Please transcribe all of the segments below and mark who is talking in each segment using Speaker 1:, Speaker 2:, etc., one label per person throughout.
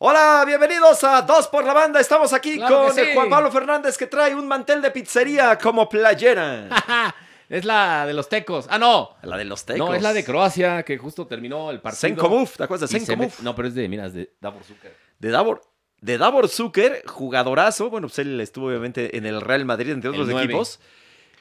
Speaker 1: Hola, bienvenidos a Dos por la Banda. Estamos aquí
Speaker 2: Claro
Speaker 1: con
Speaker 2: que
Speaker 1: el
Speaker 2: sí.
Speaker 1: Juan Pablo Fernández que trae un mantel de pizzería como playera.
Speaker 2: es la de los tecos. Ah, no.
Speaker 1: la de los tecos.
Speaker 2: No, es la de Croacia, que justo terminó el partido.
Speaker 1: Senkomuf, ¿te acuerdas
Speaker 2: Y
Speaker 1: de
Speaker 2: se met-
Speaker 1: Senkomuf?
Speaker 2: No, pero es de, mira, es de Davor Zucker.
Speaker 1: De Davor. De Davor Zucker, jugadorazo. Bueno, pues él estuvo obviamente en el Real Madrid, entre
Speaker 2: El
Speaker 1: otros
Speaker 2: nueve.
Speaker 1: equipos.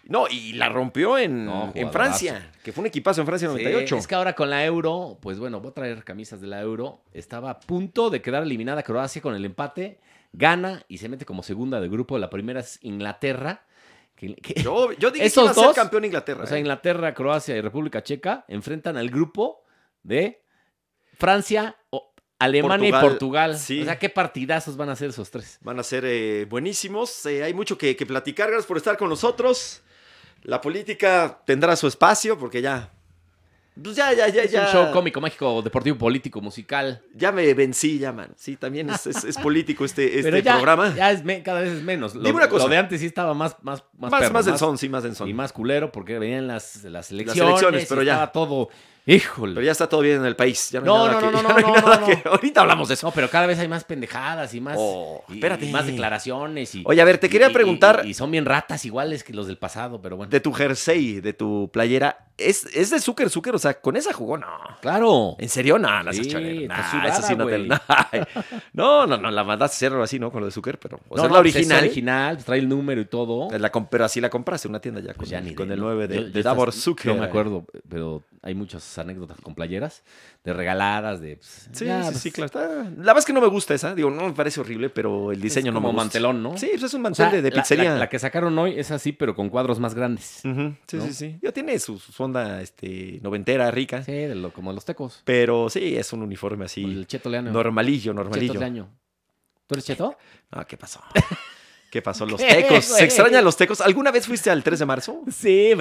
Speaker 1: No, y la rompió en,
Speaker 2: No,
Speaker 1: en
Speaker 2: jugadorazo.
Speaker 1: Francia, que fue un equipazo en Francia 98.
Speaker 2: Sí, es que ahora con la Euro, pues bueno, voy a traer camisas de la Euro. Estaba a punto de quedar eliminada Croacia con el empate. Gana y se mete como segunda de grupo. La primera es Inglaterra. que- que-
Speaker 1: Yo, yo dije que
Speaker 2: Esos
Speaker 1: iba a ser
Speaker 2: dos,
Speaker 1: campeón Inglaterra.
Speaker 2: o sea,
Speaker 1: ¿eh?
Speaker 2: Inglaterra, Croacia y República Checa enfrentan al grupo de Francia, o- Alemania y
Speaker 1: Portugal,
Speaker 2: Portugal.
Speaker 1: sí.
Speaker 2: O sea, qué partidazos van a hacer esos tres.
Speaker 1: Van a ser eh, buenísimos. eh, hay mucho que, que platicar. Gracias por estar con nosotros. La política tendrá su espacio porque ya. Pues ya, ya, ya,
Speaker 2: Es
Speaker 1: ya.
Speaker 2: un show cómico, mágico, deportivo, político, musical.
Speaker 1: Ya me vencí, ya, man. Sí, también es, es- es político este, este
Speaker 2: Pero ya,
Speaker 1: programa.
Speaker 2: ya es me- cada vez es menos. Lo,
Speaker 1: Dime una cosa.
Speaker 2: lo de antes sí estaba más más
Speaker 1: más,
Speaker 2: más, perro,
Speaker 1: más del son, sí, más del son.
Speaker 2: y más culero porque venían las las elecciones,
Speaker 1: elecciones,
Speaker 2: y
Speaker 1: pero ya.
Speaker 2: estaba todo. Híjole.
Speaker 1: Pero ya está todo bien en el país. Ya no,
Speaker 2: No,
Speaker 1: hay nada
Speaker 2: no,
Speaker 1: que,
Speaker 2: no,
Speaker 1: ya
Speaker 2: no,
Speaker 1: hay
Speaker 2: no,
Speaker 1: nada
Speaker 2: no,
Speaker 1: que-
Speaker 2: no.
Speaker 1: Ahorita hablamos de eso.
Speaker 2: No, pero cada vez hay más pendejadas y más
Speaker 1: Oh,
Speaker 2: y-
Speaker 1: espérate.
Speaker 2: y más declaraciones y
Speaker 1: Oye, a ver, te quería
Speaker 2: y- y-
Speaker 1: preguntar-
Speaker 2: y, son bien ratas iguales que los del pasado, pero bueno.
Speaker 1: De tu jersey, de tu playera. ¿Es, es de Zucker, Zucker? O sea, con esa jugó, no.
Speaker 2: Claro.
Speaker 1: ¿En serio? No, no seas
Speaker 2: Sí,
Speaker 1: chalero.
Speaker 2: está
Speaker 1: Nah,
Speaker 2: sudada,
Speaker 1: esa sí no, te-
Speaker 2: güey.
Speaker 1: nah. no, no, no, la mandaste a hacerlo así, ¿no? Con lo de Zucker, pero. O
Speaker 2: No,
Speaker 1: sea, es
Speaker 2: no,
Speaker 1: la
Speaker 2: pues es
Speaker 1: original.
Speaker 2: original, pues trae el número y todo.
Speaker 1: Es la com- pero así la compraste en una tienda ya con,
Speaker 2: Pues ya ni
Speaker 1: con
Speaker 2: de-
Speaker 1: el
Speaker 2: no,
Speaker 1: 9 de,
Speaker 2: yo-
Speaker 1: de
Speaker 2: yo
Speaker 1: Davor
Speaker 2: estas-
Speaker 1: Zucker.
Speaker 2: No me acuerdo, pero hay muchas anécdotas con playeras, de regaladas, de... pues,
Speaker 1: Sí,
Speaker 2: ya,
Speaker 1: sí,
Speaker 2: pues,
Speaker 1: sí, claro. está- La verdad es que no me gusta esa. Digo, no me parece horrible, pero el diseño no me
Speaker 2: como
Speaker 1: gusta.
Speaker 2: mantelón, ¿no?
Speaker 1: Sí, pues es un
Speaker 2: o
Speaker 1: mantel
Speaker 2: sea,
Speaker 1: de, de
Speaker 2: la- la-
Speaker 1: pizzería. Mm.
Speaker 2: La, que sacaron hoy es así, pero con cuadros más grandes.
Speaker 1: Ujú, Sí,
Speaker 2: ¿no?
Speaker 1: sí, sí. Ya tiene su, su onda este, noventera, rica.
Speaker 2: Sí, de lo- como los tecos.
Speaker 1: Pero sí, es un uniforme
Speaker 2: con
Speaker 1: así.
Speaker 2: El cheto leano.
Speaker 1: Normalillo,
Speaker 2: cheto
Speaker 1: normalillo.
Speaker 2: leano. ¿Tú eres cheto?
Speaker 1: Ah, ¿qué pasó? ¿Qué pasó? Los
Speaker 2: ¿Qué,
Speaker 1: tecos. ¿Se
Speaker 2: güey?
Speaker 1: extrañan los tecos? ¿Alguna vez fuiste al 3 de marzo?
Speaker 2: Sí,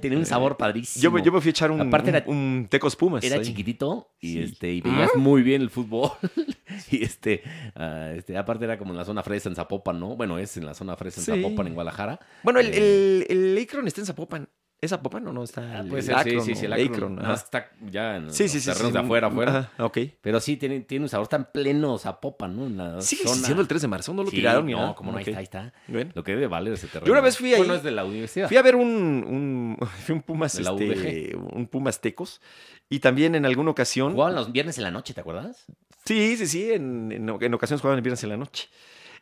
Speaker 2: tiene un sabor padrísimo.
Speaker 1: Yo, me- yo me fui a echar un,
Speaker 2: Aparte era-
Speaker 1: un- un tecos Pumas.
Speaker 2: Era
Speaker 1: Pues ahí.
Speaker 2: chiquitito y
Speaker 1: Sí. ¿Ah?
Speaker 2: este y veías muy bien el fútbol. y este, ah, este, aparte era como en la zona fresa en Zapopan, ¿no? Bueno, es en la zona fresa en
Speaker 1: Sí.
Speaker 2: Zapopan, en Guadalajara.
Speaker 1: Bueno, el, el, el Akron está en Zapopan. ¿Es Zapopan o no está?
Speaker 2: eh. Ah,
Speaker 1: el
Speaker 2: puede ser,
Speaker 1: Akron
Speaker 2: sí, sí,
Speaker 1: o
Speaker 2: sí, el Akron.
Speaker 1: Akron,
Speaker 2: nada
Speaker 1: ajá.
Speaker 2: más está ya en
Speaker 1: Sí,
Speaker 2: los
Speaker 1: sí, sí.
Speaker 2: terrenos
Speaker 1: sí,
Speaker 2: de
Speaker 1: un-
Speaker 2: afuera, afuera.
Speaker 1: ajá, ok.
Speaker 2: Pero sí, tiene, tiene un sabor tan pleno Zapopan, ¿no? En la
Speaker 1: ¿Sigue
Speaker 2: zona.
Speaker 1: existiendo el 3 de marzo? ¿No lo tiraron? ni
Speaker 2: No,
Speaker 1: nada?
Speaker 2: como
Speaker 1: Ok.
Speaker 2: no, ahí está, ahí está.
Speaker 1: Bueno.
Speaker 2: Lo que debe valer ese terreno.
Speaker 1: Yo una vez fui
Speaker 2: Bueno,
Speaker 1: ahí-
Speaker 2: es de la universidad.
Speaker 1: Fui a ver un, un, fui a un Pumas,
Speaker 2: De la
Speaker 1: este, un Pumas tecos. Y también en alguna ocasión.
Speaker 2: Jugaban los viernes en la noche, ¿te acuerdas?
Speaker 1: Sí, sí, sí. En, en, en ocasiones jugaban el viernes en la noche.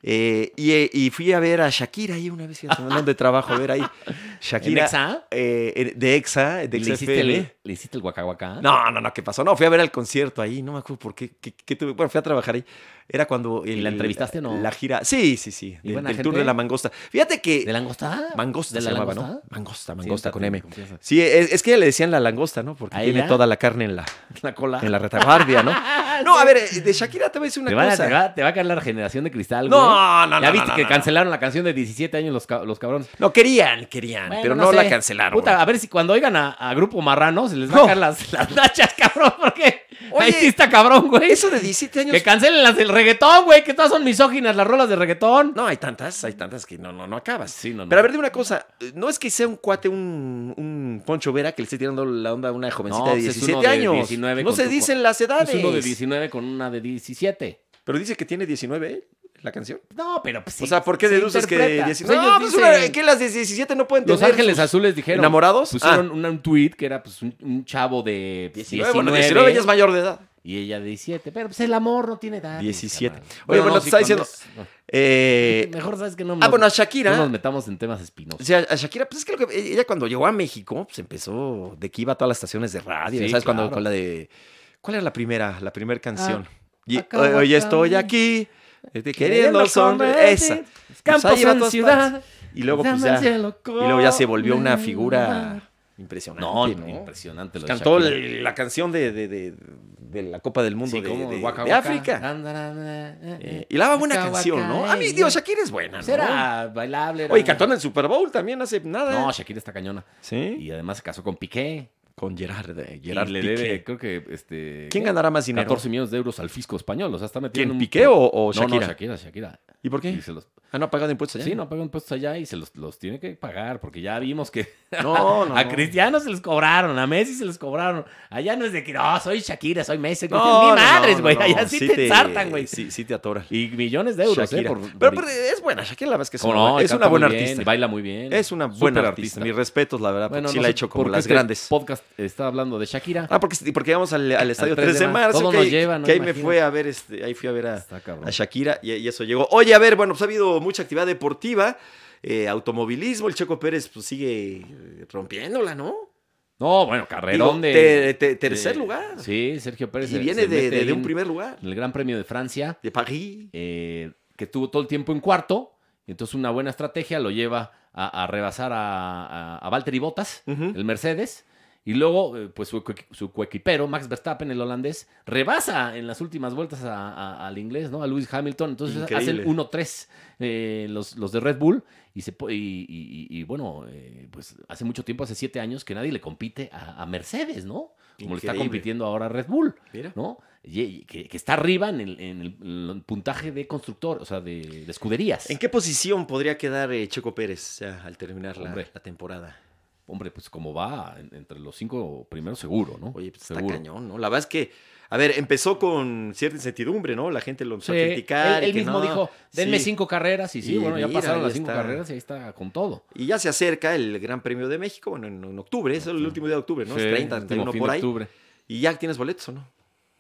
Speaker 1: Eh, y, eh, y fui a ver a Shakira ahí una vez. Fíjate, me mandaron de trabajo a ver ahí. Shakira.
Speaker 2: ¿En Exa?
Speaker 1: eh, eh, de Exa, de
Speaker 2: ¿Le
Speaker 1: Exa
Speaker 2: hiciste,
Speaker 1: FM.
Speaker 2: el, ¿Le hiciste el guacahuacá?
Speaker 1: No, no, no, ¿qué pasó? No, fui a ver al concierto ahí, no me acuerdo por qué, qué- qué tuve. Bueno, fui a trabajar ahí. Era cuando.
Speaker 2: ¿Y la entrevistaste o no?
Speaker 1: La gira. Sí, sí, sí.
Speaker 2: ¿Y
Speaker 1: del-
Speaker 2: buena
Speaker 1: del tour de
Speaker 2: gente?
Speaker 1: la mangosta. Fíjate que.
Speaker 2: ¿De langosta?
Speaker 1: Mangosta
Speaker 2: ¿De
Speaker 1: se
Speaker 2: la
Speaker 1: llamaba,
Speaker 2: langosta?
Speaker 1: ¿no? Mangosta, mangosta
Speaker 2: Siéntate,
Speaker 1: con M.
Speaker 2: confiesa.
Speaker 1: Sí, es, es que le decían la langosta, ¿no? Porque
Speaker 2: ¿A
Speaker 1: tiene
Speaker 2: ella?
Speaker 1: toda la carne en la,
Speaker 2: La cola. Ah,
Speaker 1: en la retaguardia, ¿no? No, a ver, eh, de Shakira te voy a decir una
Speaker 2: te, van a-
Speaker 1: cosa.
Speaker 2: te va, te va a caer la generación de cristal, güey.
Speaker 1: no, no, no.
Speaker 2: Ya viste
Speaker 1: no,
Speaker 2: que
Speaker 1: no, no.
Speaker 2: cancelaron la canción de 17 años los, ca- los cabrones.
Speaker 1: No, querían, querían,
Speaker 2: Bueno,
Speaker 1: pero no, la
Speaker 2: sé.
Speaker 1: cancelaron.
Speaker 2: Puta,
Speaker 1: güey.
Speaker 2: a ver si cuando oigan a, a Grupo Marrano se les va
Speaker 1: No.
Speaker 2: a caer las, las nachas, cabrón, porque
Speaker 1: Oye,
Speaker 2: ahí sí está cabrón, güey.
Speaker 1: Eso de 17 años.
Speaker 2: Que cancelen las del reggaetón, güey, que todas son misóginas las rolas de reggaetón.
Speaker 1: No, hay tantas, hay tantas que no, no, no acabas.
Speaker 2: Sí, no, no.
Speaker 1: Pero a ver, dime una cosa. No es que sea un cuate, un, un Poncho Vera que le esté tirando la onda a una jovencita
Speaker 2: No,
Speaker 1: de
Speaker 2: pues es
Speaker 1: 17
Speaker 2: uno de
Speaker 1: años.
Speaker 2: 19
Speaker 1: no
Speaker 2: con
Speaker 1: se
Speaker 2: tu-
Speaker 1: dicen las edades.
Speaker 2: es uno de 19 con una de 17.
Speaker 1: Pero dice que tiene 19 ¿eh? la canción.
Speaker 2: No, pero pues sí.
Speaker 1: o sea, ¿por qué
Speaker 2: se
Speaker 1: deduces que
Speaker 2: interpreta.
Speaker 1: 19?
Speaker 2: Pues
Speaker 1: no,
Speaker 2: ellos
Speaker 1: pues una-
Speaker 2: dicen-
Speaker 1: que las de 17 no pueden
Speaker 2: Los
Speaker 1: tener
Speaker 2: Ángeles
Speaker 1: sus-
Speaker 2: Azules dijeron.
Speaker 1: ¿Enamorados?
Speaker 2: Pusieron una- un tweet que era pues un, un chavo de
Speaker 1: 19, bueno, 19 ya es mayor de edad.
Speaker 2: y ella de 17. Pero pues el amor no tiene edad.
Speaker 1: 17.
Speaker 2: carnal.
Speaker 1: Oye, bueno, te
Speaker 2: sí,
Speaker 1: está
Speaker 2: cuando es-
Speaker 1: Eh,
Speaker 2: Mejor sabes que no
Speaker 1: ah,
Speaker 2: nos-
Speaker 1: bueno, a
Speaker 2: no
Speaker 1: Shakira.
Speaker 2: nos metamos en temas
Speaker 1: O
Speaker 2: espinosos.
Speaker 1: sea, a Shakira, pues es que, lo que- ella cuando llegó a México, pues empezó de que iba a todas las estaciones de radio,
Speaker 2: Sí,
Speaker 1: ¿sabes? Cuando
Speaker 2: claro. Ah,
Speaker 1: con la de. ¿Cuál era la primera? La primera canción. Y,
Speaker 2: acabo
Speaker 1: hoy, hoy estoy
Speaker 2: también.
Speaker 1: aquí, este, queriendo sonreír. Esa. Pues,
Speaker 2: Campos
Speaker 1: ahí iba a
Speaker 2: Pues en
Speaker 1: todas
Speaker 2: ciudad.
Speaker 1: Y luego, pues
Speaker 2: llama
Speaker 1: ya.
Speaker 2: al
Speaker 1: Y
Speaker 2: cielo
Speaker 1: luego ya se volvió una
Speaker 2: con
Speaker 1: figura
Speaker 2: mar.
Speaker 1: impresionante.
Speaker 2: No,
Speaker 1: No,
Speaker 2: no, impresionante lo de
Speaker 1: Cantó
Speaker 2: Shakira.
Speaker 1: el- la canción de, de- de- de la Copa del Mundo
Speaker 2: Sí,
Speaker 1: de,
Speaker 2: como
Speaker 1: de-
Speaker 2: Waka
Speaker 1: de
Speaker 2: Waka.
Speaker 1: África.
Speaker 2: Dan, dan, dan, dan,
Speaker 1: Eh, y la buena
Speaker 2: Waka
Speaker 1: canción,
Speaker 2: Waka,
Speaker 1: ¿no? A mí,
Speaker 2: eh,
Speaker 1: digo, Shakira es buena,
Speaker 2: pues
Speaker 1: ¿no?
Speaker 2: Era bailable. era-
Speaker 1: Oye, cantó en el Super Bowl también hace nada.
Speaker 2: No, Shakira está cañona.
Speaker 1: sí.
Speaker 2: Y además se casó con Piqué.
Speaker 1: con Gerard, eh,
Speaker 2: Y
Speaker 1: Gerard
Speaker 2: le
Speaker 1: Piqué.
Speaker 2: debe, creo que, este...
Speaker 1: ¿Quién ganará más dinero?
Speaker 2: 14 millones de euros al fisco español. O sea, está metiendo
Speaker 1: ¿Quién,
Speaker 2: un...
Speaker 1: Piqué o, o
Speaker 2: No, no,
Speaker 1: Shakira?
Speaker 2: Shakira, Shakira.
Speaker 1: ¿Y por qué?
Speaker 2: Y se los...
Speaker 1: ¿Han pagado impuestos allá?
Speaker 2: Sí, no pagan impuestos allá y se los, los tiene que pagar porque ya vimos que
Speaker 1: No, no.
Speaker 2: a Cristiano se les cobraron, a Messi se les cobraron. Allá no es de que, no, soy Shakira, soy Messi. No,
Speaker 1: No, no,
Speaker 2: ni madres,
Speaker 1: no,
Speaker 2: güey.
Speaker 1: no,
Speaker 2: allá
Speaker 1: no,
Speaker 2: sí, te ensartan, güey.
Speaker 1: Sí, sí te atoran.
Speaker 2: Y millones de euros,
Speaker 1: Shakira.
Speaker 2: ¿eh? por-
Speaker 1: pero,
Speaker 2: por-
Speaker 1: pero es buena, Shakira la verdad es que es,
Speaker 2: Como
Speaker 1: una-
Speaker 2: no,
Speaker 1: es
Speaker 2: canta
Speaker 1: una buena
Speaker 2: muy bien,
Speaker 1: artista.
Speaker 2: Baila muy bien.
Speaker 1: Es una
Speaker 2: Súper
Speaker 1: buena artista. Mis respetos, la verdad, porque sí
Speaker 2: no
Speaker 1: la ha
Speaker 2: sé
Speaker 1: hecho
Speaker 2: por
Speaker 1: como
Speaker 2: qué
Speaker 1: las
Speaker 2: este
Speaker 1: grandes.
Speaker 2: podcast está hablando de Shakira.
Speaker 1: Ah, porque, porque íbamos al, al estadio
Speaker 2: 3 de
Speaker 1: 3 de
Speaker 2: marzo.
Speaker 1: marzo.
Speaker 2: Todo
Speaker 1: que,
Speaker 2: nos
Speaker 1: ahí-
Speaker 2: lleva, no
Speaker 1: que ahí
Speaker 2: imagínate.
Speaker 1: me fui a ver, este, ahí fui a ver a,
Speaker 2: Ah, está cabrón.
Speaker 1: a Shakira y, y eso llegó. Oye, a ver, bueno, pues ha habido mucha actividad deportiva, eh, automovilismo. El Checo Pérez pues, sigue eh, rompiéndola, ¿no?
Speaker 2: No, bueno, carrerón
Speaker 1: Digo, te-
Speaker 2: de...
Speaker 1: te- tercer lugar.
Speaker 2: Sí, Sergio Pérez.
Speaker 1: y
Speaker 2: se-
Speaker 1: viene
Speaker 2: se
Speaker 1: de,
Speaker 2: mete
Speaker 1: de-
Speaker 2: ahí
Speaker 1: de un
Speaker 2: en-
Speaker 1: primer lugar,
Speaker 2: en el Gran Premio de Francia.
Speaker 1: de París.
Speaker 2: eh, que tuvo todo el tiempo en cuarto. y entonces una buena estrategia lo lleva a, a rebasar a, a, a Valtteri Bottas,
Speaker 1: Ujú.
Speaker 2: el Mercedes. Y luego, eh, pues su, coequi- su coequipero, Max Verstappen, el holandés, rebasa en las últimas vueltas a- a- al inglés, ¿no? A Lewis Hamilton. Entonces
Speaker 1: Increíble.
Speaker 2: hacen 1-3 eh, los, los de Red Bull. Y, se, po- y, y- y- y, bueno, eh, pues hace mucho tiempo, hace siete años, que nadie le compite a, a Mercedes, ¿no? Como le está
Speaker 1: Increíble.
Speaker 2: compitiendo ahora Red Bull.
Speaker 1: Mira.
Speaker 2: ¿no? Y- y que, que está arriba en el, en el- en el puntaje de constructor, o sea, de, de escuderías.
Speaker 1: ¿En qué posición podría quedar eh, Checo Pérez o sea, al terminar la,
Speaker 2: Hombre.
Speaker 1: la temporada?
Speaker 2: Hombre, pues como va en- entre los cinco primeros, seguro, ¿no?
Speaker 1: Oye, pues está
Speaker 2: seguro.
Speaker 1: cañón, ¿no? La verdad es que, a ver, empezó con cierta incertidumbre, ¿no? La gente lo
Speaker 2: Sí,
Speaker 1: empezó a
Speaker 2: él,
Speaker 1: criticar. y
Speaker 2: él
Speaker 1: que
Speaker 2: mismo
Speaker 1: no,
Speaker 2: dijo, denme
Speaker 1: sí.
Speaker 2: cinco carreras, y sí,
Speaker 1: Y
Speaker 2: bueno, ya
Speaker 1: mira,
Speaker 2: pasaron
Speaker 1: ahí
Speaker 2: las cinco
Speaker 1: está.
Speaker 2: carreras y ahí está con todo.
Speaker 1: Y ya se acerca el Gran Premio de México, bueno, en, en octubre, es el último día de octubre, ¿no?
Speaker 2: Sí,
Speaker 1: es 30,
Speaker 2: último
Speaker 1: 31
Speaker 2: fin
Speaker 1: por
Speaker 2: de
Speaker 1: ahí.
Speaker 2: octubre.
Speaker 1: Y ya tienes boletos, ¿o no?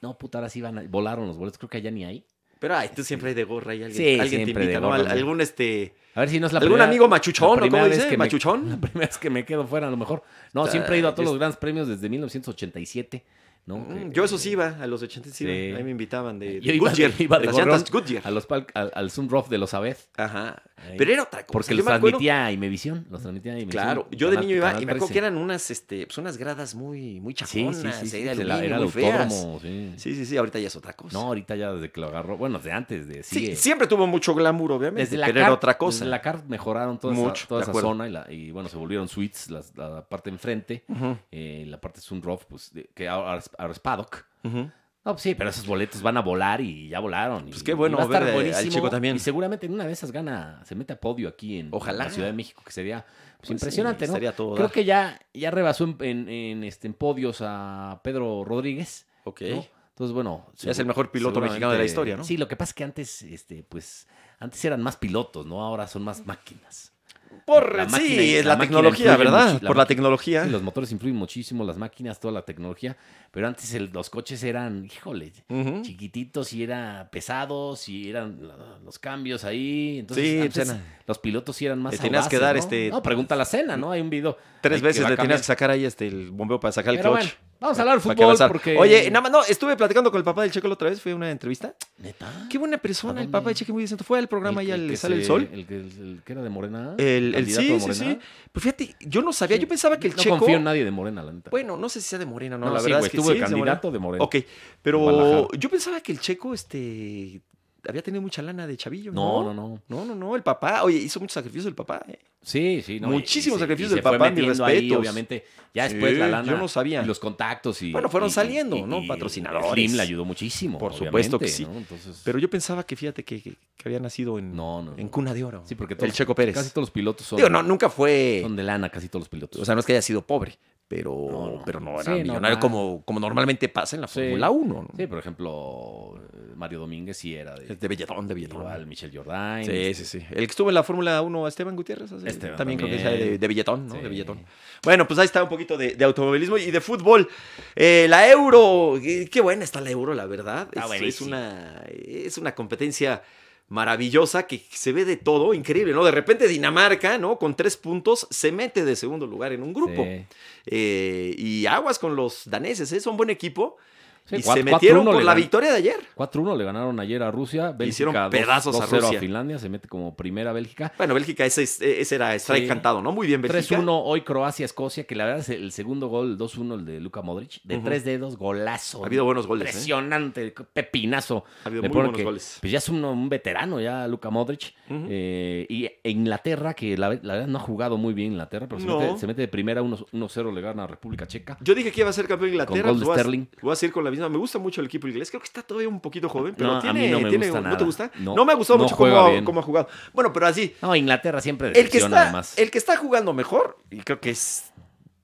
Speaker 2: No, puta, ahora sí van a- volaron los boletos, creo que allá ni hay.
Speaker 1: Pero ay, tú siempre hay de gorra y alguien,
Speaker 2: Sí,
Speaker 1: alguien te
Speaker 2: siempre de
Speaker 1: invita, ¿no?
Speaker 2: gorra,
Speaker 1: Al-
Speaker 2: ¿no?
Speaker 1: algún este.
Speaker 2: A ver si no es la
Speaker 1: algún
Speaker 2: primera-
Speaker 1: amigo
Speaker 2: la
Speaker 1: machuchón, ¿no?
Speaker 2: primera
Speaker 1: ¿Cómo
Speaker 2: vez
Speaker 1: dice?
Speaker 2: que me-
Speaker 1: ¿Machuchón?
Speaker 2: La primera vez que me quedo fuera, a lo mejor. No,
Speaker 1: O sea,
Speaker 2: siempre he ido a todos
Speaker 1: yo-
Speaker 2: los grandes premios desde 1987, ¿no?
Speaker 1: Mm,
Speaker 2: Que-
Speaker 1: Yo eso sí iba, a los 80 sí iba.
Speaker 2: Sí.
Speaker 1: Ahí me invitaban de,
Speaker 2: Yo
Speaker 1: de
Speaker 2: iba de-
Speaker 1: Goodyear,
Speaker 2: iba de
Speaker 1: las
Speaker 2: gorrón
Speaker 1: llantas Goodyear.
Speaker 2: a los pal- al, al Sunroof de los Abed.
Speaker 1: Ajá.
Speaker 2: Ahí.
Speaker 1: Pero era otra cosa.
Speaker 2: Porque
Speaker 1: yo
Speaker 2: los
Speaker 1: me acuerdo-
Speaker 2: transmitía Imevisión. Los transmitía Imevisión.
Speaker 1: Claro, yo de
Speaker 2: Canal-
Speaker 1: niño iba
Speaker 2: Canal
Speaker 1: y me acuerdo
Speaker 2: 13.
Speaker 1: que eran unas, este, pues unas gradas muy, muy
Speaker 2: eh". Sí,
Speaker 1: chafonas,
Speaker 2: sí, sí. sí,
Speaker 1: ahí de
Speaker 2: se la-
Speaker 1: aluminio,
Speaker 2: era el
Speaker 1: muy feas.
Speaker 2: autódromo, sí.
Speaker 1: Sí, sí, sí, ahorita ya es otra cosa.
Speaker 2: No, ahorita ya desde que lo agarró. Bueno, de antes, de
Speaker 1: sí,
Speaker 2: sigue.
Speaker 1: siempre tuvo mucho glamour, obviamente,
Speaker 2: Desde la
Speaker 1: pero era
Speaker 2: CAR-
Speaker 1: otra cosa.
Speaker 2: Desde la CAR mejoraron toda esa-
Speaker 1: Mucho,
Speaker 2: toda
Speaker 1: de
Speaker 2: esa,
Speaker 1: acuerdo.
Speaker 2: zona y, la- y, bueno, se volvieron suites, las- la parte enfrente,
Speaker 1: Ujú,
Speaker 2: eh, la parte Sunroof, pues, de- que ahora es, ahora es paddock.
Speaker 1: ujú.
Speaker 2: No, pues sí, pero esos boletos van a volar y ya volaron.
Speaker 1: Pues
Speaker 2: y-
Speaker 1: qué bueno
Speaker 2: y va a estar
Speaker 1: ver, eh, al
Speaker 2: buenísimo,
Speaker 1: chico también.
Speaker 2: Y seguramente en una de esas gana, se mete a podio aquí en
Speaker 1: Ojalá.
Speaker 2: la Ciudad de México, que sería pues,
Speaker 1: Pues
Speaker 2: impresionante,
Speaker 1: sí,
Speaker 2: ¿no?
Speaker 1: estaría todo
Speaker 2: Creo
Speaker 1: dar.
Speaker 2: que ya, ya rebasó en, en- en, este, en podios a Pedro Rodríguez.
Speaker 1: Ok.
Speaker 2: ¿no? Entonces, bueno.
Speaker 1: Ya es
Speaker 2: segu-
Speaker 1: el mejor piloto
Speaker 2: seguramente-
Speaker 1: mexicano de la historia, ¿no?
Speaker 2: Sí, lo que pasa es que antes, este, pues, antes eran más pilotos, ¿no? Ahora son más máquinas.
Speaker 1: Por,
Speaker 2: La
Speaker 1: sí,
Speaker 2: máquina-
Speaker 1: es
Speaker 2: la
Speaker 1: la,
Speaker 2: máquina
Speaker 1: tecnología,
Speaker 2: influye
Speaker 1: ¿verdad?
Speaker 2: mucho- la
Speaker 1: Por la
Speaker 2: máquina-
Speaker 1: tecnología.
Speaker 2: Sí, los motores influyen muchísimo, las máquinas, toda la tecnología. Pero antes el- los coches eran, híjole,
Speaker 1: Ujú.
Speaker 2: chiquititos y era pesados y eran la- los cambios ahí. Entonces,
Speaker 1: Sí,
Speaker 2: antes
Speaker 1: cena.
Speaker 2: los pilotos sí eran más
Speaker 1: Le tenías que
Speaker 2: audaces,
Speaker 1: dar,
Speaker 2: ¿no?
Speaker 1: este-
Speaker 2: No, pregunta la cena, ¿no? Hay un video.
Speaker 1: Tres
Speaker 2: ahí que
Speaker 1: veces
Speaker 2: va
Speaker 1: le tenías que
Speaker 2: cambiando.
Speaker 1: sacar ahí este, el bombeo para sacar el
Speaker 2: Pero
Speaker 1: clutch.
Speaker 2: bueno, vamos a hablar de
Speaker 1: Para que
Speaker 2: fútbol
Speaker 1: avanzar.
Speaker 2: porque...
Speaker 1: Oye, nada más, no, estuve platicando con el papá del Checo la otra vez, fue a una entrevista.
Speaker 2: ¿Neta?
Speaker 1: Qué buena persona, el papá
Speaker 2: dónde?
Speaker 1: del Checo, muy decente. Fue al programa
Speaker 2: que-
Speaker 1: ya le
Speaker 2: que
Speaker 1: sale el
Speaker 2: se-
Speaker 1: sol.
Speaker 2: El, que- el que era de Morena.
Speaker 1: El, el
Speaker 2: candidato
Speaker 1: sí,
Speaker 2: de
Speaker 1: sí, sí.
Speaker 2: Morena.
Speaker 1: Pero fíjate, yo no sabía, yo pensaba que el
Speaker 2: no
Speaker 1: Checo.
Speaker 2: confío en nadie de Morena, la neta.
Speaker 1: Bueno, no sé si sea de Morena, no,
Speaker 2: No,
Speaker 1: la
Speaker 2: sí,
Speaker 1: verdad
Speaker 2: güey,
Speaker 1: es que
Speaker 2: estuvo de
Speaker 1: sí, es
Speaker 2: candidato de Morena.
Speaker 1: Ok, pero
Speaker 2: Guadalajara.
Speaker 1: yo pensaba que el Checo, este, había tenido mucha lana de chavillo.
Speaker 2: no,
Speaker 1: No,
Speaker 2: no, no.
Speaker 1: No, no, no, el papá, oye, hizo mucho sacrificio el papá. ¿eh?
Speaker 2: Sí, sí. No,
Speaker 1: Muchísimos
Speaker 2: se-
Speaker 1: sacrificios
Speaker 2: se
Speaker 1: del
Speaker 2: fue
Speaker 1: papá, mis
Speaker 2: metiendo ahí,
Speaker 1: respetos.
Speaker 2: obviamente, ya
Speaker 1: Sí,
Speaker 2: después la lana.
Speaker 1: yo no sabía.
Speaker 2: y los contactos y.
Speaker 1: Bueno, fueron
Speaker 2: y-
Speaker 1: saliendo,
Speaker 2: y-
Speaker 1: ¿no?
Speaker 2: y-
Speaker 1: Patrocinadores.
Speaker 2: Slim le ayudó muchísimo.
Speaker 1: Por supuesto que
Speaker 2: obviamente,
Speaker 1: sí.
Speaker 2: ¿no? Entonces,
Speaker 1: Pero yo pensaba que, fíjate, que, que- que había nacido en,
Speaker 2: No, no.
Speaker 1: en
Speaker 2: no.
Speaker 1: cuna de oro.
Speaker 2: Sí, porque
Speaker 1: el Checo Pérez.
Speaker 2: Casi todos los pilotos son,
Speaker 1: Digo, no, nunca fue,
Speaker 2: son de lana, casi todos los pilotos.
Speaker 1: o sea, no es que haya sido pobre, pero
Speaker 2: No,
Speaker 1: no,
Speaker 2: no.
Speaker 1: Pero no
Speaker 2: Sí,
Speaker 1: era
Speaker 2: normal.
Speaker 1: millonario como, como normalmente pasa en la
Speaker 2: Sí.
Speaker 1: Fórmula 1. ¿no?
Speaker 2: sí, por ejemplo, eh, Mario Domínguez sí era de.
Speaker 1: Es De billetón, de billetón.
Speaker 2: Igual, Michel Jordain.
Speaker 1: Sí, sí, sí. El que estuvo en la Fórmula 1, Esteban Gutiérrez. hace-
Speaker 2: Esteban
Speaker 1: también,
Speaker 2: también.
Speaker 1: creo que es de, de billetón, ¿no?
Speaker 2: Sí.
Speaker 1: De billetón. Bueno, pues ahí está un poquito de, de automovilismo y de fútbol. Eh, la Euro, eh, qué buena está la Euro, la verdad.
Speaker 2: Está
Speaker 1: es, es
Speaker 2: buenísimo.
Speaker 1: una, es una competencia maravillosa que se ve de todo, increíble, ¿no? De repente Dinamarca, ¿no? Con tres puntos se mete de segundo lugar en un grupo.
Speaker 2: Sí.
Speaker 1: Eh, y aguas con los daneses, ¿eh? Son buen equipo.
Speaker 2: Sí,
Speaker 1: y
Speaker 2: cuatro-
Speaker 1: se metieron
Speaker 2: cuatro-uno
Speaker 1: por
Speaker 2: le
Speaker 1: la
Speaker 2: gan-
Speaker 1: victoria de ayer.
Speaker 2: 4-1 le ganaron ayer a Rusia. Bélgica
Speaker 1: Hicieron
Speaker 2: dos-
Speaker 1: pedazos a
Speaker 2: 2-0
Speaker 1: Rusia.
Speaker 2: Finlandia, se mete como primera Bélgica.
Speaker 1: Bueno, Bélgica, ese, es- ese era strike
Speaker 2: Sí.
Speaker 1: cantado, ¿no? Muy bien, Bélgica.
Speaker 2: 3-1 hoy Croacia-Escocia, que la verdad es el segundo gol, 2-1 el de Luka Modric. De
Speaker 1: Ujú.
Speaker 2: tres dedos, golazo.
Speaker 1: Ha habido buenos goles. ¿eh?
Speaker 2: Impresionante, pepinazo.
Speaker 1: Ha habido
Speaker 2: Le
Speaker 1: muy
Speaker 2: pone
Speaker 1: buenos
Speaker 2: que,
Speaker 1: goles.
Speaker 2: Pues ya es un, un veterano, ya Luka Modric.
Speaker 1: Ujú.
Speaker 2: Eh, y e Inglaterra, que la, ve- la verdad no ha jugado muy bien Inglaterra, pero se,
Speaker 1: No.
Speaker 2: mete, se mete de primera 1-0, le gana a República Checa.
Speaker 1: Yo dije que iba a ser campeón de Inglaterra.
Speaker 2: Con gol
Speaker 1: pues
Speaker 2: de
Speaker 1: voy a-
Speaker 2: Sterling.
Speaker 1: Voy a seguir con la misma. Me gusta mucho el equipo inglés. Creo que está todavía un poquito joven, pero
Speaker 2: No, a
Speaker 1: tiene,
Speaker 2: mí no me
Speaker 1: tiene-
Speaker 2: gusta
Speaker 1: ¿No te
Speaker 2: nada.
Speaker 1: gusta?
Speaker 2: No,
Speaker 1: me ha gustado
Speaker 2: no
Speaker 1: mucho
Speaker 2: juega
Speaker 1: cómo, ha-
Speaker 2: bien.
Speaker 1: cómo ha jugado. Bueno, pero así,
Speaker 2: No, Inglaterra siempre
Speaker 1: el que,
Speaker 2: decepciona
Speaker 1: está,
Speaker 2: además.
Speaker 1: el que está jugando mejor, y creo que es,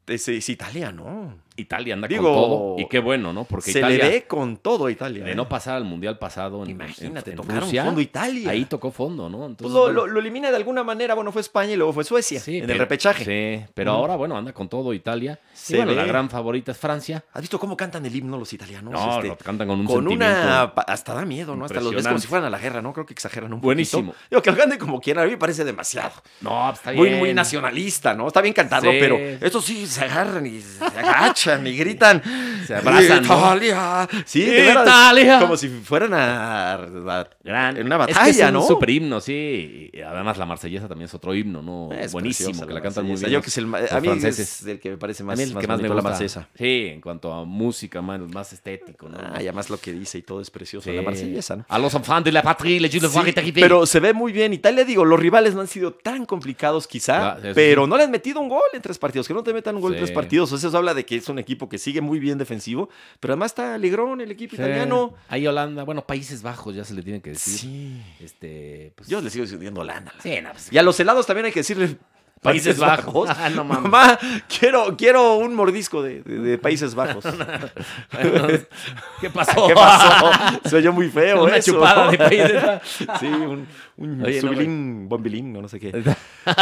Speaker 1: es, es Italia, ¿no?
Speaker 2: Italia anda
Speaker 1: Digo,
Speaker 2: con todo. Y qué bueno, ¿no? Porque
Speaker 1: Se
Speaker 2: Italia,
Speaker 1: le ve con todo a Italia.
Speaker 2: de
Speaker 1: ¿eh?
Speaker 2: no pasar al Mundial pasado en,
Speaker 1: Imagínate,
Speaker 2: en- en
Speaker 1: tocaron
Speaker 2: Rusia,
Speaker 1: fondo Italia.
Speaker 2: ahí tocó fondo, ¿no? Entonces,
Speaker 1: Pues lo,
Speaker 2: bueno,
Speaker 1: lo- lo elimina de alguna manera. Bueno, fue España y luego fue Suecia
Speaker 2: sí,
Speaker 1: en el
Speaker 2: pero-
Speaker 1: repechaje.
Speaker 2: Sí, pero
Speaker 1: Ujú.
Speaker 2: ahora, bueno, anda con todo Italia. Y
Speaker 1: Se
Speaker 2: bueno, la
Speaker 1: ve.
Speaker 2: gran favorita es Francia.
Speaker 1: ¿Has visto cómo cantan el himno los italianos?
Speaker 2: No,
Speaker 1: Este,
Speaker 2: lo cantan con un
Speaker 1: con
Speaker 2: sentimiento.
Speaker 1: una. pa- Hasta da miedo, ¿no? Hasta los ves como
Speaker 2: Impresionante.
Speaker 1: si fueran a la guerra, ¿no? Creo que exageran un
Speaker 2: Buenísimo.
Speaker 1: poquito. Digo, que lo canten como quieran, a mí me parece demasiado.
Speaker 2: No, pues, está bien.
Speaker 1: Muy, muy nacionalista, ¿no? Está bien cantado,
Speaker 2: Sí.
Speaker 1: pero estos sí se agarran y se agachan y gritan.
Speaker 2: Se abrazan, ¿no?
Speaker 1: ¡Italia! Sí, de veras,
Speaker 2: Italia.
Speaker 1: Como si fueran a. a-
Speaker 2: Gran.
Speaker 1: En una
Speaker 2: Es que
Speaker 1: batalla,
Speaker 2: es un
Speaker 1: ¿no?
Speaker 2: super himno, sí. Y además, la marsellesa también es otro himno, ¿no?
Speaker 1: es
Speaker 2: Buenísimo,
Speaker 1: preciosa
Speaker 2: que
Speaker 1: la
Speaker 2: la cantan muy
Speaker 1: Marsellesa.
Speaker 2: bien.
Speaker 1: Yo
Speaker 2: los-
Speaker 1: que es el, ma- a
Speaker 2: los
Speaker 1: mí
Speaker 2: franceses.
Speaker 1: es el que me parece
Speaker 2: A
Speaker 1: más,
Speaker 2: mí es el
Speaker 1: más
Speaker 2: que más me
Speaker 1: bonito,
Speaker 2: gusta.
Speaker 1: la marsellesa.
Speaker 2: Sí, en cuanto a música, más, más estético, ¿no?
Speaker 1: Ah, y además lo que dice y todo es precioso.
Speaker 2: Sí.
Speaker 1: La marsellesa, ¿no?
Speaker 2: A los enfants de la patrie, les
Speaker 1: Sí, pero se ve muy bien. Italia, digo, los rivales no han sido tan complicados quizá,
Speaker 2: Ah, eso
Speaker 1: pero
Speaker 2: sí.
Speaker 1: no le han metido un gol en tres partidos. Que no te metan un gol en
Speaker 2: Sí.
Speaker 1: tres partidos. Eso habla de que es un equipo que sigue muy bien defensivo, pero además está alegrón el equipo italiano.
Speaker 2: Ahí Holanda, bueno, Países Bajos ya se le tiene que decir.
Speaker 1: Sí.
Speaker 2: Este, pues,
Speaker 1: Yo le sigo diciendo Holanda. la-
Speaker 2: sí, no, pues,
Speaker 1: Y a los helados también hay que decirle Países
Speaker 2: Países
Speaker 1: Bajos.
Speaker 2: Bajos. Ah, no mames.
Speaker 1: Mamá, quiero, quiero un mordisco de, de- de Países Bajos.
Speaker 2: ¿Qué pasó?
Speaker 1: ¿Qué pasó? Se oyó muy feo
Speaker 2: Una
Speaker 1: eso.
Speaker 2: chupada de Países Bajos.
Speaker 1: Sí, un, un
Speaker 2: Oye, no,
Speaker 1: subilín, bombilín, no, no sé qué.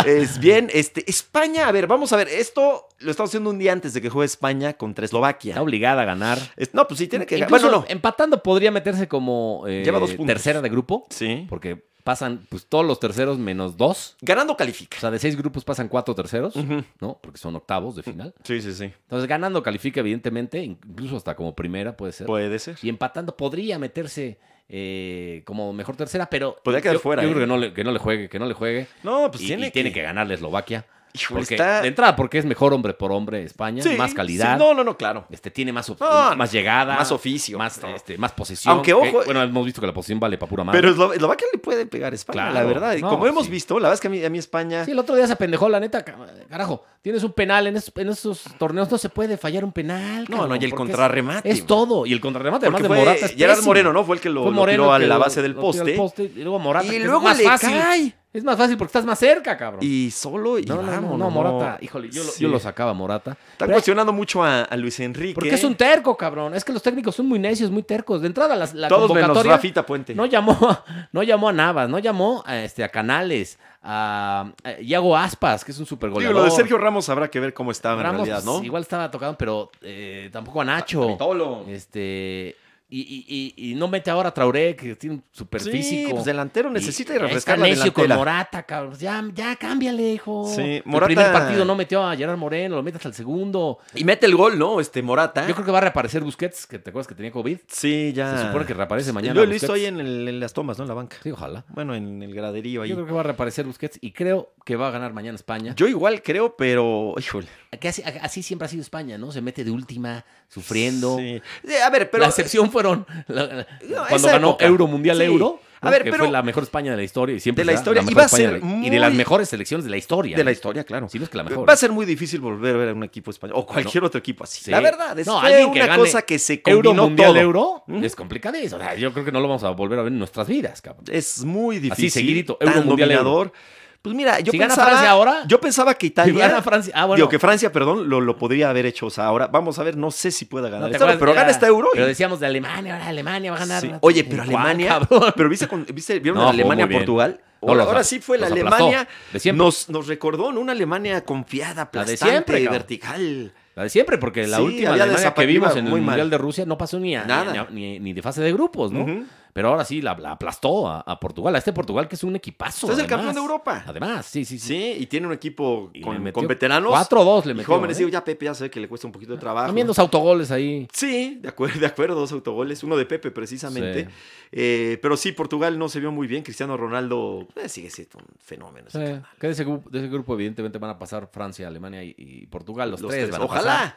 Speaker 1: Es bien, este, España, a ver, vamos a ver, esto lo estamos haciendo un día antes de que juegue España contra
Speaker 2: Está
Speaker 1: Eslovaquia.
Speaker 2: obligada a ganar.
Speaker 1: Es- No, pues sí, tiene que
Speaker 2: Incluso
Speaker 1: Bueno, no.
Speaker 2: Empatando podría meterse como eh,
Speaker 1: Lleva dos puntos.
Speaker 2: tercera de grupo,
Speaker 1: Sí.
Speaker 2: porque pasan pues, todos los terceros menos dos.
Speaker 1: Ganando
Speaker 2: O
Speaker 1: califica.
Speaker 2: sea, de seis grupos pasan cuatro terceros,
Speaker 1: Ujú.
Speaker 2: ¿no? Porque son octavos de final.
Speaker 1: Sí, sí, sí.
Speaker 2: Entonces, ganando califica, evidentemente, incluso hasta como primera puede ser.
Speaker 1: Puede ser.
Speaker 2: y empatando podría meterse eh, como mejor tercera, pero
Speaker 1: Podría quedar
Speaker 2: yo,
Speaker 1: fuera,
Speaker 2: yo
Speaker 1: ¿eh?
Speaker 2: creo que no, le, que no le juegue, que no le juegue.
Speaker 1: No, pues
Speaker 2: y, y
Speaker 1: tiene,
Speaker 2: tiene, que... ganarle Eslovaquia.
Speaker 1: Híjole,
Speaker 2: Porque,
Speaker 1: está-
Speaker 2: De entrada, porque es mejor hombre por hombre España,
Speaker 1: Sí,
Speaker 2: más calidad,
Speaker 1: sí, no, no, no, claro.
Speaker 2: este, tiene más, op-
Speaker 1: No,
Speaker 2: más llegada,
Speaker 1: más oficio,
Speaker 2: más,
Speaker 1: no.
Speaker 2: este, más posesión.
Speaker 1: Aunque,
Speaker 2: que,
Speaker 1: ojo,
Speaker 2: bueno, hemos visto que la posesión vale para pura madre.
Speaker 1: Pero Eslo- Eslovaquia le puede pegar a España, la
Speaker 2: Claro,
Speaker 1: verdad. Y
Speaker 2: no,
Speaker 1: Como hemos
Speaker 2: sí.
Speaker 1: visto, la verdad es que a mí, a mí España.
Speaker 2: Sí, el otro día se pendejó, la neta, ca- carajo. Tienes un penal en, es- en esos torneos, no se puede fallar un penal.
Speaker 1: no, no, y el
Speaker 2: cabrón, porque es-
Speaker 1: contrarremate.
Speaker 2: Es,
Speaker 1: man.
Speaker 2: todo. Y el contrarremate, además
Speaker 1: Porque
Speaker 2: de
Speaker 1: fue
Speaker 2: Morata, es
Speaker 1: Gerard
Speaker 2: pésimo.
Speaker 1: Moreno, ¿no? Fue el que lo,
Speaker 2: Fue
Speaker 1: lo
Speaker 2: Moreno
Speaker 1: tiró a
Speaker 2: el que
Speaker 1: la
Speaker 2: lo-
Speaker 1: base del
Speaker 2: lo tiró al
Speaker 1: poste.
Speaker 2: poste, Y luego Morata.
Speaker 1: Y
Speaker 2: que es
Speaker 1: luego
Speaker 2: más
Speaker 1: le
Speaker 2: fácil.
Speaker 1: cae.
Speaker 2: Es más fácil porque estás más cerca, cabrón.
Speaker 1: Y solo. Y
Speaker 2: no, no, no,
Speaker 1: vámonos,
Speaker 2: no, Morata. Híjole, yo, lo-
Speaker 1: Sí.
Speaker 2: yo lo sacaba a Morata.
Speaker 1: Están
Speaker 2: Pero-
Speaker 1: cuestionando mucho a, a Luis Enrique.
Speaker 2: porque es un terco, cabrón. Es que los técnicos son muy necios, muy tercos. De entrada, la, la
Speaker 1: Todos menos
Speaker 2: convocatoria
Speaker 1: Rafita Puente.
Speaker 2: no llamó, a- no llamó a Navas, no llamó a, este, a Canales, a, a Iago Aspas, que es un super
Speaker 1: Digo,
Speaker 2: goleador.
Speaker 1: lo de Sergio Ramos habrá que ver cómo estaba en
Speaker 2: Ramos,
Speaker 1: realidad,
Speaker 2: pues,
Speaker 1: ¿no?
Speaker 2: igual estaba tocado, pero eh, tampoco a Nacho.
Speaker 1: Vitolo.
Speaker 2: Este. Y, y- y- y no mete ahora a Traoré, que tiene un super
Speaker 1: Sí,
Speaker 2: físico.
Speaker 1: pues delantero necesita
Speaker 2: Y-
Speaker 1: refrescar
Speaker 2: está
Speaker 1: la
Speaker 2: necio con
Speaker 1: delantera.
Speaker 2: Morata, cabrón. Ya, ya cámbiale, hijo.
Speaker 1: Sí, Morata-
Speaker 2: Morata... El primer partido no metió a Gerard Moreno, lo metes al segundo.
Speaker 1: Y mete el gol, ¿no? Este Morata.
Speaker 2: Yo creo que va a reaparecer Busquets, que te acuerdas que tenía COVID.
Speaker 1: Ah, Sí, ya.
Speaker 2: Se supone que reaparece mañana
Speaker 1: Yo lo he visto ahí
Speaker 2: Busquets.
Speaker 1: en, el- en las tomas, ¿no? En la banca.
Speaker 2: Sí, ojalá.
Speaker 1: Bueno, en el graderío ahí.
Speaker 2: Yo creo que va a reaparecer Busquets y creo que va a ganar mañana España.
Speaker 1: Yo igual creo, pero. Híjole.
Speaker 2: Que así, así siempre ha sido España, ¿no? Se mete de última, sufriendo.
Speaker 1: Sí. Eh, A ver, pero.
Speaker 2: la excepción fueron la- la-
Speaker 1: No,
Speaker 2: cuando
Speaker 1: esa
Speaker 2: ganó
Speaker 1: época.
Speaker 2: Euro Mundial
Speaker 1: Sí.
Speaker 2: Euro.
Speaker 1: A ver,
Speaker 2: que
Speaker 1: pero-
Speaker 2: fue la mejor España de la historia y siempre
Speaker 1: De la
Speaker 2: será
Speaker 1: historia.
Speaker 2: mejor
Speaker 1: Iba a
Speaker 2: España
Speaker 1: ser
Speaker 2: de la-
Speaker 1: muy-
Speaker 2: y de las mejores selecciones de la historia.
Speaker 1: De
Speaker 2: ¿no?
Speaker 1: la historia, claro.
Speaker 2: Si no es que la mejor.
Speaker 1: Va a ser muy difícil volver a ver a un equipo español o cualquier otro equipo así.
Speaker 2: Sí.
Speaker 1: La verdad, es
Speaker 2: No,
Speaker 1: fue
Speaker 2: alguien que
Speaker 1: una
Speaker 2: gane
Speaker 1: cosa que se combinó
Speaker 2: Euro Mundial
Speaker 1: todo.
Speaker 2: Euro
Speaker 1: ¿Mm?
Speaker 2: es complicadísimo. O sea, yo creo que no lo vamos a volver a ver en nuestras vidas, cabrón.
Speaker 1: Es muy difícil.
Speaker 2: seguidito,
Speaker 1: tan
Speaker 2: Euro Mundial, Euro.
Speaker 1: dominador. Pues mira, yo
Speaker 2: Si gana
Speaker 1: pensaba
Speaker 2: Francia ahora-
Speaker 1: yo pensaba que Italia,
Speaker 2: Si gana Francia- ah, bueno.
Speaker 1: digo que Francia, perdón, lo, lo podría haber hecho, o sea, ahora vamos a ver, no sé si pueda
Speaker 2: ¿No
Speaker 1: ganar
Speaker 2: te
Speaker 1: esta,
Speaker 2: acuerdas?
Speaker 1: pero
Speaker 2: Era-
Speaker 1: gana esta Euro. y-
Speaker 2: Pero decíamos de Alemania, ahora Alemania va a ganar.
Speaker 1: sí.
Speaker 2: ¿no?
Speaker 1: Oye, pero
Speaker 2: ¿Cuál,
Speaker 1: Alemania,
Speaker 2: cabrón?
Speaker 1: pero viste, con- viste vieron
Speaker 2: No,
Speaker 1: a
Speaker 2: jugó
Speaker 1: Alemania
Speaker 2: muy bien. Portugal.
Speaker 1: Ahora,
Speaker 2: No, los
Speaker 1: ahora
Speaker 2: apl-
Speaker 1: sí fue la
Speaker 2: los
Speaker 1: Alemania.
Speaker 2: aplastó, de siempre.
Speaker 1: nos, nos recordó ¿no? una Alemania confiada,
Speaker 2: La de
Speaker 1: aplastante,
Speaker 2: siempre, cabrón.
Speaker 1: vertical.
Speaker 2: La de siempre, porque la
Speaker 1: Sí,
Speaker 2: última
Speaker 1: había
Speaker 2: Alemania que
Speaker 1: desaparitiva
Speaker 2: vimos en el
Speaker 1: muy
Speaker 2: Mundial
Speaker 1: mal.
Speaker 2: de Rusia no pasó ni, a-
Speaker 1: Nada.
Speaker 2: ni, a- ni- ni de fase de grupos, ¿no?
Speaker 1: Ujú.
Speaker 2: Pero ahora sí la, la aplastó a, a Portugal, a este Portugal que es un equipazo.
Speaker 1: Este es el
Speaker 2: además.
Speaker 1: campeón de Europa.
Speaker 2: Además, sí, sí, sí.
Speaker 1: Sí, y tiene un equipo
Speaker 2: Y le
Speaker 1: con,
Speaker 2: metió
Speaker 1: con veteranos.
Speaker 2: 4-2 le
Speaker 1: y
Speaker 2: metió.
Speaker 1: jóvenes.
Speaker 2: ¿eh? Ah,
Speaker 1: Digo, ya Pepe ya sé que le cuesta un poquito de trabajo.
Speaker 2: También dos autogoles ahí.
Speaker 1: Sí, de acuerdo, de acuerdo, dos autogoles, uno de Pepe precisamente. Eh, pero sí, Portugal no se vio muy bien. Cristiano Ronaldo eh, sigue siendo un fenómeno. ese
Speaker 2: Sí,
Speaker 1: canal.
Speaker 2: que de ese, grupo, de ese grupo, evidentemente, van a pasar Francia, Alemania y, y Portugal. Los,
Speaker 1: Los
Speaker 2: tres,
Speaker 1: tres,
Speaker 2: van a
Speaker 1: ojalá.
Speaker 2: pasar.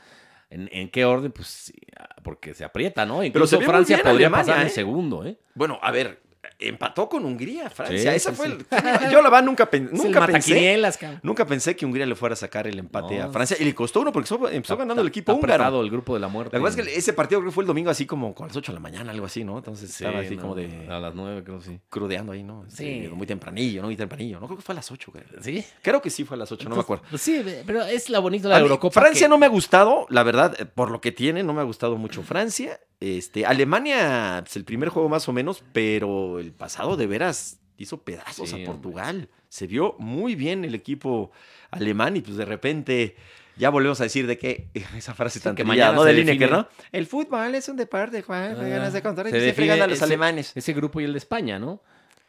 Speaker 2: ¿En, en qué orden? Pues sí, ah, porque se aprieta, ¿no?
Speaker 1: se
Speaker 2: Incluso
Speaker 1: ve muy
Speaker 2: Francia
Speaker 1: bien
Speaker 2: podría
Speaker 1: Alemania,
Speaker 2: pasar en
Speaker 1: ¿eh?
Speaker 2: segundo, ¿eh?
Speaker 1: Bueno, a ver, empató con Hungría, Francia.
Speaker 2: Sí,
Speaker 1: Esa
Speaker 2: sí,
Speaker 1: fue.
Speaker 2: sí.
Speaker 1: el- yo la verdad nunca, pen-
Speaker 2: Es el
Speaker 1: nunca pensé.
Speaker 2: mataquinielas, cabrón.
Speaker 1: Nunca pensé que Hungría le fuera a sacar el empate
Speaker 2: No.
Speaker 1: a Francia. Y le costó uno porque empezó, empezó
Speaker 2: Está-
Speaker 1: ganando el
Speaker 2: está-
Speaker 1: equipo
Speaker 2: está apretado
Speaker 1: húngaro.
Speaker 2: el grupo de la muerte.
Speaker 1: La verdad es que ese partido creo que fue el domingo así como con las 8 de la mañana, algo así, ¿no? Entonces
Speaker 2: Sí,
Speaker 1: estaba así
Speaker 2: no,
Speaker 1: como de
Speaker 2: A las nueve, creo, sí.
Speaker 1: crudeando ahí, ¿no?
Speaker 2: Sí.
Speaker 1: Sí. Muy tempranillo, ¿no? Muy tempranillo. No creo que fue a las 8, creo.
Speaker 2: ¿Sí?
Speaker 1: Creo que sí fue a las 8, no me acuerdo.
Speaker 2: pues Sí, pero es la bonita de
Speaker 1: A
Speaker 2: la
Speaker 1: mí,
Speaker 2: Eurocopa.
Speaker 1: Francia
Speaker 2: que-
Speaker 1: no me ha gustado, la verdad, eh, por lo que tiene, no me ha gustado mucho Francia. Este, Alemania, pues, el primer juego más o menos, pero el pasado de veras hizo pedazos
Speaker 2: Sí,
Speaker 1: a
Speaker 2: hombre.
Speaker 1: Portugal. Se vio muy bien el equipo alemán y pues de repente ya volvemos a decir de que esa frase
Speaker 2: Sí,
Speaker 1: tan
Speaker 2: que
Speaker 1: trillada,
Speaker 2: mañana
Speaker 1: ¿no?
Speaker 2: se
Speaker 1: De línea que
Speaker 2: define.
Speaker 1: no. El fútbol es un deporte, Juan,
Speaker 2: Ah,
Speaker 1: ganas de contar y
Speaker 2: se
Speaker 1: se
Speaker 2: define
Speaker 1: fregan a los
Speaker 2: ese-
Speaker 1: alemanes.
Speaker 2: Ese grupo y el de España, ¿no?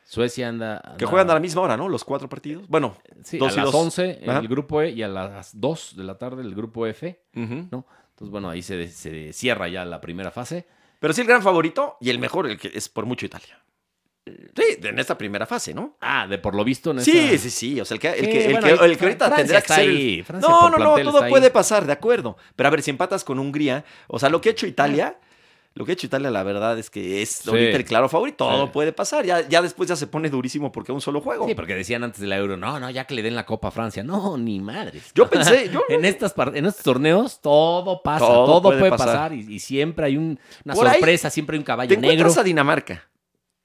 Speaker 2: Suecia anda.
Speaker 1: Que
Speaker 2: anda-
Speaker 1: juegan a la misma hora, ¿no? Los cuatro partidos. Bueno,
Speaker 2: Sí,
Speaker 1: dos
Speaker 2: a
Speaker 1: y
Speaker 2: las
Speaker 1: dos.
Speaker 2: 11
Speaker 1: Ajá.
Speaker 2: el grupo E y a las 2 de la tarde el grupo F.
Speaker 1: ujú.
Speaker 2: ¿no? Entonces, bueno, ahí se, se cierra ya la primera fase.
Speaker 1: pero sí el gran favorito y el mejor, el que es por mucho Italia. Sí, en esta primera fase, ¿no?
Speaker 2: Ah, de por lo visto en
Speaker 1: Sí,
Speaker 2: esta-
Speaker 1: sí, sí. O sea, el que, el
Speaker 2: Sí,
Speaker 1: que, el
Speaker 2: bueno,
Speaker 1: que-
Speaker 2: ahí
Speaker 1: el que ahorita
Speaker 2: Francia
Speaker 1: tendrá que
Speaker 2: está
Speaker 1: ser. el-
Speaker 2: ahí, Francia
Speaker 1: No, no,
Speaker 2: por
Speaker 1: no,
Speaker 2: plantel
Speaker 1: todo
Speaker 2: está ahí.
Speaker 1: puede pasar, de acuerdo. Pero a ver, si empatas con Hungría, o sea, lo que ha hecho Italia, lo que ha hecho Italia, la verdad es que es
Speaker 2: Sí.
Speaker 1: ahorita el claro favorito. Todo
Speaker 2: Sí.
Speaker 1: puede pasar. Ya, ya después ya se pone durísimo porque es un solo juego.
Speaker 2: Sí, porque decían antes del euro, no, no, ya que le den la copa a Francia. No, ni madres.
Speaker 1: Yo pensé, yo
Speaker 2: en, estas par- en estos torneos todo pasa, todo,
Speaker 1: Todo
Speaker 2: puede,
Speaker 1: puede
Speaker 2: pasar,
Speaker 1: pasar.
Speaker 2: y, y siempre hay un- una
Speaker 1: Por ahí
Speaker 2: sorpresa, siempre hay un
Speaker 1: te
Speaker 2: caballo negro.
Speaker 1: encuentras a Dinamarca,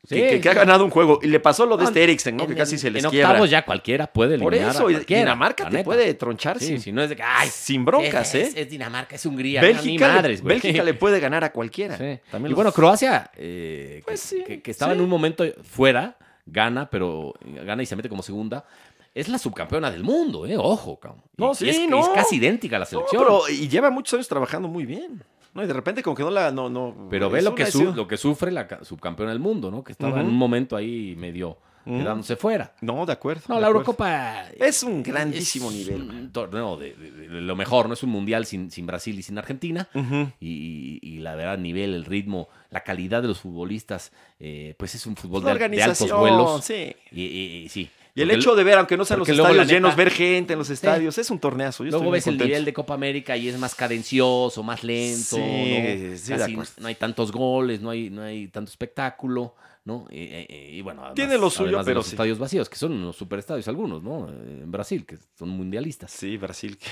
Speaker 2: Sí,
Speaker 1: que, que- que ha
Speaker 2: sí.
Speaker 1: ganado un juego. Y le pasó lo de
Speaker 2: No,
Speaker 1: este Eriksen, ¿no?
Speaker 2: En-
Speaker 1: Que casi
Speaker 2: en-
Speaker 1: se les
Speaker 2: En
Speaker 1: quiebra.
Speaker 2: octavos ya cualquiera puede
Speaker 1: Por
Speaker 2: eliminar a
Speaker 1: eso, y
Speaker 2: cualquiera,
Speaker 1: Dinamarca
Speaker 2: la
Speaker 1: te
Speaker 2: neta.
Speaker 1: puede tronchar
Speaker 2: Sí,
Speaker 1: sin,
Speaker 2: si no es de que, ay,
Speaker 1: sin broncas,
Speaker 2: es,
Speaker 1: ¿eh?
Speaker 2: es Dinamarca, es Hungría, no, ni
Speaker 1: Bélgica, le-
Speaker 2: madres, güey.
Speaker 1: Bélgica le puede ganar a cualquiera.
Speaker 2: Sí.
Speaker 1: También
Speaker 2: Y
Speaker 1: los-
Speaker 2: bueno, Croacia, eh,
Speaker 1: Pues
Speaker 2: que,
Speaker 1: sí,
Speaker 2: que- que estaba
Speaker 1: sí.
Speaker 2: en un momento fuera, gana, pero gana y se mete como segunda. Es la subcampeona del mundo, ¿eh? Ojo, cabrón. Y-
Speaker 1: No,
Speaker 2: y
Speaker 1: sí,
Speaker 2: es, y
Speaker 1: no.
Speaker 2: es casi idéntica a la
Speaker 1: No,
Speaker 2: selección.
Speaker 1: pero- y lleva muchos años trabajando muy bien. No, y de repente como que no la... No, no,
Speaker 2: pero ve
Speaker 1: es
Speaker 2: lo
Speaker 1: una
Speaker 2: que, su-
Speaker 1: decisión-
Speaker 2: lo que sufre la ca- subcampeona del mundo, ¿no? Que estaba en
Speaker 1: Ujú.
Speaker 2: un momento ahí medio
Speaker 1: Ujú.
Speaker 2: quedándose fuera.
Speaker 1: No, de acuerdo.
Speaker 2: No,
Speaker 1: de
Speaker 2: la
Speaker 1: acuerdo.
Speaker 2: Eurocopa
Speaker 1: Es un grandísimo
Speaker 2: es
Speaker 1: nivel.
Speaker 2: Un torneo de, de- de lo mejor, ¿no? Es un mundial sin, sin Brasil y sin Argentina.
Speaker 1: Ujú.
Speaker 2: y, y- y la verdad, nivel, el ritmo, la calidad de los futbolistas, eh, pues es un fútbol
Speaker 1: La
Speaker 2: de, de altos
Speaker 1: organización,
Speaker 2: vuelos.
Speaker 1: sí.
Speaker 2: Y, y- y sí.
Speaker 1: Y el
Speaker 2: Porque
Speaker 1: hecho de ver, aunque no sean los
Speaker 2: porque luego,
Speaker 1: estadios
Speaker 2: la neta-
Speaker 1: llenos, ver gente en los estadios, es un torneazo. Yo
Speaker 2: Luego
Speaker 1: estoy muy
Speaker 2: ves el
Speaker 1: contento.
Speaker 2: nivel de Copa América y es más cadencioso, más lento,
Speaker 1: Sí,
Speaker 2: ¿no?
Speaker 1: sí, de
Speaker 2: Casi
Speaker 1: acuerdo.
Speaker 2: no hay tantos goles, no hay, no hay tanto espectáculo, ¿no? Y, y- y bueno, además-
Speaker 1: Tiene lo suyo,
Speaker 2: además de
Speaker 1: pero
Speaker 2: los
Speaker 1: sí.
Speaker 2: estadios vacíos, que son unos superestadios algunos, ¿no? En Brasil, que son mundialistas.
Speaker 1: Sí, Brasil, que,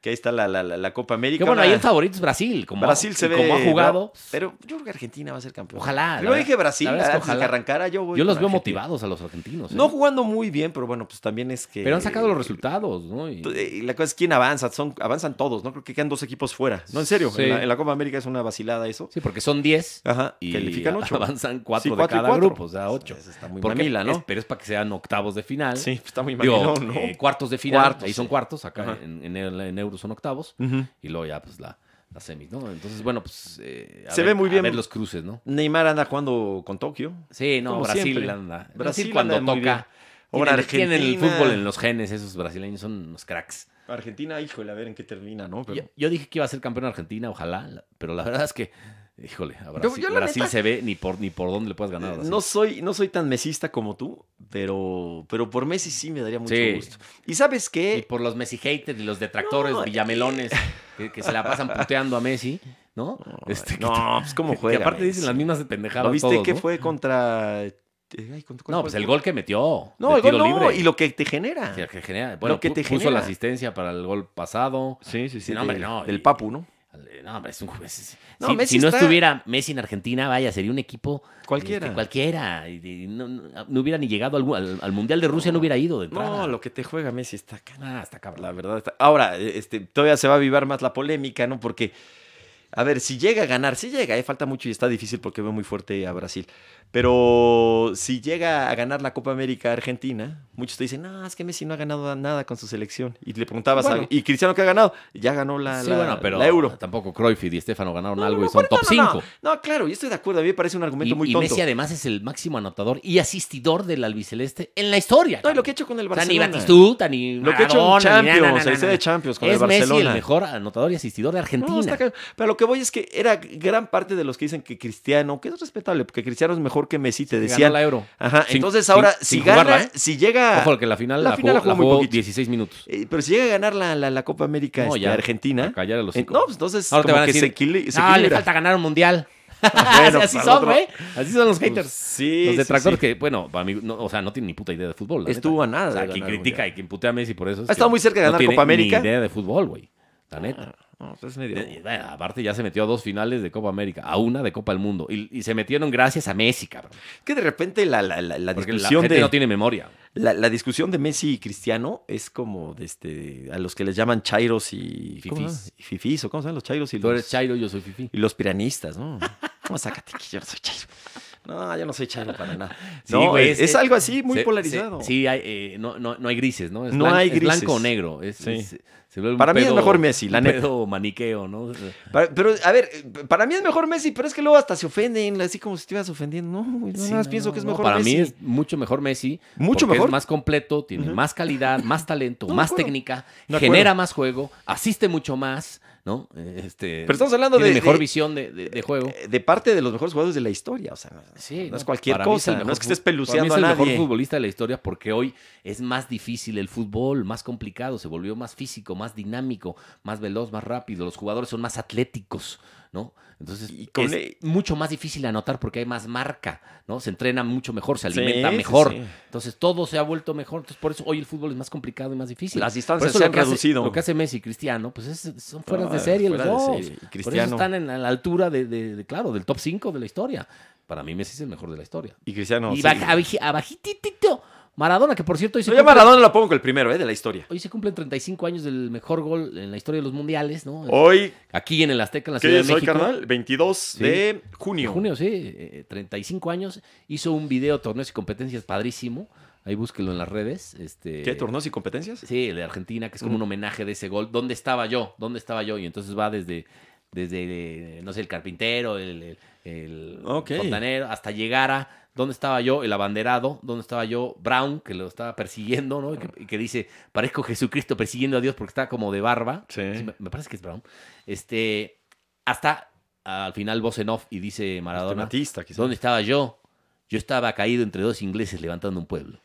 Speaker 1: que ahí está la, la, la, la Copa América.
Speaker 2: Que bueno,
Speaker 1: Una-
Speaker 2: ahí el favorito es Brasil, como,
Speaker 1: Brasil
Speaker 2: ha,
Speaker 1: se
Speaker 2: y
Speaker 1: ve...
Speaker 2: como ha jugado.
Speaker 1: Pero yo creo que Argentina va a ser campeón.
Speaker 2: Ojalá,
Speaker 1: Yo
Speaker 2: la verdad-
Speaker 1: dije Brasil,
Speaker 2: la verdad es que
Speaker 1: antes de que
Speaker 2: ojalá.
Speaker 1: arrancara yo voy
Speaker 2: Yo los
Speaker 1: con
Speaker 2: veo
Speaker 1: Argentina.
Speaker 2: motivados a los argentinos. ¿eh?
Speaker 1: No jugando muy bien, pero bueno, pues también es que...
Speaker 2: Pero han sacado los resultados, ¿no? Y-
Speaker 1: Tú- eh, La cosa es quién avanza, son, avanzan todos, ¿no? Creo que quedan dos equipos fuera. No, en serio,
Speaker 2: Sí.
Speaker 1: en, la, en la Copa América es una vacilada eso.
Speaker 2: Sí, porque son 10
Speaker 1: Ajá,
Speaker 2: y
Speaker 1: califican ocho.
Speaker 2: avanzan 4
Speaker 1: Sí,
Speaker 2: de
Speaker 1: cuatro y
Speaker 2: cada
Speaker 1: cuatro.
Speaker 2: grupo, o sea, 8.
Speaker 1: Eso está muy
Speaker 2: Porque
Speaker 1: mamila, ¿no?
Speaker 2: es- pero es para que sean octavos de final.
Speaker 1: Sí, pues está muy
Speaker 2: Digo,
Speaker 1: mamilón, ¿no?
Speaker 2: eh, cuartos de final,
Speaker 1: Cuartos,
Speaker 2: ahí son
Speaker 1: sí.
Speaker 2: cuartos, acá
Speaker 1: Ajá.
Speaker 2: en, en, el- en euros son octavos,
Speaker 1: Ujú.
Speaker 2: y luego ya pues la, la semis, ¿no? Entonces, bueno, pues eh, a
Speaker 1: Se
Speaker 2: ver-
Speaker 1: ve muy bien.
Speaker 2: A ver los cruces, ¿no?
Speaker 1: Neymar anda jugando con Tokio.
Speaker 2: Sí, no,
Speaker 1: Como
Speaker 2: Brasil
Speaker 1: siempre.
Speaker 2: anda. Brasil,
Speaker 1: Brasil
Speaker 2: cuando
Speaker 1: anda muy
Speaker 2: toca.
Speaker 1: bien. Ahora
Speaker 2: tienen- tienen el
Speaker 1: Argentina.
Speaker 2: fútbol en los genes, esos brasileños son unos cracks.
Speaker 1: Argentina, híjole, a ver en qué termina, ¿no? Pero-
Speaker 2: Yo, yo dije que iba a ser campeón Argentina, ojalá, la- pero la verdad es que, híjole, a Brasil,
Speaker 1: yo la
Speaker 2: Brasil
Speaker 1: neta-
Speaker 2: se ve ni por, ni por dónde le puedes ganar. a Brasil.
Speaker 1: no, soy, no soy tan mesista como tú, pero, pero por Messi sí me daría mucho
Speaker 2: Sí.
Speaker 1: gusto. ¿Y sabes qué?
Speaker 2: Y por los Messi haters y los detractores,
Speaker 1: No, eh.
Speaker 2: villamelones, que, que se la pasan puteando a Messi, ¿no? Este, que-
Speaker 1: no, pues cómo
Speaker 2: que, que
Speaker 1: juega.
Speaker 2: aparte dicen
Speaker 1: Messi?
Speaker 2: las mismas pendejadas.
Speaker 1: ¿Lo viste
Speaker 2: todos,
Speaker 1: que
Speaker 2: ¿no?
Speaker 1: fue contra... eh, ay, ¿contra cuál
Speaker 2: No,
Speaker 1: fue
Speaker 2: pues el gol que metió.
Speaker 1: No,
Speaker 2: de
Speaker 1: el gol
Speaker 2: tiro
Speaker 1: no,
Speaker 2: libre.
Speaker 1: y lo que te genera.
Speaker 2: Que- que genera- bueno,
Speaker 1: que
Speaker 2: pu-
Speaker 1: te
Speaker 2: puso
Speaker 1: genera.
Speaker 2: la asistencia para el gol pasado.
Speaker 1: Sí, sí,
Speaker 2: Sí, no, hombre,
Speaker 1: del-
Speaker 2: no,
Speaker 1: Del
Speaker 2: y-
Speaker 1: Papu, ¿no?
Speaker 2: Ale, No, hombre, es un ju- es- es-
Speaker 1: No,
Speaker 2: si,
Speaker 1: Messi
Speaker 2: si no
Speaker 1: está-
Speaker 2: estuviera Messi en Argentina, vaya, sería un equipo
Speaker 1: Cualquiera.
Speaker 2: este, cualquiera. y- y no, no- no hubiera ni llegado al, al- al Mundial de Rusia, no, hubiera ido de entrada.
Speaker 1: No, lo que te juega Messi está acá.
Speaker 2: Ah, está cabrón.
Speaker 1: e, La verdad está. Ahora, eh, este, todavía se va a avivar más la polémica, ¿no? Porque A ver, si llega a ganar, si llega, eh, falta mucho y está difícil porque veo muy fuerte a Brasil. Pero si llega a ganar la Copa América Argentina, muchos te dicen, no, es que Messi no ha ganado nada con su selección. Y le preguntabas, a-
Speaker 2: Bueno.
Speaker 1: ¿y Cristiano qué ha ganado? Ya ganó la,
Speaker 2: sí,
Speaker 1: la-
Speaker 2: bueno, pero
Speaker 1: la Euro.
Speaker 2: tampoco Cruyff y Di Stefano ganaron
Speaker 1: No, no,
Speaker 2: algo
Speaker 1: no,
Speaker 2: y son
Speaker 1: bueno,
Speaker 2: top
Speaker 1: no,
Speaker 2: 5.
Speaker 1: no, No, No, claro, yo estoy de acuerdo. A mí me parece un
Speaker 2: Y,
Speaker 1: argumento muy
Speaker 2: y
Speaker 1: tonto.
Speaker 2: Messi además es el máximo anotador y asistidor del albiceleste en la
Speaker 1: No,
Speaker 2: historia.
Speaker 1: y lo
Speaker 2: cabrón.
Speaker 1: que ha hecho con el
Speaker 2: O sea, ni
Speaker 1: Barcelona.
Speaker 2: Batistuta, ni
Speaker 1: Lo que ha hecho en
Speaker 2: Maradona, ni na, na,
Speaker 1: Champions,
Speaker 2: na,
Speaker 1: el
Speaker 2: na,
Speaker 1: sede
Speaker 2: na.
Speaker 1: de Champions con
Speaker 2: es
Speaker 1: el Barcelona.
Speaker 2: Messi el mejor anotador y asistidor de Argentina.
Speaker 1: No, está cañón. Pero lo que voy es que era gran parte de los que dicen que Cristiano, que es respetable, porque Cristiano es mejor que Messi, te
Speaker 2: Ganó
Speaker 1: decían.
Speaker 2: la Euro.
Speaker 1: Ajá,
Speaker 2: Sin-
Speaker 1: entonces
Speaker 2: sin-
Speaker 1: ahora, si
Speaker 2: sin
Speaker 1: gana,
Speaker 2: jugarla, ¿eh?
Speaker 1: si llega.
Speaker 2: Ojo, que la final
Speaker 1: la
Speaker 2: la,
Speaker 1: final
Speaker 2: jugó,
Speaker 1: la jugó
Speaker 2: la
Speaker 1: muy
Speaker 2: jugó
Speaker 1: poquito.
Speaker 2: 16 minutos.
Speaker 1: eh, pero si llega a ganar la, la- la Copa América
Speaker 2: No,
Speaker 1: este,
Speaker 2: ya.
Speaker 1: Argentina.
Speaker 2: Callar a los
Speaker 1: eh,
Speaker 2: cinco.
Speaker 1: no, pues entonces
Speaker 2: Ahora te
Speaker 1: como
Speaker 2: van a
Speaker 1: que se
Speaker 2: decir,
Speaker 1: equili- se
Speaker 2: no, le
Speaker 1: equilibra.
Speaker 2: falta ganar un mundial.
Speaker 1: Ah, Bueno,
Speaker 2: así
Speaker 1: para
Speaker 2: son,
Speaker 1: otro-
Speaker 2: güey. Así son los
Speaker 1: Pues,
Speaker 2: haters.
Speaker 1: sí,
Speaker 2: los
Speaker 1: sí,
Speaker 2: detractores
Speaker 1: sí.
Speaker 2: que, bueno, para mí, no, o sea, no tienen ni puta idea de fútbol. la
Speaker 1: Estuvo
Speaker 2: neta.
Speaker 1: a nada
Speaker 2: O sea,
Speaker 1: de
Speaker 2: quien
Speaker 1: ganar el
Speaker 2: critica y quien putea a Messi por eso. es
Speaker 1: Ha estado
Speaker 2: que
Speaker 1: muy cerca de
Speaker 2: no
Speaker 1: ganar
Speaker 2: tiene
Speaker 1: Copa América.
Speaker 2: Ni idea de fútbol, güey. La neta.
Speaker 1: No, pues es medio-
Speaker 2: Eh, bueno, aparte, ya se metió a dos finales de Copa América, a una de Copa del Mundo. Y, y se metieron gracias a Messi, cabrón.
Speaker 1: Es que de repente la, la- la- la
Speaker 2: Porque la
Speaker 1: discusión
Speaker 2: gente
Speaker 1: de.
Speaker 2: no tiene memoria.
Speaker 1: La, la discusión de Messi y Cristiano es como de este, a los que les llaman chairos y ¿cómo se llama?
Speaker 2: Fifís.
Speaker 1: Y fifís, o cómo se llaman los chairos y
Speaker 2: Tú eres
Speaker 1: los,
Speaker 2: Chairo, yo soy Fifi.
Speaker 1: y los piranistas, ¿no? No, sácate que yo no soy chairo. No, yo no soy chairo para nada.
Speaker 2: Sí,
Speaker 1: no,
Speaker 2: güey,
Speaker 1: es,
Speaker 2: es-
Speaker 1: es algo así, muy
Speaker 2: Se- se-
Speaker 1: polarizado.
Speaker 2: sí, hay, eh, no, no, no hay grises, ¿no? Es
Speaker 1: No
Speaker 2: blan-
Speaker 1: hay
Speaker 2: es
Speaker 1: grises.
Speaker 2: blanco o negro. Es,
Speaker 1: Sí.
Speaker 2: es- se vuelve un
Speaker 1: Para mí es
Speaker 2: pedo-
Speaker 1: mejor Messi, la
Speaker 2: un
Speaker 1: neta.
Speaker 2: pedo maniqueo, ¿no?
Speaker 1: Para- pero, a ver, eh, para mí es mejor Messi, pero es que luego hasta se ofenden, así como si estuvieras ofendiendo. No, güey, no,
Speaker 2: Sí,
Speaker 1: nada más
Speaker 2: no,
Speaker 1: pienso
Speaker 2: no,
Speaker 1: que es
Speaker 2: no,
Speaker 1: mejor
Speaker 2: Para
Speaker 1: Messi.
Speaker 2: mí es mucho mejor Messi.
Speaker 1: Mucho
Speaker 2: porque
Speaker 1: mejor.
Speaker 2: Es más completo, tiene
Speaker 1: Ujú.
Speaker 2: más calidad, más talento,
Speaker 1: No, de
Speaker 2: más
Speaker 1: acuerdo.
Speaker 2: técnica,
Speaker 1: De acuerdo.
Speaker 2: genera más juego, asiste mucho más, ¿no? Eh, Este,
Speaker 1: Pero estamos hablando
Speaker 2: tiene
Speaker 1: de-
Speaker 2: mejor
Speaker 1: de-
Speaker 2: visión de, de- de juego.
Speaker 1: Eh, De parte de los mejores jugadores de la historia, o sea, no,
Speaker 2: Sí,
Speaker 1: no es cualquier
Speaker 2: para mí
Speaker 1: cosa,
Speaker 2: el
Speaker 1: no
Speaker 2: mejor
Speaker 1: es que estés
Speaker 2: fu- para mí
Speaker 1: peluceando a
Speaker 2: es el
Speaker 1: nadie.
Speaker 2: mejor futbolista de la historia porque hoy es más difícil el fútbol, más complicado, se volvió más físico, más dinámico, más veloz, más rápido. Los jugadores son más atléticos, ¿no? Entonces
Speaker 1: Y con
Speaker 2: es
Speaker 1: el-
Speaker 2: mucho más difícil anotar porque hay más marca, ¿no? Se entrena mucho mejor, se
Speaker 1: Sí,
Speaker 2: alimenta
Speaker 1: sí,
Speaker 2: mejor.
Speaker 1: sí.
Speaker 2: Entonces todo se ha vuelto mejor. Entonces por eso hoy el fútbol es más complicado y más difícil.
Speaker 1: Las
Speaker 2: Por
Speaker 1: distancias
Speaker 2: eso
Speaker 1: se
Speaker 2: lo
Speaker 1: han
Speaker 2: que hace-
Speaker 1: reducido.
Speaker 2: lo que hace Messi y Cristiano, pues es- son fuera
Speaker 1: No,
Speaker 2: de serie los
Speaker 1: fuera de
Speaker 2: dos.
Speaker 1: serie. Y
Speaker 2: Por eso
Speaker 1: Cristiano.
Speaker 2: están en, a la altura de, de- de, claro, del top 5 de la historia. Para mí Messi es el mejor de la historia.
Speaker 1: Y Cristiano.
Speaker 2: y
Speaker 1: sí.
Speaker 2: baja- abaji- abajititito Maradona, que por cierto hoy se,
Speaker 1: No, yo a
Speaker 2: cumple-
Speaker 1: Maradona la pongo con el primero, ¿eh? De la historia.
Speaker 2: hoy se cumplen 35 años del mejor gol en la historia de los mundiales, ¿no?
Speaker 1: Hoy,
Speaker 2: Aquí en el Azteca, en la
Speaker 1: Oh. ¿qué
Speaker 2: Ciudad
Speaker 1: día
Speaker 2: de
Speaker 1: es hoy,
Speaker 2: México.
Speaker 1: carnal? 22
Speaker 2: Sí.
Speaker 1: de
Speaker 2: En
Speaker 1: junio.
Speaker 2: junio, sí, eh, 35 años. Hizo un video, torneos y competencias padrísimo. Ahí búsquelo en las redes. Este,
Speaker 1: ¿Qué, torneos y competencias?
Speaker 2: Sí, el de Argentina, que es como
Speaker 1: Mm.
Speaker 2: un homenaje de ese gol. ¿Dónde estaba yo? ¿Dónde estaba yo? Y entonces va desde, desde eh, no sé, el carpintero, el, el- el
Speaker 1: Ok.
Speaker 2: fontanero, hasta llegar a dónde estaba yo, el abanderado, dónde estaba yo, Brown, que lo estaba persiguiendo, ¿no? Y que, y que dice, parezco Jesucristo persiguiendo a Dios porque está como de barba.
Speaker 1: Sí.
Speaker 2: me, me parece que es Brown. Este, hasta al final voz en off y
Speaker 1: Este
Speaker 2: dice Maradona,
Speaker 1: Matista, quizá.
Speaker 2: ¿dónde estaba yo? Yo estaba caído entre dos ingleses levantando un pueblo.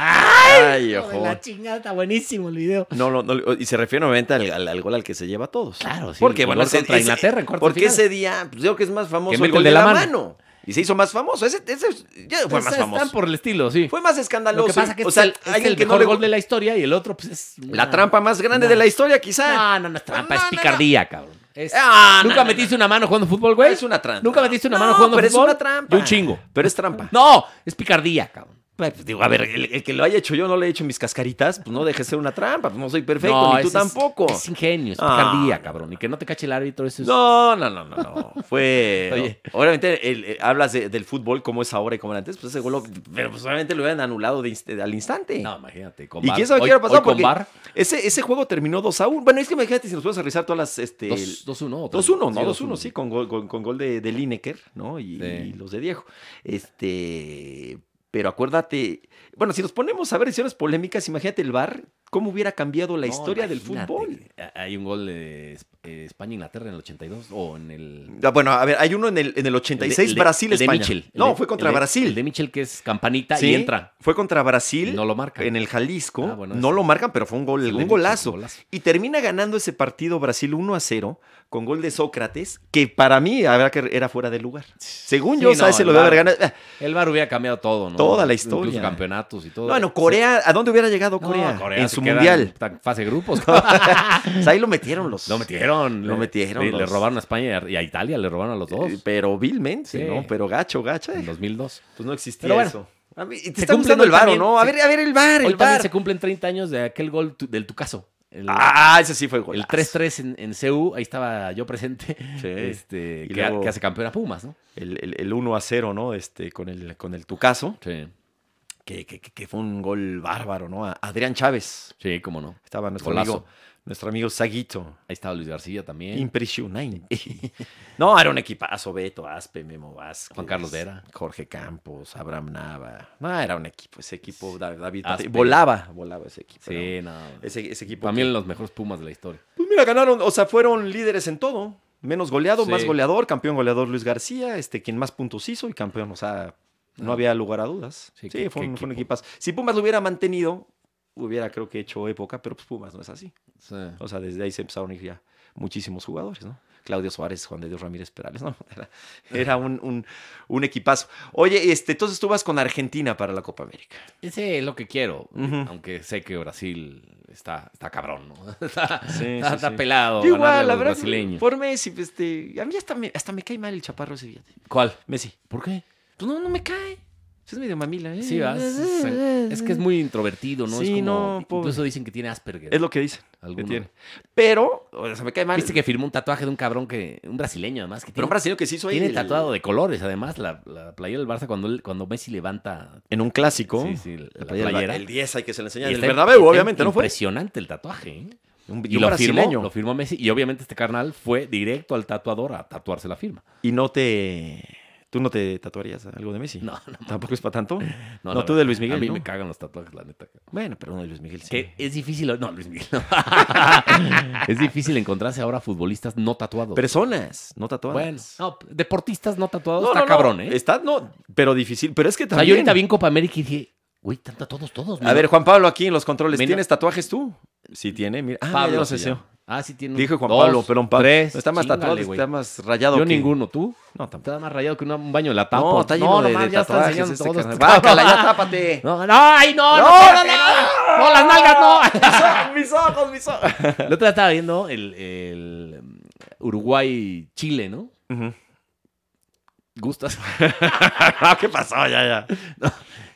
Speaker 1: Ay,
Speaker 2: Hijo de
Speaker 1: ojo.
Speaker 2: la chingada, está buenísimo el video.
Speaker 1: No, no, no, y se refiere obviamente al, al- al gol al que se lleva a todos.
Speaker 2: Claro, sí,
Speaker 1: Porque,
Speaker 2: el
Speaker 1: bueno,
Speaker 2: gol
Speaker 1: ese,
Speaker 2: contra
Speaker 1: ese-
Speaker 2: Inglaterra en cuartos de
Speaker 1: porque
Speaker 2: final.
Speaker 1: ese día, pues, yo creo que es más famoso
Speaker 2: Que
Speaker 1: el
Speaker 2: mete
Speaker 1: gol
Speaker 2: el
Speaker 1: de
Speaker 2: de
Speaker 1: la
Speaker 2: la
Speaker 1: mano. Y se hizo más famoso. Ese, ese ya fue
Speaker 2: Pues,
Speaker 1: más
Speaker 2: están
Speaker 1: famoso.
Speaker 2: por el estilo, sí.
Speaker 1: Fue más escandaloso.
Speaker 2: Lo que pasa que
Speaker 1: o
Speaker 2: este
Speaker 1: sea,
Speaker 2: es el, este es
Speaker 1: alguien
Speaker 2: el
Speaker 1: que no
Speaker 2: mejor
Speaker 1: le-
Speaker 2: gol de la historia y el otro, pues es.
Speaker 1: La
Speaker 2: una-
Speaker 1: trampa más grande
Speaker 2: No.
Speaker 1: de la historia, quizá.
Speaker 2: No, no, no es
Speaker 1: No,
Speaker 2: trampa, es
Speaker 1: no, no.
Speaker 2: picardía, cabrón. Es-
Speaker 1: Ah, no,
Speaker 2: ¿Nunca
Speaker 1: no,
Speaker 2: metiste una mano jugando fútbol, güey?
Speaker 1: Es Pues, una trampa.
Speaker 2: ¿Nunca metiste una mano
Speaker 1: No,
Speaker 2: jugando
Speaker 1: pero
Speaker 2: fútbol?
Speaker 1: es una trampa.
Speaker 2: Yo un chingo.
Speaker 1: Pero es trampa.
Speaker 2: No, es picardía, cabrón.
Speaker 1: Ay, pues, digo, a ver, el, el que lo haya hecho yo no le he hecho mis cascaritas, pues no deje de ser una trampa, pues no soy perfecto,
Speaker 2: No,
Speaker 1: ni tú
Speaker 2: es- es-
Speaker 1: tampoco.
Speaker 2: Es, ingenio, es
Speaker 1: Ah.
Speaker 2: picardía, cabrón. Y que no te cache el árbitro, eso es.
Speaker 1: No, no, no, no, no. Fue.
Speaker 2: Oye.
Speaker 1: Obviamente, el- el- hablas de- del fútbol como es ahora y como era antes, pues ese gol, lo- pero pues obviamente lo hubieran anulado de inst- al instante.
Speaker 2: No, imagínate. Con
Speaker 1: Y
Speaker 2: VAR.
Speaker 1: quién sabe qué
Speaker 2: Hoy-
Speaker 1: hubiera pasado
Speaker 2: hoy con
Speaker 1: porque
Speaker 2: VAR,
Speaker 1: ese, ese juego terminó 2 a 1. Bueno, es que imagínate si nos puedes revisar todas las. Este, el-
Speaker 2: dos- 2-1. o
Speaker 1: 2-1,
Speaker 2: tres.
Speaker 1: ¿no? 2-1,
Speaker 2: 2-1,
Speaker 1: sí, con gol, con, con gol de, de Lineker, ¿no? Y,
Speaker 2: Sí.
Speaker 1: y los de Diego. Este. Pero acuérdate. Bueno, si nos ponemos a ver decisiones polémicas, imagínate el VAR, cómo hubiera cambiado la
Speaker 2: No,
Speaker 1: historia del
Speaker 2: imagínate.
Speaker 1: fútbol.
Speaker 2: Hay un gol de Es- eh, España-Inglaterra en el 82 o en el.
Speaker 1: Ah, Bueno, a ver, hay uno en el, en el
Speaker 2: El de-
Speaker 1: 86,
Speaker 2: el de-
Speaker 1: Brasil,
Speaker 2: el de
Speaker 1: España.
Speaker 2: Mitchell. El
Speaker 1: no,
Speaker 2: de-
Speaker 1: fue contra
Speaker 2: el de-
Speaker 1: Brasil.
Speaker 2: El de Mitchell que es campanita
Speaker 1: Sí,
Speaker 2: y entra.
Speaker 1: Fue contra Brasil
Speaker 2: Y no lo marca.
Speaker 1: en el Jalisco.
Speaker 2: Ah, bueno,
Speaker 1: no
Speaker 2: ese.
Speaker 1: lo marcan, pero fue un, gol,
Speaker 2: El de
Speaker 1: un
Speaker 2: Mitchell,
Speaker 1: golazo.
Speaker 2: golazo.
Speaker 1: Y termina ganando ese partido Brasil 1 a 0 con gol de Sócrates, que para mí habrá que era fuera de lugar. Según
Speaker 2: Sí,
Speaker 1: yo, o sea,
Speaker 2: no,
Speaker 1: ese
Speaker 2: el
Speaker 1: lo debe
Speaker 2: VAR.
Speaker 1: haber ganado. Ah,
Speaker 2: El VAR hubiera cambiado todo, ¿no?
Speaker 1: Toda la
Speaker 2: Incluso
Speaker 1: historia.
Speaker 2: campeonatos y todo.
Speaker 1: No, bueno, Corea, ¿a dónde hubiera llegado
Speaker 2: No,
Speaker 1: Corea?
Speaker 2: Corea
Speaker 1: en
Speaker 2: se
Speaker 1: su
Speaker 2: queda
Speaker 1: mundial.
Speaker 2: en fase de grupos.
Speaker 1: O sea, ahí lo metieron los.
Speaker 2: lo metieron.
Speaker 1: Lo
Speaker 2: le-
Speaker 1: metieron
Speaker 2: Le, le
Speaker 1: los-
Speaker 2: robaron a España y a Italia, le robaron a los dos.
Speaker 1: Eh, Pero vilmente,
Speaker 2: Sí.
Speaker 1: ¿no? Pero gacho, gacha.
Speaker 2: en 2002.
Speaker 1: Pues no existía
Speaker 2: Pero bueno.
Speaker 1: eso. A mí- y te
Speaker 2: Se
Speaker 1: está
Speaker 2: cumple
Speaker 1: gustando el
Speaker 2: hoy
Speaker 1: varo,
Speaker 2: también,
Speaker 1: ¿no? A
Speaker 2: se-
Speaker 1: ver, a ver el bar,
Speaker 2: Hoy
Speaker 1: el
Speaker 2: también
Speaker 1: bar.
Speaker 2: se cumplen 30 años de aquel gol tu- del Tucaso. el,
Speaker 1: Ah, ese sí fue gol.
Speaker 2: el 3-3 en, en CU, ahí estaba yo presente,
Speaker 1: Sí.
Speaker 2: este,
Speaker 1: Y
Speaker 2: que,
Speaker 1: luego-
Speaker 2: que hace campeón a Pumas, ¿no?
Speaker 1: El, el- el 1 a 0, ¿no? Este, con el, con el Tucaso,
Speaker 2: Sí,
Speaker 1: que, que- que- que fue un gol bárbaro, ¿no? A Adrián Chávez.
Speaker 2: sí, cómo no.
Speaker 1: Estaba nuestro
Speaker 2: Golazo.
Speaker 1: amigo, nuestro amigo Saguito.
Speaker 2: Ahí estaba Luis García también.
Speaker 1: Impresionante. No, era un equipazo, Beto, Aspe, Memo Vázquez.
Speaker 2: Juan Carlos Vera.
Speaker 1: Jorge Campos, Abraham Nava. No, era un equipo, ese equipo, Da- David. Pate-
Speaker 2: Aspe.
Speaker 1: Volaba, volaba ese equipo. era
Speaker 2: sí, no.
Speaker 1: un- Ese, ese equipo.
Speaker 2: También
Speaker 1: que-
Speaker 2: los mejores Pumas de la historia.
Speaker 1: Pues mira, ganaron, o sea, fueron líderes en todo. Menos goleado,
Speaker 2: Sí.
Speaker 1: más goleador, campeón goleador Luis García, este, quien más puntos hizo y campeón, o sea, no había lugar a dudas.
Speaker 2: Ah.
Speaker 1: Sí,
Speaker 2: Sí, qué-
Speaker 1: fue,
Speaker 2: qué
Speaker 1: un, fue un
Speaker 2: equipo.
Speaker 1: equipazo. Si Pumas lo hubiera mantenido, hubiera creo que hecho época, pero pues Pumas no es así.
Speaker 2: Sí.
Speaker 1: O sea, desde ahí se empezaron a ir ya muchísimos jugadores, ¿no? Claudio Suárez, Juan de Dios Ramírez Perales, ¿no? Era, era un, un- un equipazo. Oye, este, entonces tú vas con Argentina para la Copa América.
Speaker 2: Ese es eh, lo que quiero,
Speaker 1: Ujú.
Speaker 2: aunque sé que Brasil está, está cabrón, ¿no? está,
Speaker 1: Sí,
Speaker 2: está-
Speaker 1: sí,
Speaker 2: está
Speaker 1: sí.
Speaker 2: pelado.
Speaker 1: Yo
Speaker 2: ganarle a
Speaker 1: igual, la
Speaker 2: Oh, los
Speaker 1: verdad,
Speaker 2: brasileños.
Speaker 1: por Messi, este, a mí hasta me, hasta me cae mal el chaparro ese fíjate.
Speaker 2: ¿Cuál?
Speaker 1: Messi.
Speaker 2: ¿Por qué?
Speaker 1: Pues no, no me cae. Es medio mamila, ¿eh?
Speaker 2: Sí, ¿verdad? Es, es- es que es muy introvertido, ¿no?
Speaker 1: Sí,
Speaker 2: es como,
Speaker 1: no, pobre.
Speaker 2: Incluso dicen que tiene Asperger.
Speaker 1: Es lo que dicen. que
Speaker 2: Alguno.
Speaker 1: tiene. Pero, o sea, me cae mal.
Speaker 2: Viste que firmó un tatuaje de un cabrón que. Un brasileño, además. Que
Speaker 1: Pero un
Speaker 2: tiene,
Speaker 1: brasileño que se hizo ahí.
Speaker 2: tiene
Speaker 1: el-
Speaker 2: tatuado de colores, además. La, la playera del Barça, cuando, él- cuando Messi levanta.
Speaker 1: En un clásico.
Speaker 2: Sí, sí, la
Speaker 1: la playera.
Speaker 2: playera.
Speaker 1: El 10 hay que se le
Speaker 2: Y
Speaker 1: enseña. En el
Speaker 2: está-
Speaker 1: Bernabéu,
Speaker 2: está
Speaker 1: obviamente, ¿no fue?
Speaker 2: Impresionante el tatuaje. ¿eh?
Speaker 1: Un,
Speaker 2: Y,
Speaker 1: un
Speaker 2: lo,
Speaker 1: brasileño.
Speaker 2: firmó, lo firmó Messi. Y obviamente este carnal fue directo al tatuador a tatuarse la firma.
Speaker 1: Y no te. Tú no te tatuarías algo de Messi.
Speaker 2: No,
Speaker 1: Tampoco es para tanto. No,
Speaker 2: la
Speaker 1: tú
Speaker 2: verdad,
Speaker 1: de Luis
Speaker 2: A
Speaker 1: Miguel.
Speaker 2: mí
Speaker 1: ¿no?
Speaker 2: me cagan los tatuajes, la neta.
Speaker 1: Bueno, pero uno de Luis Miguel sí.
Speaker 2: Que es difícil. No, Luis Miguel. no. es difícil encontrarse ahora futbolistas no tatuados.
Speaker 1: Personas, no tatuadas.
Speaker 2: bueno, no, deportistas no tatuados
Speaker 1: No,
Speaker 2: está
Speaker 1: no, no,
Speaker 2: cabrón, ¿eh?
Speaker 1: Está, no, pero difícil. Pero es que
Speaker 2: O sea, yo
Speaker 1: también.
Speaker 2: ahorita vi en Copa América y dije, güey, tanto a todos, todos.
Speaker 1: A ver, Juan Pablo aquí en los controles.
Speaker 2: Menos-
Speaker 1: ¿Tienes tatuajes tú? Sí, tiene. Mira. Ah, Pablo,
Speaker 2: se llama. Ah, sí tiene. un-
Speaker 1: Dijo Juan
Speaker 2: dos,
Speaker 1: Pablo, pero Pablo.
Speaker 2: tres,
Speaker 1: está más
Speaker 2: chíngale,
Speaker 1: tatuado,
Speaker 2: güey.
Speaker 1: está más rayado.
Speaker 2: Yo
Speaker 1: que-
Speaker 2: ninguno, ¿tú?
Speaker 1: No, tampoco.
Speaker 2: Está más rayado que una- un baño de la tapa.
Speaker 1: No, está lleno de,
Speaker 2: no,
Speaker 1: de
Speaker 2: mames, ya están
Speaker 1: tatuajes.
Speaker 2: enseñando
Speaker 1: Este
Speaker 2: todos.
Speaker 1: carnal. Bácala, ya tápate.
Speaker 2: No, no, ay, no, no,
Speaker 1: No,
Speaker 2: no, no,
Speaker 1: no,
Speaker 2: no, no, las
Speaker 1: Ah.
Speaker 2: nalgas
Speaker 1: mis ojos, mis ojos.
Speaker 2: no. El otro día estaba viendo el, el um, Uruguay-Chile, ¿no?
Speaker 1: Ujú.
Speaker 2: ¿Gustas?
Speaker 1: Ah, ¿Qué pasó? Ya, ya.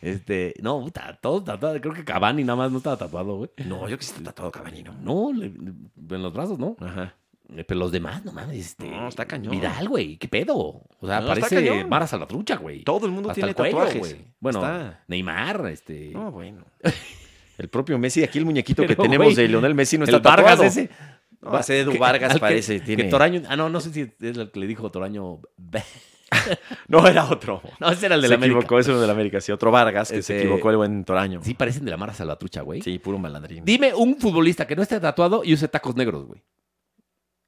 Speaker 2: Este, no, puta, todos tatuados. Creo que Cavani nada más no estaba tatuado, güey.
Speaker 1: No, yo que sí está tatuado cabañino.
Speaker 2: No, le- le- en los brazos, ¿no.
Speaker 1: Ajá.
Speaker 2: Eh, Pero los demás, no mames, este.
Speaker 1: No, está cañón.
Speaker 2: Vidal, güey, qué pedo. O sea,
Speaker 1: No, está
Speaker 2: parece
Speaker 1: cañón.
Speaker 2: Mara Salvatrucha, güey.
Speaker 1: Todo el mundo
Speaker 2: Hasta
Speaker 1: tiene
Speaker 2: el cuello,
Speaker 1: tatuajes.
Speaker 2: güey. Bueno,
Speaker 1: Está.
Speaker 2: Neymar, este.
Speaker 1: No, bueno. El propio Messi, aquí el muñequito que
Speaker 2: Pero,
Speaker 1: tenemos
Speaker 2: güey,
Speaker 1: de Lionel Messi no
Speaker 2: el
Speaker 1: está tatuado.
Speaker 2: Vargas ese.
Speaker 1: No, ese Edu Vargas
Speaker 2: al que-
Speaker 1: parece,
Speaker 2: que
Speaker 1: tiene-
Speaker 2: Toraño, ah, no, no sé si es el que le dijo Toraño.
Speaker 1: No, era otro.
Speaker 2: No, ese era el de
Speaker 1: se
Speaker 2: la América.
Speaker 1: equivocó, ese era el de la América. Sí, otro Vargas que se
Speaker 2: Este-
Speaker 1: equivocó el buen Toraño.
Speaker 2: Sí, parecen de la Mara Salvatrucha, güey.
Speaker 1: Sí, puro malandrín.
Speaker 2: Dime un futbolista que no esté tatuado y use tacos negros, güey.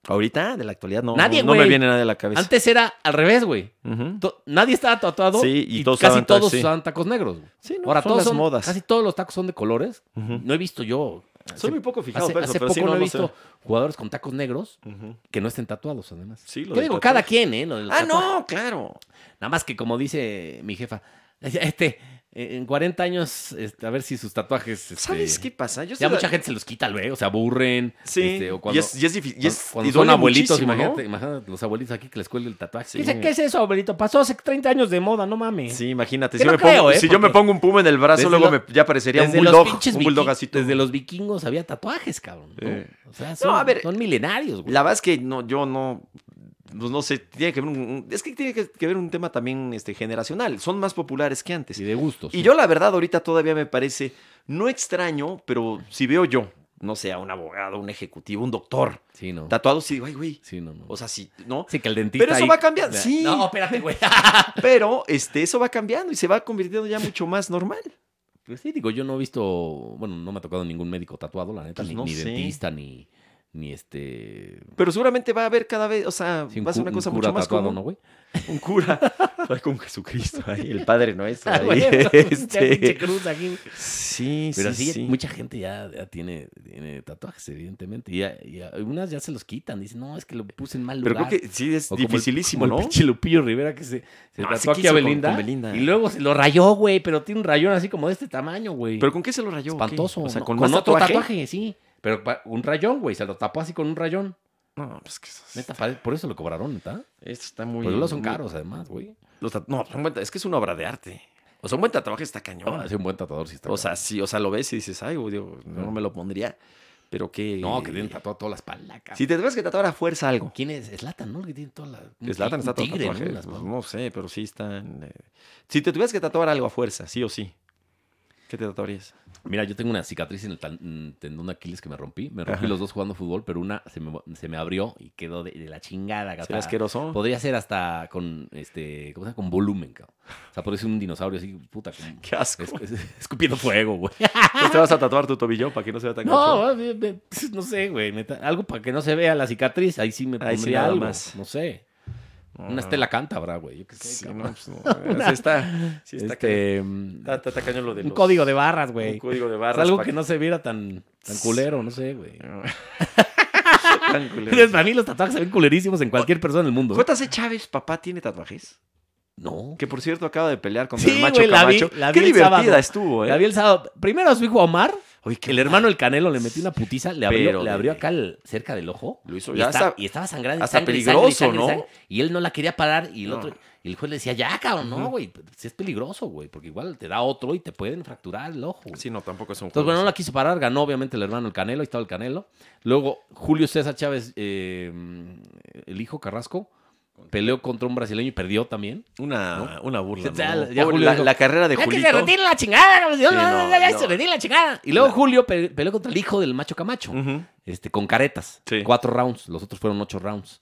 Speaker 1: Ahorita, de la actualidad, no,
Speaker 2: Nadie,
Speaker 1: no, no me
Speaker 2: güey.
Speaker 1: viene nada de la cabeza.
Speaker 2: Antes era al revés, güey.
Speaker 1: Ujú.
Speaker 2: To- Nadie estaba tatuado
Speaker 1: Sí, y todos
Speaker 2: casi
Speaker 1: usaban tacos,
Speaker 2: todos
Speaker 1: sí.
Speaker 2: usaban tacos negros. güey.
Speaker 1: Sí, no,
Speaker 2: Ahora
Speaker 1: son
Speaker 2: todos
Speaker 1: las
Speaker 2: son-
Speaker 1: modas.
Speaker 2: Casi todos los tacos son de colores.
Speaker 1: Ujú.
Speaker 2: No he visto yo.
Speaker 1: Soy muy poco fijado
Speaker 2: hace,
Speaker 1: por eso,
Speaker 2: hace
Speaker 1: pero
Speaker 2: poco
Speaker 1: sí,
Speaker 2: no,
Speaker 1: no,
Speaker 2: he
Speaker 1: no
Speaker 2: visto jugadores con tacos negros
Speaker 1: Ujú.
Speaker 2: que no estén tatuados, además.
Speaker 1: Sí, lo
Speaker 2: yo
Speaker 1: del
Speaker 2: digo,
Speaker 1: tatuaje.
Speaker 2: cada quien, ¿eh? Lo del
Speaker 1: Ah,
Speaker 2: tatuaje.
Speaker 1: no, claro.
Speaker 2: Nada más que como dice mi jefa, este, en 40 años, este, a ver si sus tatuajes. este,
Speaker 1: ¿Sabes qué pasa? Yo
Speaker 2: Ya
Speaker 1: se la-
Speaker 2: mucha gente se los quita luego, se aburren.
Speaker 1: Sí,
Speaker 2: este, o cuando,
Speaker 1: y es, y es difícil. Y,
Speaker 2: cuando-
Speaker 1: es,
Speaker 2: cuando
Speaker 1: y
Speaker 2: son
Speaker 1: duele
Speaker 2: abuelitos,
Speaker 1: muchísimo, ¿no?
Speaker 2: imagínate, imagínate los abuelitos aquí que les cuelga el tatuaje.
Speaker 1: Sí.
Speaker 2: Dice, ¿qué es eso, abuelito? Pasó hace 30 años de moda, no mames.
Speaker 1: Sí, imagínate.
Speaker 2: Que
Speaker 1: Si,
Speaker 2: no
Speaker 1: yo, me pongo,
Speaker 2: creo, ¿eh?
Speaker 1: si yo me
Speaker 2: Porque
Speaker 1: pongo un puma en el brazo,
Speaker 2: desde
Speaker 1: luego
Speaker 2: los-
Speaker 1: me- ya parecería un
Speaker 2: Desde los
Speaker 1: bulldog.
Speaker 2: pinches
Speaker 1: Un bulldog
Speaker 2: viki-
Speaker 1: así. todo.
Speaker 2: Desde los vikingos había tatuajes, cabrón. ¿no?
Speaker 1: Eh.
Speaker 2: O sea, son,
Speaker 1: a ver,
Speaker 2: son milenarios, güey.
Speaker 1: La verdad es que no, yo no. Pues no sé, tiene que ver un- un, es que tiene que, que ver un tema también este, generacional. Son más populares que antes.
Speaker 2: Y de gustos.
Speaker 1: Y yo, la verdad, ahorita todavía me parece no extraño, pero si veo yo, no sé, a un abogado, un ejecutivo, un doctor,
Speaker 2: Sí, no.
Speaker 1: tatuado, sí digo, ay, güey.
Speaker 2: Sí, no, no.
Speaker 1: O sea, sí, ¿no?
Speaker 2: sí, que el dentista.
Speaker 1: Pero eso
Speaker 2: ahí-
Speaker 1: va a cambiar, sí.
Speaker 2: No, espérate, güey.
Speaker 1: Pero este, eso va cambiando y se va convirtiendo ya mucho más normal.
Speaker 2: Pues sí, digo, yo no he visto. Bueno, no me ha tocado ningún médico tatuado, la neta.
Speaker 1: Pues
Speaker 2: ni
Speaker 1: no
Speaker 2: ni
Speaker 1: sé.
Speaker 2: dentista, ni. Ni este.
Speaker 1: Pero seguramente va a haber cada vez, o sea,
Speaker 2: sí, un
Speaker 1: va a ser
Speaker 2: cu-
Speaker 1: una
Speaker 2: un
Speaker 1: cosa
Speaker 2: cura
Speaker 1: mucho más
Speaker 2: tatuado,
Speaker 1: común.
Speaker 2: ¿no, güey?
Speaker 1: Un cura. Ay, con Jesucristo ahí, el Padre Nuestro.
Speaker 2: Ah,
Speaker 1: ahí,
Speaker 2: güey,
Speaker 1: este.
Speaker 2: pinche cruz aquí, güey.
Speaker 1: Sí,
Speaker 2: Pero
Speaker 1: sí,
Speaker 2: sí,
Speaker 1: sí.
Speaker 2: mucha gente ya, ya tiene, tiene tatuajes, evidentemente. Y, ya- y algunas ya se los quitan. Dicen, no, es que lo puse en mal lugar.
Speaker 1: Pero creo que sí es
Speaker 2: O como el-
Speaker 1: dificilísimo,
Speaker 2: como el
Speaker 1: ¿no?
Speaker 2: pinche Lupillo Rivera que se, se
Speaker 1: No,
Speaker 2: tatuó
Speaker 1: sí
Speaker 2: aquí
Speaker 1: quiso
Speaker 2: a
Speaker 1: con-
Speaker 2: Belinda,
Speaker 1: con Belinda.
Speaker 2: Y luego se lo rayó, güey. Pero tiene un rayón así como de este tamaño, güey.
Speaker 1: ¿Pero con qué se lo rayó? o qué?
Speaker 2: Espantoso.
Speaker 1: O sea,
Speaker 2: ¿no?
Speaker 1: con,
Speaker 2: con
Speaker 1: más
Speaker 2: otro
Speaker 1: tatuaje?
Speaker 2: tatuaje? sí. Pero pa- un rayón, güey. Se lo tapó así con un rayón.
Speaker 1: No, pues que eso,
Speaker 2: Neta, pare- por eso lo cobraron, neta.
Speaker 1: esto está muy.
Speaker 2: Pero luego son
Speaker 1: muy-
Speaker 2: caros, además, güey.
Speaker 1: los tat- no, son buen- es que es una obra de arte. O sea, un buen tatuaje está cañón.
Speaker 2: Ah, sí, un buen tatuador sí está.
Speaker 1: o sea,
Speaker 2: cabrón.
Speaker 1: sí, o sea, lo ves y dices, ay, güey, digo, no, no me lo pondría. pero qué.
Speaker 2: No, que tienen tatuado toda la espalda, cabrón.
Speaker 1: Si te tendrás que tatuar a fuerza algo.
Speaker 2: ¿Quién es? Es Latan, ¿no? Que tiene toda la. un
Speaker 1: Zlatan
Speaker 2: ti-
Speaker 1: está
Speaker 2: un
Speaker 1: todo
Speaker 2: tigre, ¿no?
Speaker 1: tatuaje.
Speaker 2: En la espalda.
Speaker 1: Pues no sé, pero sí están. eh, Si te tuvieras que tatuar algo a fuerza, sí o sí, ¿qué te tatuarías?
Speaker 2: Mira, yo tengo una cicatriz en el tan- mm, tendón de Aquiles que me rompí. Me rompí
Speaker 1: Ajá.
Speaker 2: los dos jugando fútbol, pero una se me, se me abrió y quedó de, de la chingada,
Speaker 1: ¿Sería
Speaker 2: gata.
Speaker 1: asqueroso?
Speaker 2: Podría ser hasta con este, ¿cómo se llama? Con volumen, cabrón. O sea, podría ser un dinosaurio así, puta, como-
Speaker 1: Qué asco.
Speaker 2: es- es- escupiendo fuego, güey.
Speaker 1: Entonces te vas a tatuar tu tobillo para que no se vea tan gacho?
Speaker 2: No, me- me- no sé, güey. neta, Algo para que no se vea la cicatriz. Ahí sí me
Speaker 1: Ahí
Speaker 2: pondría
Speaker 1: sí nada
Speaker 2: algo.
Speaker 1: más.
Speaker 2: No sé.
Speaker 1: No,
Speaker 2: Una
Speaker 1: no,
Speaker 2: estela cántabra, güey. Yo qué sé,
Speaker 1: Sí,
Speaker 2: cabrón.
Speaker 1: no, pues, no, sí está. Sí está cañón.
Speaker 2: este,
Speaker 1: Está- está- está cañón lo de
Speaker 2: un
Speaker 1: los-
Speaker 2: código de barras,
Speaker 1: Un
Speaker 2: güey.
Speaker 1: código de
Speaker 2: Es
Speaker 1: barras.
Speaker 2: algo
Speaker 1: pa'
Speaker 2: que no se viera tan, tan culero, no sé, güey.
Speaker 1: Tan culero.
Speaker 2: Para mí los tatuajes se ven culerísimos en cualquier persona del mundo. ¿eh?
Speaker 1: J.C. Chávez, papá, tiene tatuajes.
Speaker 2: No.
Speaker 1: Que por cierto acaba de pelear contra
Speaker 2: Sí,
Speaker 1: el macho
Speaker 2: güey, la vi-
Speaker 1: Camacho.
Speaker 2: la vi
Speaker 1: Qué
Speaker 2: el
Speaker 1: divertida
Speaker 2: sábado.
Speaker 1: estuvo, ¿eh?
Speaker 2: La vi el sábado. Primero a su hijo Omar,
Speaker 1: Oye,
Speaker 2: que el hermano el Canelo le metió una putiza, le abrió,
Speaker 1: Pero
Speaker 2: le
Speaker 1: de-
Speaker 2: abrió acá el- cerca del ojo.
Speaker 1: Lo hizo
Speaker 2: Y,
Speaker 1: ya.
Speaker 2: está-
Speaker 1: hasta-
Speaker 2: y estaba sangrando. y
Speaker 1: hasta
Speaker 2: sangre, y sangre, y
Speaker 1: peligroso,
Speaker 2: sangre, y
Speaker 1: ¿no?
Speaker 2: sangre. Y él no la quería parar. Y el
Speaker 1: No.
Speaker 2: otro, y el juez le decía, ya, cabrón, no,
Speaker 1: Ujú.
Speaker 2: güey. Si es peligroso, güey. Porque igual te da otro y te pueden fracturar el ojo. güey.
Speaker 1: Sí, pues. no, tampoco es un
Speaker 2: Entonces,
Speaker 1: juego.
Speaker 2: bueno, no la quiso parar, ganó obviamente el hermano el Canelo, ahí estaba el Canelo. Luego, Julio César Chávez, eh, el hijo Carrasco, peleó contra un brasileño y perdió también.
Speaker 1: una, una burla.
Speaker 2: O sea,
Speaker 1: ¿no?
Speaker 2: ya
Speaker 1: Pobre,
Speaker 2: Julio
Speaker 1: la,
Speaker 2: dijo,
Speaker 1: la carrera de
Speaker 2: Ya que
Speaker 1: Julito.
Speaker 2: se retire la chingada, cabrón, Dios,
Speaker 1: Sí, no,
Speaker 2: ya
Speaker 1: no.
Speaker 2: se retire la chingada. Y luego
Speaker 1: La-
Speaker 2: Julio pe- peleó contra el hijo del macho Camacho,
Speaker 1: Ujú.
Speaker 2: este, con caretas,
Speaker 1: Mm. Sí.
Speaker 2: cuatro rounds, los otros fueron ocho rounds.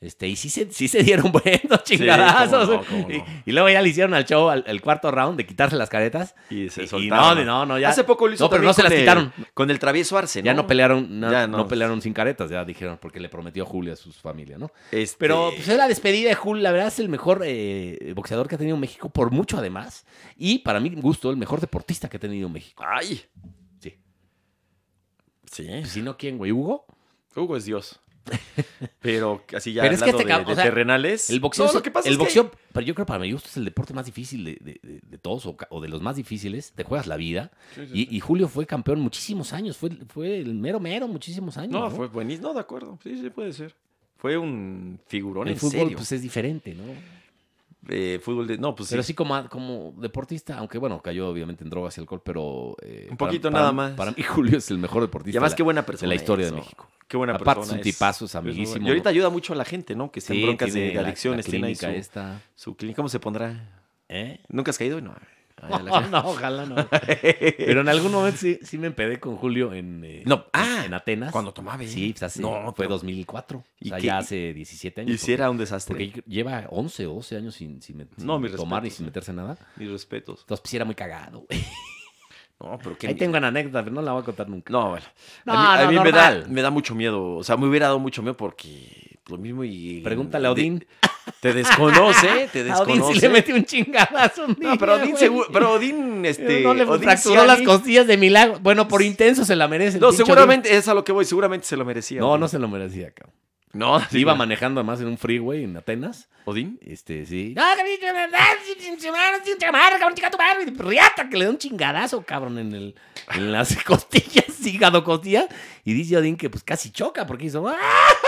Speaker 2: Este, y sí se, sí se dieron buenos
Speaker 1: Sí,
Speaker 2: chingadazos.
Speaker 1: cómo no, cómo no.
Speaker 2: y, y luego ya le hicieron al show al, el cuarto round de quitarse las caretas.
Speaker 1: Y
Speaker 2: Y-
Speaker 1: se
Speaker 2: y
Speaker 1: soltaron.
Speaker 2: no, no, no, ya.
Speaker 1: Hace poco lo hizo
Speaker 2: No, pero
Speaker 1: también
Speaker 2: no se
Speaker 1: con
Speaker 2: las
Speaker 1: el-
Speaker 2: quitaron.
Speaker 1: Con el travieso Arce, ¿no?
Speaker 2: Ya no pelearon, no,
Speaker 1: Ya no.
Speaker 2: no pelearon sin caretas, ya dijeron, porque le prometió Julio a sus familias, ¿no?
Speaker 1: Este,
Speaker 2: Pero pues, es la despedida de Julio, la verdad es el mejor eh, boxeador que ha tenido México, por mucho además, y para mi gusto, el mejor deportista que ha tenido México.
Speaker 1: Ay.
Speaker 2: Sí.
Speaker 1: Sí.
Speaker 2: Pues, Si no, ¿quién, güey? ¿Hugo?
Speaker 1: Hugo es Dios. Pero así ya
Speaker 2: Pero es que
Speaker 1: hablando de,
Speaker 2: este cabrón,
Speaker 1: de
Speaker 2: o sea,
Speaker 1: terrenales.
Speaker 2: El boxeo,
Speaker 1: No,
Speaker 2: es-
Speaker 1: lo que pasa
Speaker 2: el
Speaker 1: es que-
Speaker 2: boxeo pero yo creo para mi gusto es el deporte más difícil de, de- de- de todos o, ca- o de los más difíciles, te juegas la vida, y, y Julio fue campeón muchísimos años, fue, fue el mero mero muchísimos años.
Speaker 1: No, fue buenísimo. No, de acuerdo. Sí, sí, puede ser. Fue un figurón
Speaker 2: El
Speaker 1: en
Speaker 2: fútbol
Speaker 1: serio.
Speaker 2: pues es diferente, ¿no?
Speaker 1: Eh, fútbol de... No, pues sí.
Speaker 2: Pero sí como, como deportista, aunque bueno, cayó obviamente en drogas y alcohol, pero... eh,
Speaker 1: Un
Speaker 2: para-
Speaker 1: poquito
Speaker 2: para-
Speaker 1: nada más.
Speaker 2: Para mí Julio es el mejor
Speaker 1: Y
Speaker 2: deportista
Speaker 1: además,
Speaker 2: de
Speaker 1: qué
Speaker 2: la,
Speaker 1: buena
Speaker 2: de
Speaker 1: persona.
Speaker 2: la historia
Speaker 1: es,
Speaker 2: de
Speaker 1: ¿no?
Speaker 2: México.
Speaker 1: Qué buena
Speaker 2: Aparte,
Speaker 1: persona.
Speaker 2: es un tipazo, es
Speaker 1: muy bueno.
Speaker 2: amiguísimo,
Speaker 1: Y ahorita
Speaker 2: ¿no?
Speaker 1: ayuda mucho a la gente, ¿no? Que está en broncas
Speaker 2: tiene
Speaker 1: de, de
Speaker 2: la-
Speaker 1: adicciones.
Speaker 2: la
Speaker 1: tiene ahí
Speaker 2: clínica
Speaker 1: su-
Speaker 2: esta.
Speaker 1: su clínica. ¿Cómo se pondrá?
Speaker 2: ¿Eh?
Speaker 1: ¿Nunca has caído? No. Ay, a la
Speaker 2: No,
Speaker 1: gente.
Speaker 2: no, ojalá no. Pero en algún momento sí, sí me empedé con Julio en, eh,
Speaker 1: No,
Speaker 2: en-
Speaker 1: ah,
Speaker 2: en Atenas.
Speaker 1: cuando tomaba, ¿eh?
Speaker 2: Sí, pues hace-
Speaker 1: No,
Speaker 2: fue
Speaker 1: pero-
Speaker 2: 2004. O
Speaker 1: ¿Y
Speaker 2: sea,
Speaker 1: qué-
Speaker 2: ya hace 17 años.
Speaker 1: Y si era un desastre.
Speaker 2: Porque, porque lleva 11 o 12 años sin, sin, met-
Speaker 1: No,
Speaker 2: sin
Speaker 1: mis
Speaker 2: tomar ni
Speaker 1: respetos,
Speaker 2: sin
Speaker 1: ¿eh?
Speaker 2: meterse en nada.
Speaker 1: Mis respetos.
Speaker 2: Entonces, pues sí era muy cagado. güey.
Speaker 1: No, pero qué
Speaker 2: Ahí
Speaker 1: miedo.
Speaker 2: tengo una anécdota, pero no la voy a contar nunca.
Speaker 1: No, bueno.
Speaker 2: No,
Speaker 1: a mí, a
Speaker 2: no,
Speaker 1: mí me, da,
Speaker 2: normal.
Speaker 1: me da mucho miedo. O sea, me hubiera dado mucho miedo porque pues, lo mismo y...
Speaker 2: Pregúntale a
Speaker 1: de-
Speaker 2: Odín.
Speaker 1: te desconoce, te
Speaker 2: A Odín sí
Speaker 1: desconoce.
Speaker 2: le metió un chingadazo un
Speaker 1: no, pero
Speaker 2: día,
Speaker 1: Odín,
Speaker 2: güey.
Speaker 1: seguro, pero Odín, este...
Speaker 2: no le
Speaker 1: Odín
Speaker 2: fracturó
Speaker 1: Ciani-
Speaker 2: las costillas de milagro. Bueno, por intenso se la merece. el
Speaker 1: No,
Speaker 2: pinche
Speaker 1: seguramente, es a lo que voy, seguramente se lo
Speaker 2: Odín.
Speaker 1: merecía.
Speaker 2: No,
Speaker 1: Odín.
Speaker 2: no se lo merecía, cabrón.
Speaker 1: No, sí,
Speaker 2: Iba
Speaker 1: no.
Speaker 2: manejando además en un freeway en Atenas.
Speaker 1: ¿Odín?
Speaker 2: Este, sí. No, cabrón, sin- sin- sin- sin- sin- madre, cabrón, chica tu madre. Riata, que le da un chingadazo, cabrón, en, el, en las costillas, hígado costilla. Y dice Odín que pues casi choca porque hizo. ¡Ah!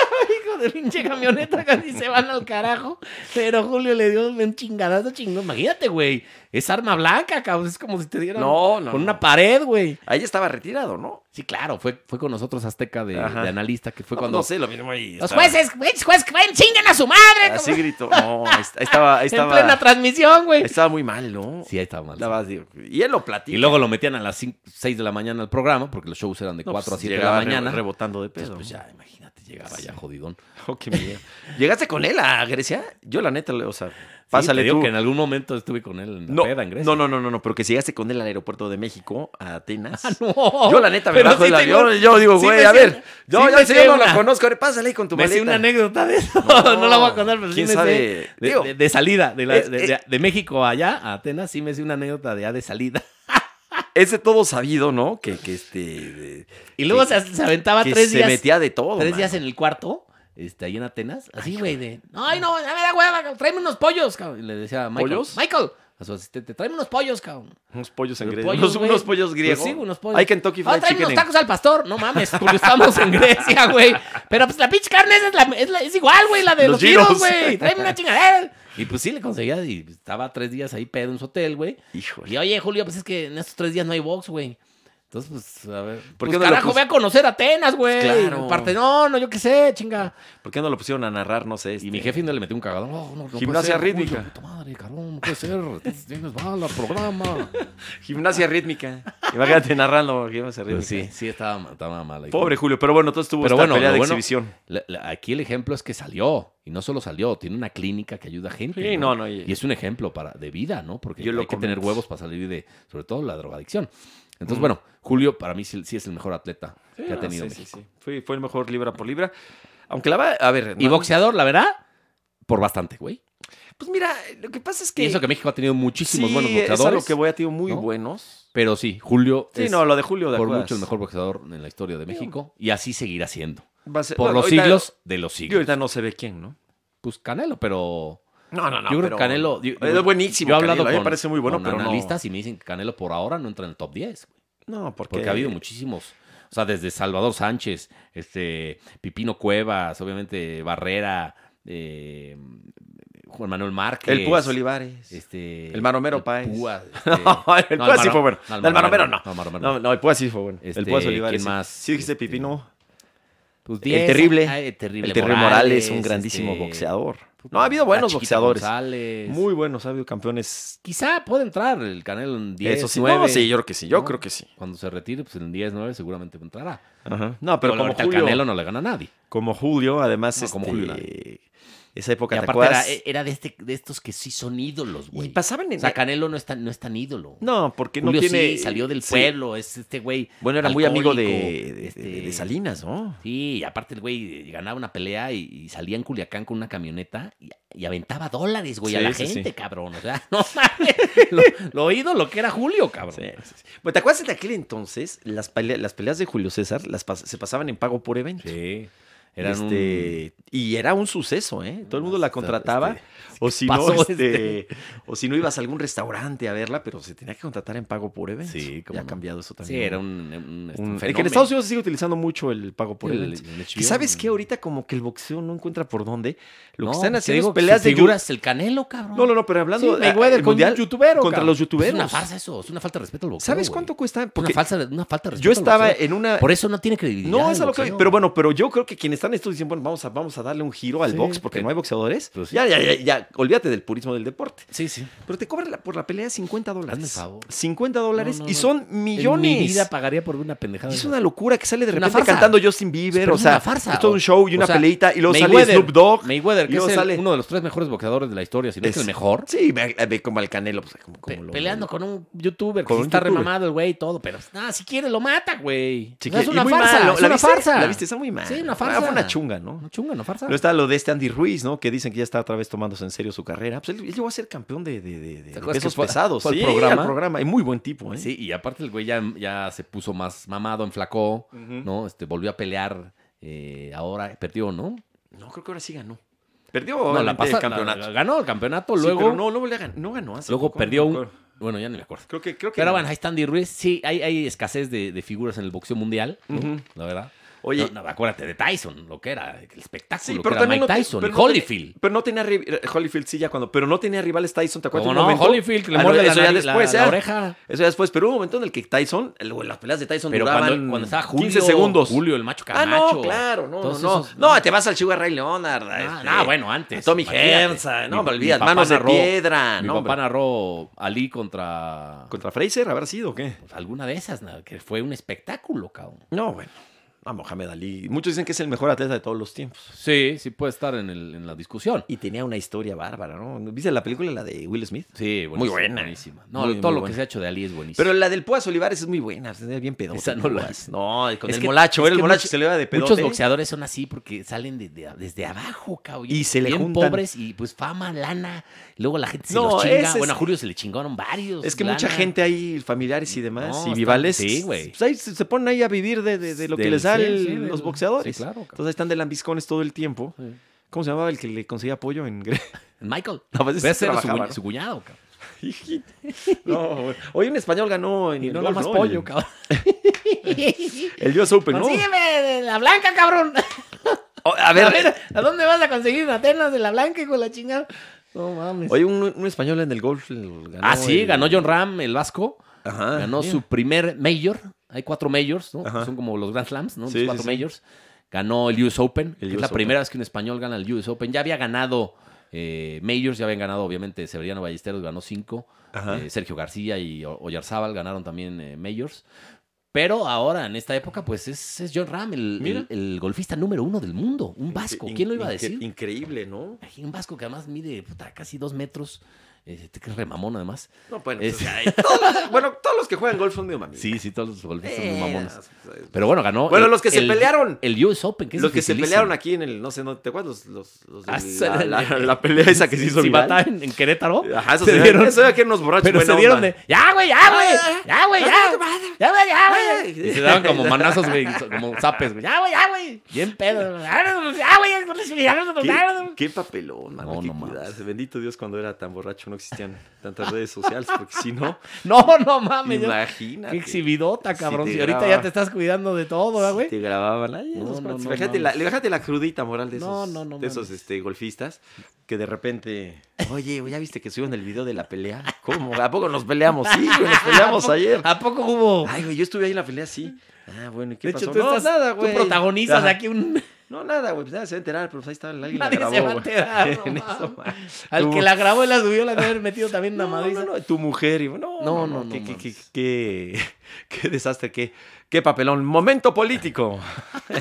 Speaker 2: Hijo de pinche camioneta, casi se van al carajo. Pero Julio le dio un chingadazo chingón. Imagínate, güey. Es arma blanca, cabrón. Es como si te dieran
Speaker 1: No, no.
Speaker 2: con
Speaker 1: no.
Speaker 2: una pared, güey.
Speaker 1: Ahí estaba retirado, ¿no?
Speaker 2: Sí, claro, fue, fue con nosotros Azteca de,
Speaker 1: Ajá.
Speaker 2: de analista, que fue
Speaker 1: No, pues,
Speaker 2: cuando
Speaker 1: No sé, lo mismo ahí.
Speaker 2: los
Speaker 1: estaba.
Speaker 2: jueces, pinches jueces que vayan, chingan a su madre,
Speaker 1: Así
Speaker 2: cabrón,
Speaker 1: gritó. No, ahí est- ahí estaba, ahí
Speaker 2: en plena
Speaker 1: estaba,
Speaker 2: transmisión, güey.
Speaker 1: estaba muy mal, ¿no?
Speaker 2: Sí, ahí estaba mal.
Speaker 1: Estaba- y él lo platica.
Speaker 2: Y luego lo metían a las 6 de la mañana al programa, porque los shows eran de
Speaker 1: No,
Speaker 2: 4
Speaker 1: pues,
Speaker 2: a 7 de la
Speaker 1: llegaba re-
Speaker 2: mañana.
Speaker 1: rebotando de
Speaker 2: Entonces,
Speaker 1: pedo.
Speaker 2: pues ya, imagínate, llegaba ya jodidón.
Speaker 1: Oh, qué miedo. ¿Llegaste con él a Grecia? Yo, la neta, le- o sea,
Speaker 2: Pásale
Speaker 1: pásale tú.
Speaker 2: que en algún momento estuve con él en la
Speaker 1: no,
Speaker 2: peda en Grecia.
Speaker 1: no, no, no, no, no, pero que si llegaste con él al aeropuerto de México, a
Speaker 2: Ah,
Speaker 1: Atenas.
Speaker 2: no.
Speaker 1: Yo, la neta, me
Speaker 2: Pero
Speaker 1: bajo
Speaker 2: sí
Speaker 1: del
Speaker 2: tengo-
Speaker 1: avión. Yo digo,
Speaker 2: sí
Speaker 1: güey,
Speaker 2: me
Speaker 1: a
Speaker 2: sé-
Speaker 1: ver. Yo, yo
Speaker 2: sí me
Speaker 1: al
Speaker 2: sé
Speaker 1: señor no
Speaker 2: una-
Speaker 1: la conozco. Ahora, pásale ahí con tu
Speaker 2: Me sé
Speaker 1: maleta.
Speaker 2: una anécdota de eso. No,
Speaker 1: No.
Speaker 2: la voy a contar, pero sí
Speaker 1: ¿Quién
Speaker 2: me sé
Speaker 1: sabe?
Speaker 2: de-
Speaker 1: Digo,
Speaker 2: de, de salida, de, la-
Speaker 1: es-
Speaker 2: de- de- de México allá a Atenas, sí me sé una anécdota de, ya de salida.
Speaker 1: Es de todo sabido, ¿no? Que, que este. de-
Speaker 2: Y luego
Speaker 1: Que-
Speaker 2: se, se aventaba
Speaker 1: que
Speaker 2: tres
Speaker 1: se
Speaker 2: días.
Speaker 1: metía de todo.
Speaker 2: Tres
Speaker 1: Oh, mano.
Speaker 2: días en el cuarto, este, ahí en Atenas. Así, güey, de. Ay, no, a ver, a hueva, cabrón, tráeme unos pollos, cabrón. Y le decía a Michael.
Speaker 1: ¿Pollos?
Speaker 2: Michael, a su asistente, tráeme unos pollos, cabrón.
Speaker 1: Unos pollos en
Speaker 2: Pero
Speaker 1: Grecia.
Speaker 2: pollos,
Speaker 1: unos,
Speaker 2: güey.
Speaker 1: unos pollos
Speaker 2: Pues
Speaker 1: griegos.
Speaker 2: sí, unos pollos.
Speaker 1: Hay Kentucky
Speaker 2: Ah,
Speaker 1: Fried
Speaker 2: tráeme
Speaker 1: Chicken.
Speaker 2: unos
Speaker 1: en-
Speaker 2: tacos al pastor. No mames, porque estamos en Grecia, güey. Pero pues la pinche carne esa es, la, es, la- es igual, güey, la de
Speaker 1: Los
Speaker 2: los, giros,
Speaker 1: giros.
Speaker 2: güey. Tráeme una chingadera. Y pues sí, le conseguía. Y estaba tres días ahí pedo en su hotel, güey.
Speaker 1: Híjole.
Speaker 2: Y oye, Julio, pues es que en estos tres días no hay box, güey. Entonces, Entonces, pues, a ver.
Speaker 1: ¿Por
Speaker 2: ¿Por
Speaker 1: qué no lo
Speaker 2: carajo,
Speaker 1: pus-
Speaker 2: ve a conocer Atenas, güey.
Speaker 1: Claro.
Speaker 2: Partenón, no, yo qué sé, chinga.
Speaker 1: ¿Por qué no lo pusieron a narrar? No sé.
Speaker 2: Y
Speaker 1: este,
Speaker 2: mi jefe no le metió un cagadón. "Oh, No, no, no puede
Speaker 1: Gimnasia
Speaker 2: ser.
Speaker 1: rítmica.
Speaker 2: Uy, puta madre, cabrón, no puede ser. Tienes bala, programa.
Speaker 1: Gimnasia rítmica. Imagínate narrando gimnasia rítmica.
Speaker 2: Pues sí, sí, estaba, estaba mal. ahí.
Speaker 1: Pobre Julio, pero bueno, entonces tuvo
Speaker 2: Pero
Speaker 1: esta
Speaker 2: bueno,
Speaker 1: pelea
Speaker 2: lo
Speaker 1: de
Speaker 2: bueno-
Speaker 1: exhibición.
Speaker 2: La- la- aquí el ejemplo es que salió. Y no solo salió, tiene una clínica que ayuda a gente.
Speaker 1: Sí, no, no. y-
Speaker 2: Y es un ejemplo para, de vida, ¿no? Porque
Speaker 1: Yo lo
Speaker 2: hay que tener
Speaker 1: comento.
Speaker 2: huevos para salir de, sobre todo, la drogadicción. Entonces,
Speaker 1: Mm.
Speaker 2: bueno, Julio para mí sí, sí es el mejor atleta
Speaker 1: Sí,
Speaker 2: que ha
Speaker 1: no,
Speaker 2: tenido.
Speaker 1: sí, sí,
Speaker 2: México.
Speaker 1: sí. Fue, fue el mejor libra por libra. Aunque la va. A ver.
Speaker 2: Y
Speaker 1: no-
Speaker 2: boxeador, la verdad, por bastante, güey.
Speaker 1: Pues mira, lo que pasa es que.
Speaker 2: Y eso que México ha tenido muchísimos
Speaker 1: sí,
Speaker 2: buenos
Speaker 1: Es a
Speaker 2: boxeadores.
Speaker 1: lo que voy a ti, muy
Speaker 2: ¿no?
Speaker 1: buenos.
Speaker 2: Pero sí, Julio
Speaker 1: Sí,
Speaker 2: es
Speaker 1: no, lo de Julio de
Speaker 2: por
Speaker 1: acuerdas.
Speaker 2: mucho el mejor boxeador en la historia de México. Y así seguirá siendo.
Speaker 1: Va a ser-
Speaker 2: Por
Speaker 1: bueno,
Speaker 2: los
Speaker 1: ahorita-
Speaker 2: siglos de los
Speaker 1: Yo
Speaker 2: siglos.
Speaker 1: ahorita no se ve quién, ¿no?
Speaker 2: Pues Canelo, pero...
Speaker 1: Ah, No, no, no.
Speaker 2: yo creo
Speaker 1: pero-
Speaker 2: que Canelo... yo-
Speaker 1: Es buenísimo.
Speaker 2: Yo he ¿eh? hablado
Speaker 1: Canelo, a mí me
Speaker 2: con-
Speaker 1: parece muy bueno,
Speaker 2: con
Speaker 1: pero no.
Speaker 2: analistas y me dicen que Canelo por ahora no entra en el top 10. güey.
Speaker 1: No, porque,
Speaker 2: Porque ha habido muchísimos. O sea, desde Salvador Sánchez, este Pipino Cuevas, obviamente Barrera, eh, Juan Manuel Márquez.
Speaker 1: El Púas Olivares.
Speaker 2: Este,
Speaker 1: El Maromero Páez.
Speaker 2: Púas, este-
Speaker 1: el
Speaker 2: No,
Speaker 1: Púas sí
Speaker 2: Maro-
Speaker 1: fue bueno.
Speaker 2: no,
Speaker 1: No, el Maromero no.
Speaker 2: el Maromero
Speaker 1: No, no, el Púas sí fue bueno.
Speaker 2: Este,
Speaker 1: el Púas Olivares.
Speaker 2: ¿quién
Speaker 1: sí.
Speaker 2: más?
Speaker 1: Sí, dijiste
Speaker 2: Este,
Speaker 1: Pipino.
Speaker 2: Pues
Speaker 1: El
Speaker 2: 10,
Speaker 1: terrible.
Speaker 2: ah, el terrible.
Speaker 1: El Terrible Morales, un
Speaker 2: este,
Speaker 1: grandísimo boxeador. No, ha habido buenos
Speaker 2: la Chiquita
Speaker 1: boxeadores.
Speaker 2: González.
Speaker 1: Muy buenos, ha habido campeones.
Speaker 2: Quizá puede entrar el Canelo en 10,
Speaker 1: Eso sí, no,
Speaker 2: 9.
Speaker 1: sí, yo creo que sí. Yo
Speaker 2: ¿no?
Speaker 1: creo que sí.
Speaker 2: Cuando se retire, pues en 10, 9 seguramente entrará.
Speaker 1: Ajá. No, pero
Speaker 2: Pero
Speaker 1: como
Speaker 2: ahorita
Speaker 1: Julio,
Speaker 2: el Canelo no le gana a nadie.
Speaker 1: como Julio, además,
Speaker 2: No, como
Speaker 1: este,
Speaker 2: Julio,
Speaker 1: esa época
Speaker 2: Y
Speaker 1: te
Speaker 2: aparte era,
Speaker 1: acuerdas?
Speaker 2: era de, este, de estos que sí son ídolos,
Speaker 1: Y
Speaker 2: güey.
Speaker 1: pasaban
Speaker 2: O
Speaker 1: en.
Speaker 2: sea, Canelo no es tan, no es tan ídolo.
Speaker 1: no, porque
Speaker 2: Julio
Speaker 1: no tiene.
Speaker 2: sí, salió del
Speaker 1: sí.
Speaker 2: pueblo, es este güey.
Speaker 1: Bueno, era muy amigo de, de-
Speaker 2: alcohólico,
Speaker 1: de-
Speaker 2: este,
Speaker 1: de Salinas, ¿no?
Speaker 2: Sí, y aparte el güey ganaba una pelea y, y salía en Culiacán con una camioneta y, y aventaba dólares, güey, a
Speaker 1: Sí,
Speaker 2: la
Speaker 1: sí, sí.
Speaker 2: gente, cabrón. O sea, no mames. Lo, lo oído lo que era Julio, cabrón.
Speaker 1: Sí, sí, sí. Bueno, ¿te acuerdas de aquel entonces? Las, pele- las peleas de Julio César las pas- se pasaban en pago por evento.
Speaker 2: Sí. Eran
Speaker 1: Este, Y era un suceso, ¿eh? Todo el mundo la
Speaker 2: Este-
Speaker 1: contrataba.
Speaker 2: este,
Speaker 1: o, si
Speaker 2: pasó,
Speaker 1: no, este, o si no ibas a algún restaurante a verla, pero se tenía que contratar en pago por evento.
Speaker 2: Sí, cómo
Speaker 1: ya ha
Speaker 2: no.
Speaker 1: cambiado eso
Speaker 2: un...
Speaker 1: también.
Speaker 2: Sí, era un, un, este,
Speaker 1: Un-
Speaker 2: un
Speaker 1: el que en
Speaker 2: fenómeno.
Speaker 1: Estados Unidos se sigue utilizando mucho el pago por
Speaker 2: El-
Speaker 1: evento.
Speaker 2: el
Speaker 1: Que
Speaker 2: HBO,
Speaker 1: sabes
Speaker 2: ¿no?
Speaker 1: que ahorita como que el boxeo no encuentra por dónde. Lo
Speaker 2: No, pues
Speaker 1: que están
Speaker 2: te
Speaker 1: haciendo
Speaker 2: digo
Speaker 1: es
Speaker 2: que
Speaker 1: peleas
Speaker 2: su
Speaker 1: de yu-
Speaker 2: figura es el Canelo, cabrón.
Speaker 1: No, no, no, pero
Speaker 2: Sí,
Speaker 1: hablando de
Speaker 2: Mayweather con un youtubero.
Speaker 1: contra
Speaker 2: cabrón.
Speaker 1: los youtuberos.
Speaker 2: Es una farsa eso, es una falta de respeto al boxeo.
Speaker 1: ¿Sabes
Speaker 2: güey.
Speaker 1: cuánto cuesta?
Speaker 2: Una
Speaker 1: Porque
Speaker 2: falsa de- una falta de respeto.
Speaker 1: yo
Speaker 2: al
Speaker 1: estaba
Speaker 2: boxeo.
Speaker 1: en una
Speaker 2: Por eso no tiene credibilidad.
Speaker 1: No,
Speaker 2: el
Speaker 1: es a lo que voy.
Speaker 2: boxeo.
Speaker 1: Pero bueno, pero yo creo que quienes están en esto dicen, bueno, vamos a, vamos a darle un giro al
Speaker 2: Sí,
Speaker 1: box porque
Speaker 2: que-
Speaker 1: no hay boxeadores.
Speaker 2: pues sí.
Speaker 1: Ya, ya, ya, ya, olvídate del purismo del deporte.
Speaker 2: Sí, sí.
Speaker 1: Pero te cobran la- por la pelea 50
Speaker 2: Hazme el
Speaker 1: dólares.
Speaker 2: favor.
Speaker 1: 50 dólares
Speaker 2: No, no,
Speaker 1: y
Speaker 2: no.
Speaker 1: son millones.
Speaker 2: En mi vida pagaría por una pendejada.
Speaker 1: Y es
Speaker 2: de
Speaker 1: una locura que sale de
Speaker 2: Es una
Speaker 1: repente
Speaker 2: farsa.
Speaker 1: cantando Justin Bieber,
Speaker 2: Pero
Speaker 1: o
Speaker 2: es
Speaker 1: sea,
Speaker 2: una farsa.
Speaker 1: es todo un show y
Speaker 2: O
Speaker 1: una
Speaker 2: sea,
Speaker 1: peleita y luego sale
Speaker 2: Mayweather-
Speaker 1: Snoop Dogg.
Speaker 2: Mayweather,
Speaker 1: y
Speaker 2: que es
Speaker 1: luego
Speaker 2: el-
Speaker 1: sale-
Speaker 2: uno de los tres mejores boxeadores de la historia, si no es
Speaker 1: Es-
Speaker 2: el mejor.
Speaker 1: Sí, ve, ve como al Canelo, pues como, como
Speaker 2: Pe-
Speaker 1: lo-
Speaker 2: peleando con un youtuber
Speaker 1: Con
Speaker 2: que sí
Speaker 1: un
Speaker 2: está
Speaker 1: youtuber.
Speaker 2: remamado el güey y todo, pero nada, si quiere lo mata, güey.
Speaker 1: Sí,
Speaker 2: O sea, es
Speaker 1: que- y
Speaker 2: una
Speaker 1: muy
Speaker 2: farsa,
Speaker 1: mal, ¿no?
Speaker 2: es
Speaker 1: ¿La
Speaker 2: una
Speaker 1: viste?
Speaker 2: farsa.
Speaker 1: La viste, está muy mal.
Speaker 2: Sí, una
Speaker 1: Ah, Fue
Speaker 2: farsa.
Speaker 1: una chunga, ¿no?
Speaker 2: No chunga, no farsa.
Speaker 1: Pero está lo de este Andy Ruiz, ¿no? Que dicen que ya está otra vez tomándose en serio su carrera. Pues él, él llegó a ser campeón de, de, de- de
Speaker 2: ¿Te acuerdas
Speaker 1: pesos
Speaker 2: que fue-
Speaker 1: pesados.
Speaker 2: fue al
Speaker 1: sí,
Speaker 2: programa?
Speaker 1: al programa. Y muy buen tipo, ¿eh?
Speaker 2: Sí, y aparte el güey ya, ya se puso más mamado, enflacó,
Speaker 1: Ujú.
Speaker 2: ¿no? Este, volvió a pelear eh, ahora, perdió, ¿no?
Speaker 1: No, creo que ahora sí ganó. Perdió
Speaker 2: No,
Speaker 1: obviamente,
Speaker 2: pasa-
Speaker 1: el campeonato.
Speaker 2: ganó el campeonato,
Speaker 1: Sí,
Speaker 2: luego,
Speaker 1: pero no, luego le gan- no ganó. hace
Speaker 2: luego
Speaker 1: poco,
Speaker 2: perdió
Speaker 1: no
Speaker 2: un...
Speaker 1: me acuerdo.
Speaker 2: Bueno, ya ni me acuerdo.
Speaker 1: Creo que, creo que.
Speaker 2: Pero bueno, ahí está Andy Ruiz. Sí, hay, hay escasez de, de figuras en el boxeo mundial, ¿no?
Speaker 1: Ujú.
Speaker 2: la verdad.
Speaker 1: Oye.
Speaker 2: No, no, acuérdate de Tyson, lo que era, el espectáculo
Speaker 1: Sí,
Speaker 2: que
Speaker 1: pero
Speaker 2: era
Speaker 1: también
Speaker 2: Mike
Speaker 1: no te-
Speaker 2: Tyson,
Speaker 1: pero no te-
Speaker 2: Holyfield.
Speaker 1: Pero no tenía rival- Holyfield, sí, ya cuando. Pero no tenía rivales Tyson, ¿te acuerdas?
Speaker 2: Como
Speaker 1: un
Speaker 2: no,
Speaker 1: momento?
Speaker 2: Holyfield, que le
Speaker 1: Ah, no,
Speaker 2: muerde la
Speaker 1: eso ya
Speaker 2: nariz- la-
Speaker 1: después,
Speaker 2: la
Speaker 1: ya.
Speaker 2: oreja.
Speaker 1: Eso ya después, pero hubo un momento en el que Tyson, el- las peleas de Tyson
Speaker 2: Pero
Speaker 1: duraban
Speaker 2: cuando, cuando estaba Julio,
Speaker 1: 15 segundos.
Speaker 2: Julio, el macho
Speaker 1: Ah,
Speaker 2: Camacho.
Speaker 1: no, claro, no, no,
Speaker 2: todos
Speaker 1: no.
Speaker 2: esos-
Speaker 1: No, te vas al Sugar Ray Leonard.
Speaker 2: Ah,
Speaker 1: este,
Speaker 2: no, bueno, antes.
Speaker 1: Tommy
Speaker 2: imagínate.
Speaker 1: Herzog, no
Speaker 2: Mi-
Speaker 1: me
Speaker 2: mi
Speaker 1: olvidas,
Speaker 2: papá
Speaker 1: manos de
Speaker 2: narró-
Speaker 1: piedra,
Speaker 2: Mi
Speaker 1: no,
Speaker 2: papá
Speaker 1: hombre.
Speaker 2: narró Ali contra
Speaker 1: ¿Contra Fraser habrá sido o qué?
Speaker 2: pues, alguna de esas, ¿no? que fue un espectáculo, cabrón.
Speaker 1: No, bueno. A Mohamed Ali. Muchos dicen que es el mejor atleta de todos los tiempos.
Speaker 2: Sí, sí puede estar en, el- en la discusión.
Speaker 1: Y tenía una historia bárbara, ¿no? ¿Viste la película, la de Will Smith?
Speaker 2: Sí,
Speaker 1: Muy
Speaker 2: buenísima,
Speaker 1: buena.
Speaker 2: buenísima. No,
Speaker 1: Muy,
Speaker 2: todo
Speaker 1: muy
Speaker 2: lo
Speaker 1: buena.
Speaker 2: que se ha hecho de Ali es buenísimo.
Speaker 1: Pero la del Púas Olivares es muy buena, es bien pedo.
Speaker 2: Esa no la-
Speaker 1: No, con
Speaker 2: Es
Speaker 1: el
Speaker 2: que-
Speaker 1: molacho,
Speaker 2: es
Speaker 1: era el
Speaker 2: que
Speaker 1: molacho
Speaker 2: muchos-
Speaker 1: se le va de pedo.
Speaker 2: Muchos boxeadores son así porque salen de- de- desde abajo, cabrón.
Speaker 1: Y se le
Speaker 2: Bien
Speaker 1: juntan.
Speaker 2: pobres y pues fama, lana. Luego la gente se
Speaker 1: No,
Speaker 2: los chinga.
Speaker 1: ese
Speaker 2: Bueno, a
Speaker 1: es-
Speaker 2: Julio se le chingaron varios.
Speaker 1: Es que
Speaker 2: lana.
Speaker 1: mucha gente ahí, familiares y
Speaker 2: No,
Speaker 1: demás, y
Speaker 2: está-
Speaker 1: rivales,
Speaker 2: sí, güey.
Speaker 1: pues ahí se se ponen ahí a vivir de, de- de lo que
Speaker 2: Del-
Speaker 1: les da
Speaker 2: sí,
Speaker 1: el-
Speaker 2: sí, del-
Speaker 1: los
Speaker 2: sí,
Speaker 1: boxeadores.
Speaker 2: claro, cabrón.
Speaker 1: Entonces ahí están de lambiscones todo el tiempo.
Speaker 2: Sí.
Speaker 1: ¿Cómo se llamaba el que le conseguía apoyo en Grecia?
Speaker 2: Michael.
Speaker 1: No, pues, ese
Speaker 2: Ese era su,
Speaker 1: trabajaba,
Speaker 2: cuñ-
Speaker 1: ¿no?
Speaker 2: su cuñado, cabrón.
Speaker 1: Hijito. No, güey. Hoy un español ganó en
Speaker 2: Y
Speaker 1: el
Speaker 2: no
Speaker 1: golf,
Speaker 2: más
Speaker 1: ¿no?
Speaker 2: pollo,
Speaker 1: El-
Speaker 2: cabrón.
Speaker 1: El US Open, ¿no?
Speaker 2: Consígueme la blanca, cabrón.
Speaker 1: O- a
Speaker 2: A
Speaker 1: ver,
Speaker 2: ver, ¿a dónde vas a conseguir en Atenas de la blanca, hijo de la chingada? No mames.
Speaker 1: hoy un, un español en el golf el- ganó Ah,
Speaker 2: ah, sí,
Speaker 1: el-
Speaker 2: ganó John Ram, el vasco.
Speaker 1: Ajá,
Speaker 2: ganó
Speaker 1: mira.
Speaker 2: su primer mayor Hay cuatro majors, ¿no?
Speaker 1: Ajá.
Speaker 2: Que Son como los Grand Slams, ¿no?
Speaker 1: Sí,
Speaker 2: los
Speaker 1: sí,
Speaker 2: cuatro
Speaker 1: sí.
Speaker 2: majors. Ganó el US Open, que es
Speaker 1: US
Speaker 2: la
Speaker 1: Open.
Speaker 2: primera vez que un español gana el US Open. Ya había ganado eh, majors, ya habían ganado, obviamente, Severiano Ballesteros ganó cinco.
Speaker 1: Ajá.
Speaker 2: Eh, Sergio García y O- Oyarzábal ganaron también eh, majors. Pero ahora, en esta época, pues es, es John Ram, el,
Speaker 1: Mira.
Speaker 2: el- el golfista número uno del mundo. Un vasco.
Speaker 1: In-
Speaker 2: ¿Quién lo iba a
Speaker 1: incre-
Speaker 2: decir?
Speaker 1: Increíble, ¿no?
Speaker 2: Ay, Un vasco que además mide puta, casi dos metros. Este, que es remamón, además.
Speaker 1: No, bueno,
Speaker 2: Es-
Speaker 1: pues, o sea, y todos- bueno, todos los que juegan golf son medio mamilos.
Speaker 2: Sí, sí, todos los golfistas son muy
Speaker 1: Eh,
Speaker 2: mamones.
Speaker 1: o sea,
Speaker 2: Pero bueno, ganó.
Speaker 1: Bueno,
Speaker 2: el-
Speaker 1: los que se
Speaker 2: el-
Speaker 1: pelearon.
Speaker 2: El US Open, que es
Speaker 1: los que se pelearon
Speaker 2: dificilísimo.
Speaker 1: aquí en el, no sé, no te acuerdas, los, los, los de
Speaker 2: Ah,
Speaker 1: la,
Speaker 2: sí,
Speaker 1: la- la pelea esa que se hizo
Speaker 2: Sí,
Speaker 1: viral.
Speaker 2: batalla en, en Querétaro.
Speaker 1: Ajá, eso
Speaker 2: se
Speaker 1: se
Speaker 2: dieron-
Speaker 1: dieron. Eso era que eran unos borrachos.
Speaker 2: Pero se
Speaker 1: buena
Speaker 2: dieron
Speaker 1: onda.
Speaker 2: de. ¡Ya, güey! ¡Ya,
Speaker 1: Ah,
Speaker 2: güey! ¡Ya, güey! ¡Ya! ¡Ya, güey! ¡Ya, güey! Y se daban como manazos, güey. Como zapes, güey. ¡Ya, güey! ¡Ya, güey! Bien pedo. ¡Ya, güey! ¡Ya, güey!
Speaker 1: ¿Qué, qué papelón, mano.
Speaker 2: No,
Speaker 1: hay que
Speaker 2: no mames.
Speaker 1: cuidarse. Bendito Dios, cuando era tan borracho no existían tantas redes sociales, porque si no,
Speaker 2: No, no mames. yo-
Speaker 1: imagínate.
Speaker 2: Ah, Qué exhibidota,
Speaker 1: Si
Speaker 2: cabrón.
Speaker 1: te
Speaker 2: Si ahorita
Speaker 1: graba-
Speaker 2: ya te estás cuidando de todo, ¿verdad,
Speaker 1: Si
Speaker 2: güey.
Speaker 1: Te grababan. ay,
Speaker 2: No,
Speaker 1: los
Speaker 2: no,
Speaker 1: cuates.
Speaker 2: no
Speaker 1: Imagínate la,
Speaker 2: mames.
Speaker 1: imagínate la crudita moral de esos,
Speaker 2: No, no, no
Speaker 1: de esos
Speaker 2: mames.
Speaker 1: este, golfistas que de repente. Oye, güey, ya viste que subieron el video de la pelea. ¿Cómo? ¿A poco nos peleamos? Sí, güey, nos peleamos ayer.
Speaker 2: ¿A poco hubo?
Speaker 1: Ay, güey, yo estuve ahí en la pelea, sí. Ah, bueno, ¿y qué
Speaker 2: De
Speaker 1: pasó?
Speaker 2: hecho, tú
Speaker 1: no,
Speaker 2: estás.
Speaker 1: nada,
Speaker 2: tú
Speaker 1: güey.
Speaker 2: protagonizas
Speaker 1: Ajá.
Speaker 2: aquí un.
Speaker 1: No, nada, güey, pues nada, se va a enterar, pero pues ahí estaba el águila
Speaker 2: Nadie
Speaker 1: grabó,
Speaker 2: se va a
Speaker 1: güey.
Speaker 2: enterar, no
Speaker 1: En eso,
Speaker 2: mames.
Speaker 1: man.
Speaker 2: Al
Speaker 1: Tu-
Speaker 2: que la grabó y la subió, la debe haber metido también una
Speaker 1: no,
Speaker 2: madriza.
Speaker 1: no, no, tu mujer y no, no, no,
Speaker 2: no, no
Speaker 1: qué, qué, qué,
Speaker 2: mames.
Speaker 1: qué, qué desastre, qué, qué papelón, momento político.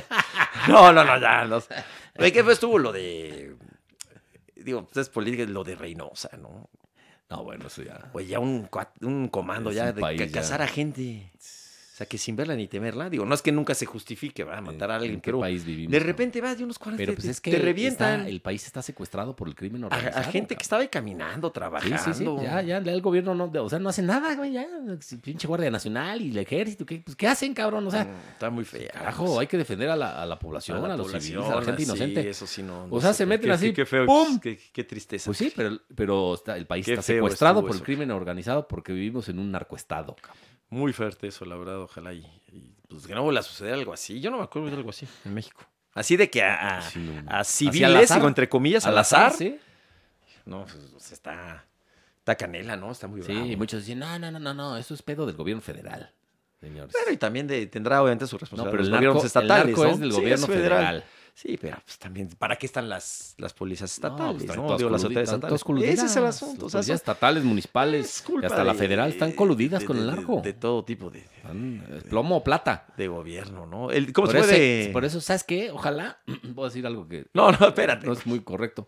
Speaker 1: no, no, no, ya, no. sé. Oye, ¿Qué fue estuvo lo de, digo, pues es política, lo de Reynosa, ¿no?
Speaker 2: No, bueno, eso ya.
Speaker 1: Oye, Pues ya un, cua- un comando
Speaker 2: Es
Speaker 1: ya
Speaker 2: un
Speaker 1: de
Speaker 2: país
Speaker 1: ca-
Speaker 2: ya.
Speaker 1: cazar a gente, o sea, que sin verla ni temerla, digo, no es que nunca se justifique, ¿verdad? Matar a alguien,
Speaker 2: Eh, ¿En qué
Speaker 1: pero
Speaker 2: país vivimos?
Speaker 1: de
Speaker 2: no?
Speaker 1: repente vas de unos 40,
Speaker 2: Pero pues es que
Speaker 1: te revientan.
Speaker 2: está- el país está secuestrado por el crimen
Speaker 1: a,
Speaker 2: organizado.
Speaker 1: a gente que estaba ahí caminando,
Speaker 2: cabrón.
Speaker 1: trabajando.
Speaker 2: Sí, sí, sí. Ya, ya, ya el gobierno no, o sea, no hace nada, güey, ya. Si Pinche Guardia Nacional y el ejército, ¿qué, pues, ¿qué hacen, cabrón? O sea,
Speaker 1: Mm, está muy fea. pues.
Speaker 2: carajo, hay que defender a la, a la población, a, los civiles, a la gente
Speaker 1: sí,
Speaker 2: inocente.
Speaker 1: eso sí, no.
Speaker 2: O
Speaker 1: no
Speaker 2: sea,
Speaker 1: sé,
Speaker 2: se
Speaker 1: qué-
Speaker 2: meten
Speaker 1: qué-
Speaker 2: así,
Speaker 1: Qué feo.
Speaker 2: ¡pum!
Speaker 1: Qué, qué tristeza.
Speaker 2: Pues sí, pero, pero está- el país
Speaker 1: Qué
Speaker 2: está
Speaker 1: feo
Speaker 2: secuestrado
Speaker 1: estuvo
Speaker 2: por el
Speaker 1: eso.
Speaker 2: crimen organizado porque vivimos en un narcoestado, cabrón.
Speaker 1: Muy fuerte eso, la verdad. Ojalá y, y, pues que no vuelva a suceder algo así. Yo no me acuerdo de algo así en México. Así de que a, a-
Speaker 2: Sí, no.
Speaker 1: a
Speaker 2: Así al
Speaker 1: civiles,
Speaker 2: azar.
Speaker 1: digo, entre comillas, al, azar.
Speaker 2: sí.
Speaker 1: No, pues, pues, está, está canela, ¿no? Está muy
Speaker 2: Sí,
Speaker 1: bravo.
Speaker 2: y muchos dicen, no, no, no, no, no, eso es pedo del gobierno federal, señores.
Speaker 1: Pero y también de- tendrá obviamente su
Speaker 2: no,
Speaker 1: responsabilidad.
Speaker 2: pero el
Speaker 1: los
Speaker 2: narco,
Speaker 1: gobiernos estatales,
Speaker 2: el narco
Speaker 1: ¿no?
Speaker 2: es del
Speaker 1: Sí,
Speaker 2: gobierno
Speaker 1: federal.
Speaker 2: federal.
Speaker 1: Sí, pero pues también, ¿para qué están las, las policías
Speaker 2: No, pues,
Speaker 1: estatales?
Speaker 2: están
Speaker 1: No,
Speaker 2: todas
Speaker 1: Digo, las
Speaker 2: coludidas,
Speaker 1: autoridades
Speaker 2: están todas
Speaker 1: estatales. Ese es el
Speaker 2: coludidas.
Speaker 1: asunto. O
Speaker 2: Las
Speaker 1: sea,
Speaker 2: policías
Speaker 1: son-
Speaker 2: estatales,
Speaker 1: es
Speaker 2: municipales, y
Speaker 1: culpa
Speaker 2: hasta la
Speaker 1: de-
Speaker 2: federal, están coludidas
Speaker 1: de-
Speaker 2: con el
Speaker 1: de-
Speaker 2: narco.
Speaker 1: De, todo tipo de,
Speaker 2: Están, eh, plomo o plata.
Speaker 1: de gobierno, ¿no? El, ¿Cómo
Speaker 2: por,
Speaker 1: se
Speaker 2: eso,
Speaker 1: puede?
Speaker 2: por eso, ¿sabes qué? Ojalá, voy a decir algo que
Speaker 1: No, no, espérate.
Speaker 2: no es muy correcto,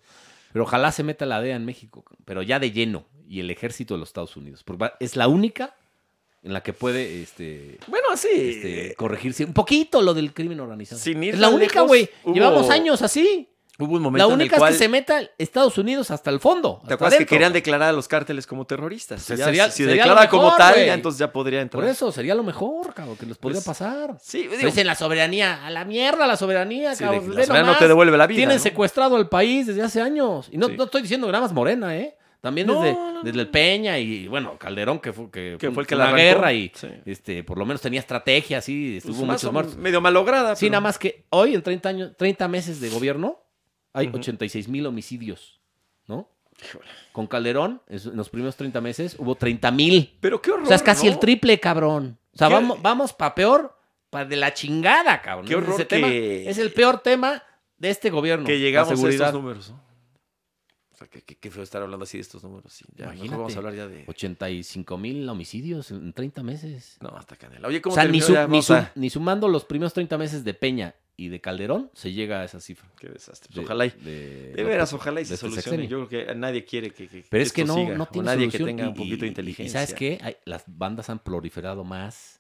Speaker 2: pero ojalá se meta la DEA en México, pero ya de lleno, y el ejército de los Estados Unidos, porque va- es la única en la que puede este,
Speaker 1: bueno, sí.
Speaker 2: este, corregirse un poquito lo del crimen organizado.
Speaker 1: Eh, Sin ir
Speaker 2: es la
Speaker 1: tan
Speaker 2: única,
Speaker 1: lejos,
Speaker 2: güey.
Speaker 1: hubo-
Speaker 2: Llevamos años así.
Speaker 1: Hubo un
Speaker 2: La
Speaker 1: momento en
Speaker 2: única
Speaker 1: el cual...
Speaker 2: es que se meta Estados Unidos hasta el fondo.
Speaker 1: ¿Te
Speaker 2: hasta
Speaker 1: acuerdas que
Speaker 2: adentro.
Speaker 1: querían declarar a los cárteles como terroristas?
Speaker 2: Pues
Speaker 1: Ya,
Speaker 2: sería-
Speaker 1: si si
Speaker 2: sería lo
Speaker 1: declara como
Speaker 2: mejor,
Speaker 1: tal,
Speaker 2: güey.
Speaker 1: ya entonces ya podría entrar.
Speaker 2: Por eso sería lo mejor, cabrón, que les podría
Speaker 1: Pues,
Speaker 2: pasar.
Speaker 1: Sí, digo,
Speaker 2: Pero Dicen la soberanía, a la mierda la soberanía,
Speaker 1: sí, de-
Speaker 2: cabrón.
Speaker 1: la
Speaker 2: ve
Speaker 1: soberanía no
Speaker 2: nomás.
Speaker 1: te devuelve la vida.
Speaker 2: Tienen
Speaker 1: ¿no?
Speaker 2: secuestrado al país desde hace años. Y no,
Speaker 1: Sí.
Speaker 2: no estoy diciendo nada más Morena, ¿eh? También
Speaker 1: No,
Speaker 2: desde,
Speaker 1: no, no.
Speaker 2: desde el Peña y, bueno, Calderón, que fue, que
Speaker 1: Que fue el que
Speaker 2: una
Speaker 1: la arrancó.
Speaker 2: guerra y,
Speaker 1: Sí.
Speaker 2: este, por lo menos tenía estrategia, así,
Speaker 1: Pues
Speaker 2: estuvo
Speaker 1: más
Speaker 2: muchos
Speaker 1: o-
Speaker 2: muertos.
Speaker 1: Medio malograda.
Speaker 2: Sí,
Speaker 1: pero-
Speaker 2: nada más que hoy, en 30, años, 30 meses de gobierno, hay
Speaker 1: Ujú.
Speaker 2: 86 mil homicidios, ¿no?
Speaker 1: Híjole.
Speaker 2: Con Calderón, es- en los primeros 30 meses, hubo 30 mil.
Speaker 1: Pero qué horror,
Speaker 2: O sea, es casi
Speaker 1: ¿no?
Speaker 2: el triple, cabrón. O sea,
Speaker 1: ¿Qué-
Speaker 2: vamos, vamos para peor, para de la chingada, cabrón.
Speaker 1: Qué horror
Speaker 2: Ese
Speaker 1: que-
Speaker 2: tema es el peor tema de este gobierno.
Speaker 1: que
Speaker 2: la
Speaker 1: llegamos a
Speaker 2: seguridad.
Speaker 1: estos números, ¿no? O sea, qué, qué- qué feo estar hablando así de estos números. Sí, ya, mejor
Speaker 2: Imagínate.
Speaker 1: vamos a hablar ya de...
Speaker 2: 85 mil homicidios en 30 meses.
Speaker 1: No, hasta Canela. Oye,
Speaker 2: O
Speaker 1: ¿cómo
Speaker 2: sea, ni,
Speaker 1: terminó
Speaker 2: su-
Speaker 1: ya?
Speaker 2: ni,
Speaker 1: Vamos
Speaker 2: su-
Speaker 1: a-
Speaker 2: ni sumando los primeros 30 meses de Peña y de Calderón, se llega a esa cifra.
Speaker 1: Qué desastre.
Speaker 2: De-
Speaker 1: Pues ojalá y...
Speaker 2: de-
Speaker 1: De veras, ojalá y
Speaker 2: de
Speaker 1: se
Speaker 2: este
Speaker 1: solucione.
Speaker 2: sexenio.
Speaker 1: Yo creo que nadie quiere que, que-
Speaker 2: Pero es que
Speaker 1: esto
Speaker 2: no,
Speaker 1: siga,
Speaker 2: no
Speaker 1: o
Speaker 2: tiene
Speaker 1: nadie
Speaker 2: solución.
Speaker 1: que tenga
Speaker 2: y-
Speaker 1: un poquito de
Speaker 2: y-
Speaker 1: inteligencia.
Speaker 2: Y sabes qué, Hay- las bandas han proliferado más,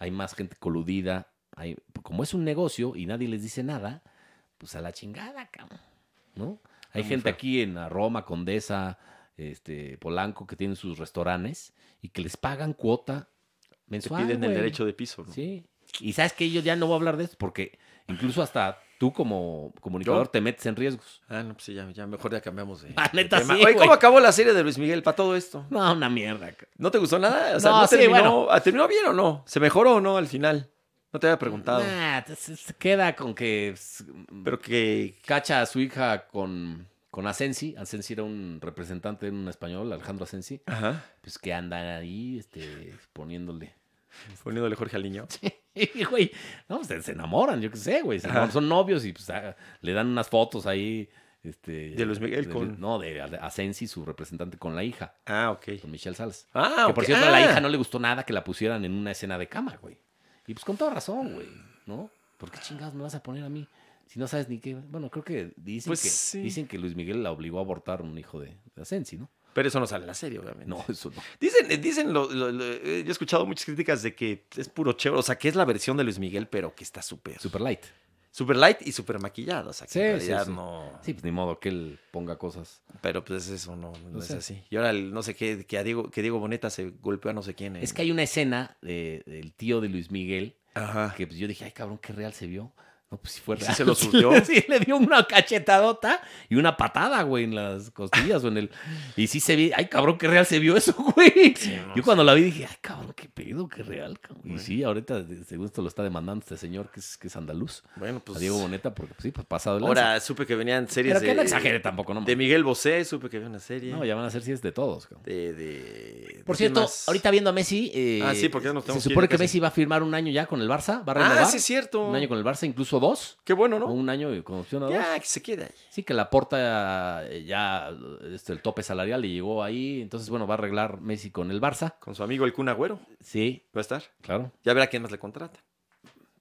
Speaker 2: hay más gente coludida, hay, como es un negocio y nadie les dice nada, pues a la chingada, cabrón, ¿no? Hay
Speaker 1: Está muy
Speaker 2: gente
Speaker 1: feo.
Speaker 2: aquí en la Roma, Condesa, este, Polanco que tienen sus restaurantes y que les pagan cuota
Speaker 1: Te
Speaker 2: mensual.
Speaker 1: piden el
Speaker 2: güey.
Speaker 1: derecho de piso. ¿no?
Speaker 2: Sí. Y sabes que yo ya no voy a hablar de esto porque incluso hasta tú como comunicador
Speaker 1: ¿Yo?
Speaker 2: te metes en riesgos.
Speaker 1: Ah, no, pues sí, ya, ya mejor ya cambiamos de,
Speaker 2: La
Speaker 1: de
Speaker 2: neta
Speaker 1: tema.
Speaker 2: sí,
Speaker 1: Oye, ¿cómo
Speaker 2: güey.
Speaker 1: acabó la serie de Luis Miguel para todo esto?
Speaker 2: No, una mierda. cabrón.
Speaker 1: ¿No te gustó nada? O sea,
Speaker 2: No,
Speaker 1: no,
Speaker 2: sí,
Speaker 1: terminó,
Speaker 2: bueno.
Speaker 1: ah, ¿terminó bien o no? ¿Se mejoró o no al final? No te había preguntado.
Speaker 2: Nah, se- se queda con que s- mm,
Speaker 1: Pero que...
Speaker 2: cacha a su hija con, con Asensi. Asensi era un representante, era un español, Alejandro Asensi.
Speaker 1: Ajá.
Speaker 2: Pues que anda ahí este, poniéndole.
Speaker 1: Poniéndole Jorge al niño.
Speaker 2: Y, güey, no, pues, se, se enamoran, yo qué sé, güey. se
Speaker 1: Ajá.
Speaker 2: enamoran, son novios y pues ah, le dan unas fotos ahí. Este,
Speaker 1: De Luis Miguel con-
Speaker 2: No, de Asensi, su representante, con la hija,
Speaker 1: Ah, ok.
Speaker 2: con Michelle Salas.
Speaker 1: Ah,
Speaker 2: que por
Speaker 1: ok.
Speaker 2: cierto, a la
Speaker 1: Ah.
Speaker 2: hija no le gustó nada que la pusieran en una escena de cama, güey. Y pues con toda razón, güey, ¿no? ¿Por qué chingados me vas a poner a mí? Si no sabes ni qué. Bueno, creo que dicen,
Speaker 1: Pues
Speaker 2: que,
Speaker 1: sí.
Speaker 2: dicen que Luis Miguel la obligó a abortar un hijo de, de Asensi, ¿no?
Speaker 1: Pero eso no sale en la serie, obviamente.
Speaker 2: No, eso no.
Speaker 1: Dicen, eh, dicen lo- lo- lo- eh, yo he escuchado muchas críticas de que es puro chévere, o sea, que es la versión de Luis Miguel, pero que está súper,
Speaker 2: Super light.
Speaker 1: súper light y súper maquillado, o sea, que en
Speaker 2: Sí, sí,
Speaker 1: realidad
Speaker 2: sí.
Speaker 1: no,
Speaker 2: Sí, pues ni modo que él ponga cosas.
Speaker 1: pero pues eso no, no
Speaker 2: O
Speaker 1: es
Speaker 2: sea.
Speaker 1: así. Y ahora el- no sé qué, que, a Diego, que Diego Boneta se golpeó a no sé quién. en-
Speaker 2: Es que hay una escena de- del tío de Luis Miguel
Speaker 1: Ajá.
Speaker 2: que pues, yo dije, ay cabrón, qué real se vio. No, pues si fue
Speaker 1: ¿Y sí
Speaker 2: real.
Speaker 1: se lo
Speaker 2: Sí,
Speaker 1: surtió?
Speaker 2: le- sí, le dio una cachetadota y una patada, güey, en las costillas o en el. Y sí se vi, ay cabrón, qué real se vio eso, güey.
Speaker 1: no
Speaker 2: yo cuando la vi dije, ay cabrón, qué pedo, qué real, cabrón. Y
Speaker 1: Bueno.
Speaker 2: sí, ahorita, de- según esto lo está demandando este señor que es, que es andaluz,
Speaker 1: Bueno, pues
Speaker 2: a Diego Boneta, porque pues, sí, pues pasado el
Speaker 1: ahora supe que venían series
Speaker 2: Pero que
Speaker 1: de,
Speaker 2: no exagere tampoco, no.
Speaker 1: de
Speaker 2: mames.
Speaker 1: Miguel Bosé, supe que había una serie.
Speaker 2: No, ya van a ser si es de todos, cabrón.
Speaker 1: de, de- ¿de quién
Speaker 2: Por cierto,
Speaker 1: más?
Speaker 2: ahorita viendo a Messi, eh,
Speaker 1: Ah, sí, porque ya nos tenemos que
Speaker 2: se
Speaker 1: ir
Speaker 2: supone
Speaker 1: ya
Speaker 2: que
Speaker 1: casi.
Speaker 2: Messi va a firmar un año ya con el Barça, va a renovar
Speaker 1: Ah, sí es cierto.
Speaker 2: un año con el Barça, incluso dos,
Speaker 1: Qué bueno,
Speaker 2: o
Speaker 1: ¿no?
Speaker 2: un año con opción a dos.
Speaker 1: Ya, que se quede ahí.
Speaker 2: Sí, que la porta eh, ya este, el tope salarial le llegó ahí, entonces bueno, va a arreglar Messi con el Barça.
Speaker 1: Con su amigo el Kun Agüero,
Speaker 2: Sí,
Speaker 1: va a estar.
Speaker 2: claro.
Speaker 1: Ya verá quién más le contrata.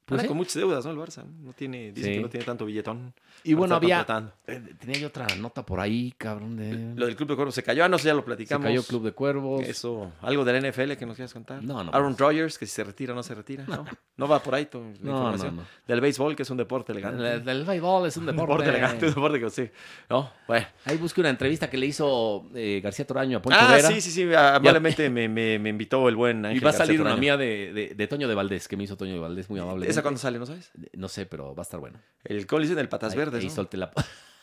Speaker 2: Pues
Speaker 1: Anda
Speaker 2: sí.
Speaker 1: con muchas deudas, ¿no? El Barça. ¿no? No tiene, dicen
Speaker 2: Sí.
Speaker 1: que no tiene tanto billetón.
Speaker 2: Y
Speaker 1: para
Speaker 2: bueno,
Speaker 1: estar
Speaker 2: había
Speaker 1: contratando.
Speaker 2: eh, tenía yo otra nota por ahí, cabrón,
Speaker 1: Lo
Speaker 2: de
Speaker 1: del Club de Cuervos se cayó. Ah, no, sé, ya lo
Speaker 2: se
Speaker 1: platicamos.
Speaker 2: cayó Club de Cuervos.
Speaker 1: Eso. Algo del NFL que nos quieras contar.
Speaker 2: No, no,
Speaker 1: Aaron
Speaker 2: pues.
Speaker 1: Rodgers, que si se retira o no se retira. No, No va por ahí tu, la
Speaker 2: No, no,
Speaker 1: información.
Speaker 2: no.
Speaker 1: Del béisbol, que es un deporte elegante.
Speaker 2: El, el béisbol es un
Speaker 1: Un deporte elegante, un
Speaker 2: deporte. eh.
Speaker 1: deporte que sí. No, bueno.
Speaker 2: Ahí busqué una entrevista que le hizo eh, García Toraño a Poncho
Speaker 1: ah,
Speaker 2: Vera.
Speaker 1: sí, sí, sí. Amablemente me, me- me invitó el buen
Speaker 2: Y
Speaker 1: Ángel
Speaker 2: va a salir
Speaker 1: García
Speaker 2: una
Speaker 1: Toraño.
Speaker 2: mía de, de- de Toño de Valdés, que me hizo Toño de Valdés, muy amable.
Speaker 1: ¿Esa cuándo sale, no sabes?
Speaker 2: No sé, pero va a estar bueno.
Speaker 1: El col en el Patas
Speaker 2: Ahí-
Speaker 1: Verdes.
Speaker 2: ahí
Speaker 1: ¿no?
Speaker 2: solté la-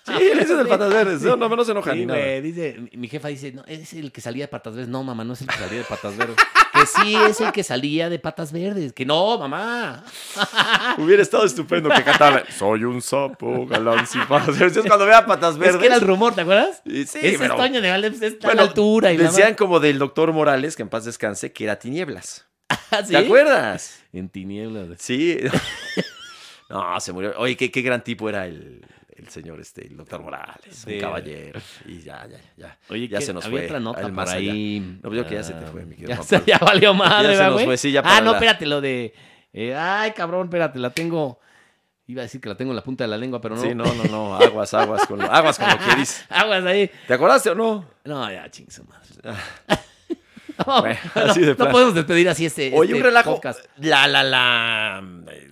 Speaker 1: Sí, le dicen el Patas Verdes. No, no, no se enojan
Speaker 2: Sí,
Speaker 1: ni nada.
Speaker 2: güey, dice, mi- mi jefa dice, no, es el que salía de patas verdes. No, mamá, no es el que salía de patas verdes. que sí es el que salía de patas verdes. Que no, mamá. Ah.
Speaker 1: Hubiera estado estupendo que cantara Soy un sapo galancipado. Es cuando vea patas verdes.
Speaker 2: Es que era el rumor, ¿te acuerdas?
Speaker 1: Y sí,
Speaker 2: Ese
Speaker 1: pero-
Speaker 2: es Toño de Valdés, está
Speaker 1: bueno,
Speaker 2: a la altura. Y la
Speaker 1: Decían como del doctor Morales, que en paz descanse, que era tinieblas.
Speaker 2: mamá- ¿Sí?
Speaker 1: ¿Te acuerdas?
Speaker 2: En tinieblas.
Speaker 1: Sí. No, se murió. Oye, qué, qué gran tipo era el, el señor, este, el doctor Morales.
Speaker 2: Sí.
Speaker 1: Un caballero. Y ya, ya, ya.
Speaker 2: Oye,
Speaker 1: ya
Speaker 2: que
Speaker 1: se nos
Speaker 2: había
Speaker 1: fue.
Speaker 2: otra nota
Speaker 1: al
Speaker 2: por
Speaker 1: más allá.
Speaker 2: ahí. Ah,
Speaker 1: No, yo que ya se te fue, mi querido
Speaker 2: ya,
Speaker 1: Juan
Speaker 2: se-
Speaker 1: Pablo.
Speaker 2: ya valió madre,
Speaker 1: se
Speaker 2: ¿verdad,
Speaker 1: nos
Speaker 2: güey?
Speaker 1: fue, sí, ya
Speaker 2: Ah,
Speaker 1: para
Speaker 2: no,
Speaker 1: la-
Speaker 2: espérate, lo de... eh, ay, cabrón, espérate, la tengo... Iba a decir que la tengo en la punta de la lengua, pero no.
Speaker 1: Sí, no, no, no. Aguas, aguas con lo, aguas con lo que dices.
Speaker 2: Aguas ahí.
Speaker 1: ¿Te acordaste o no?
Speaker 2: No, ya, ching su madre.
Speaker 1: Ah. Bueno, así de
Speaker 2: no,
Speaker 1: plano.
Speaker 2: podemos despedir así este,
Speaker 1: Oye, un
Speaker 2: este
Speaker 1: relajo.
Speaker 2: podcast.
Speaker 1: La, la, la.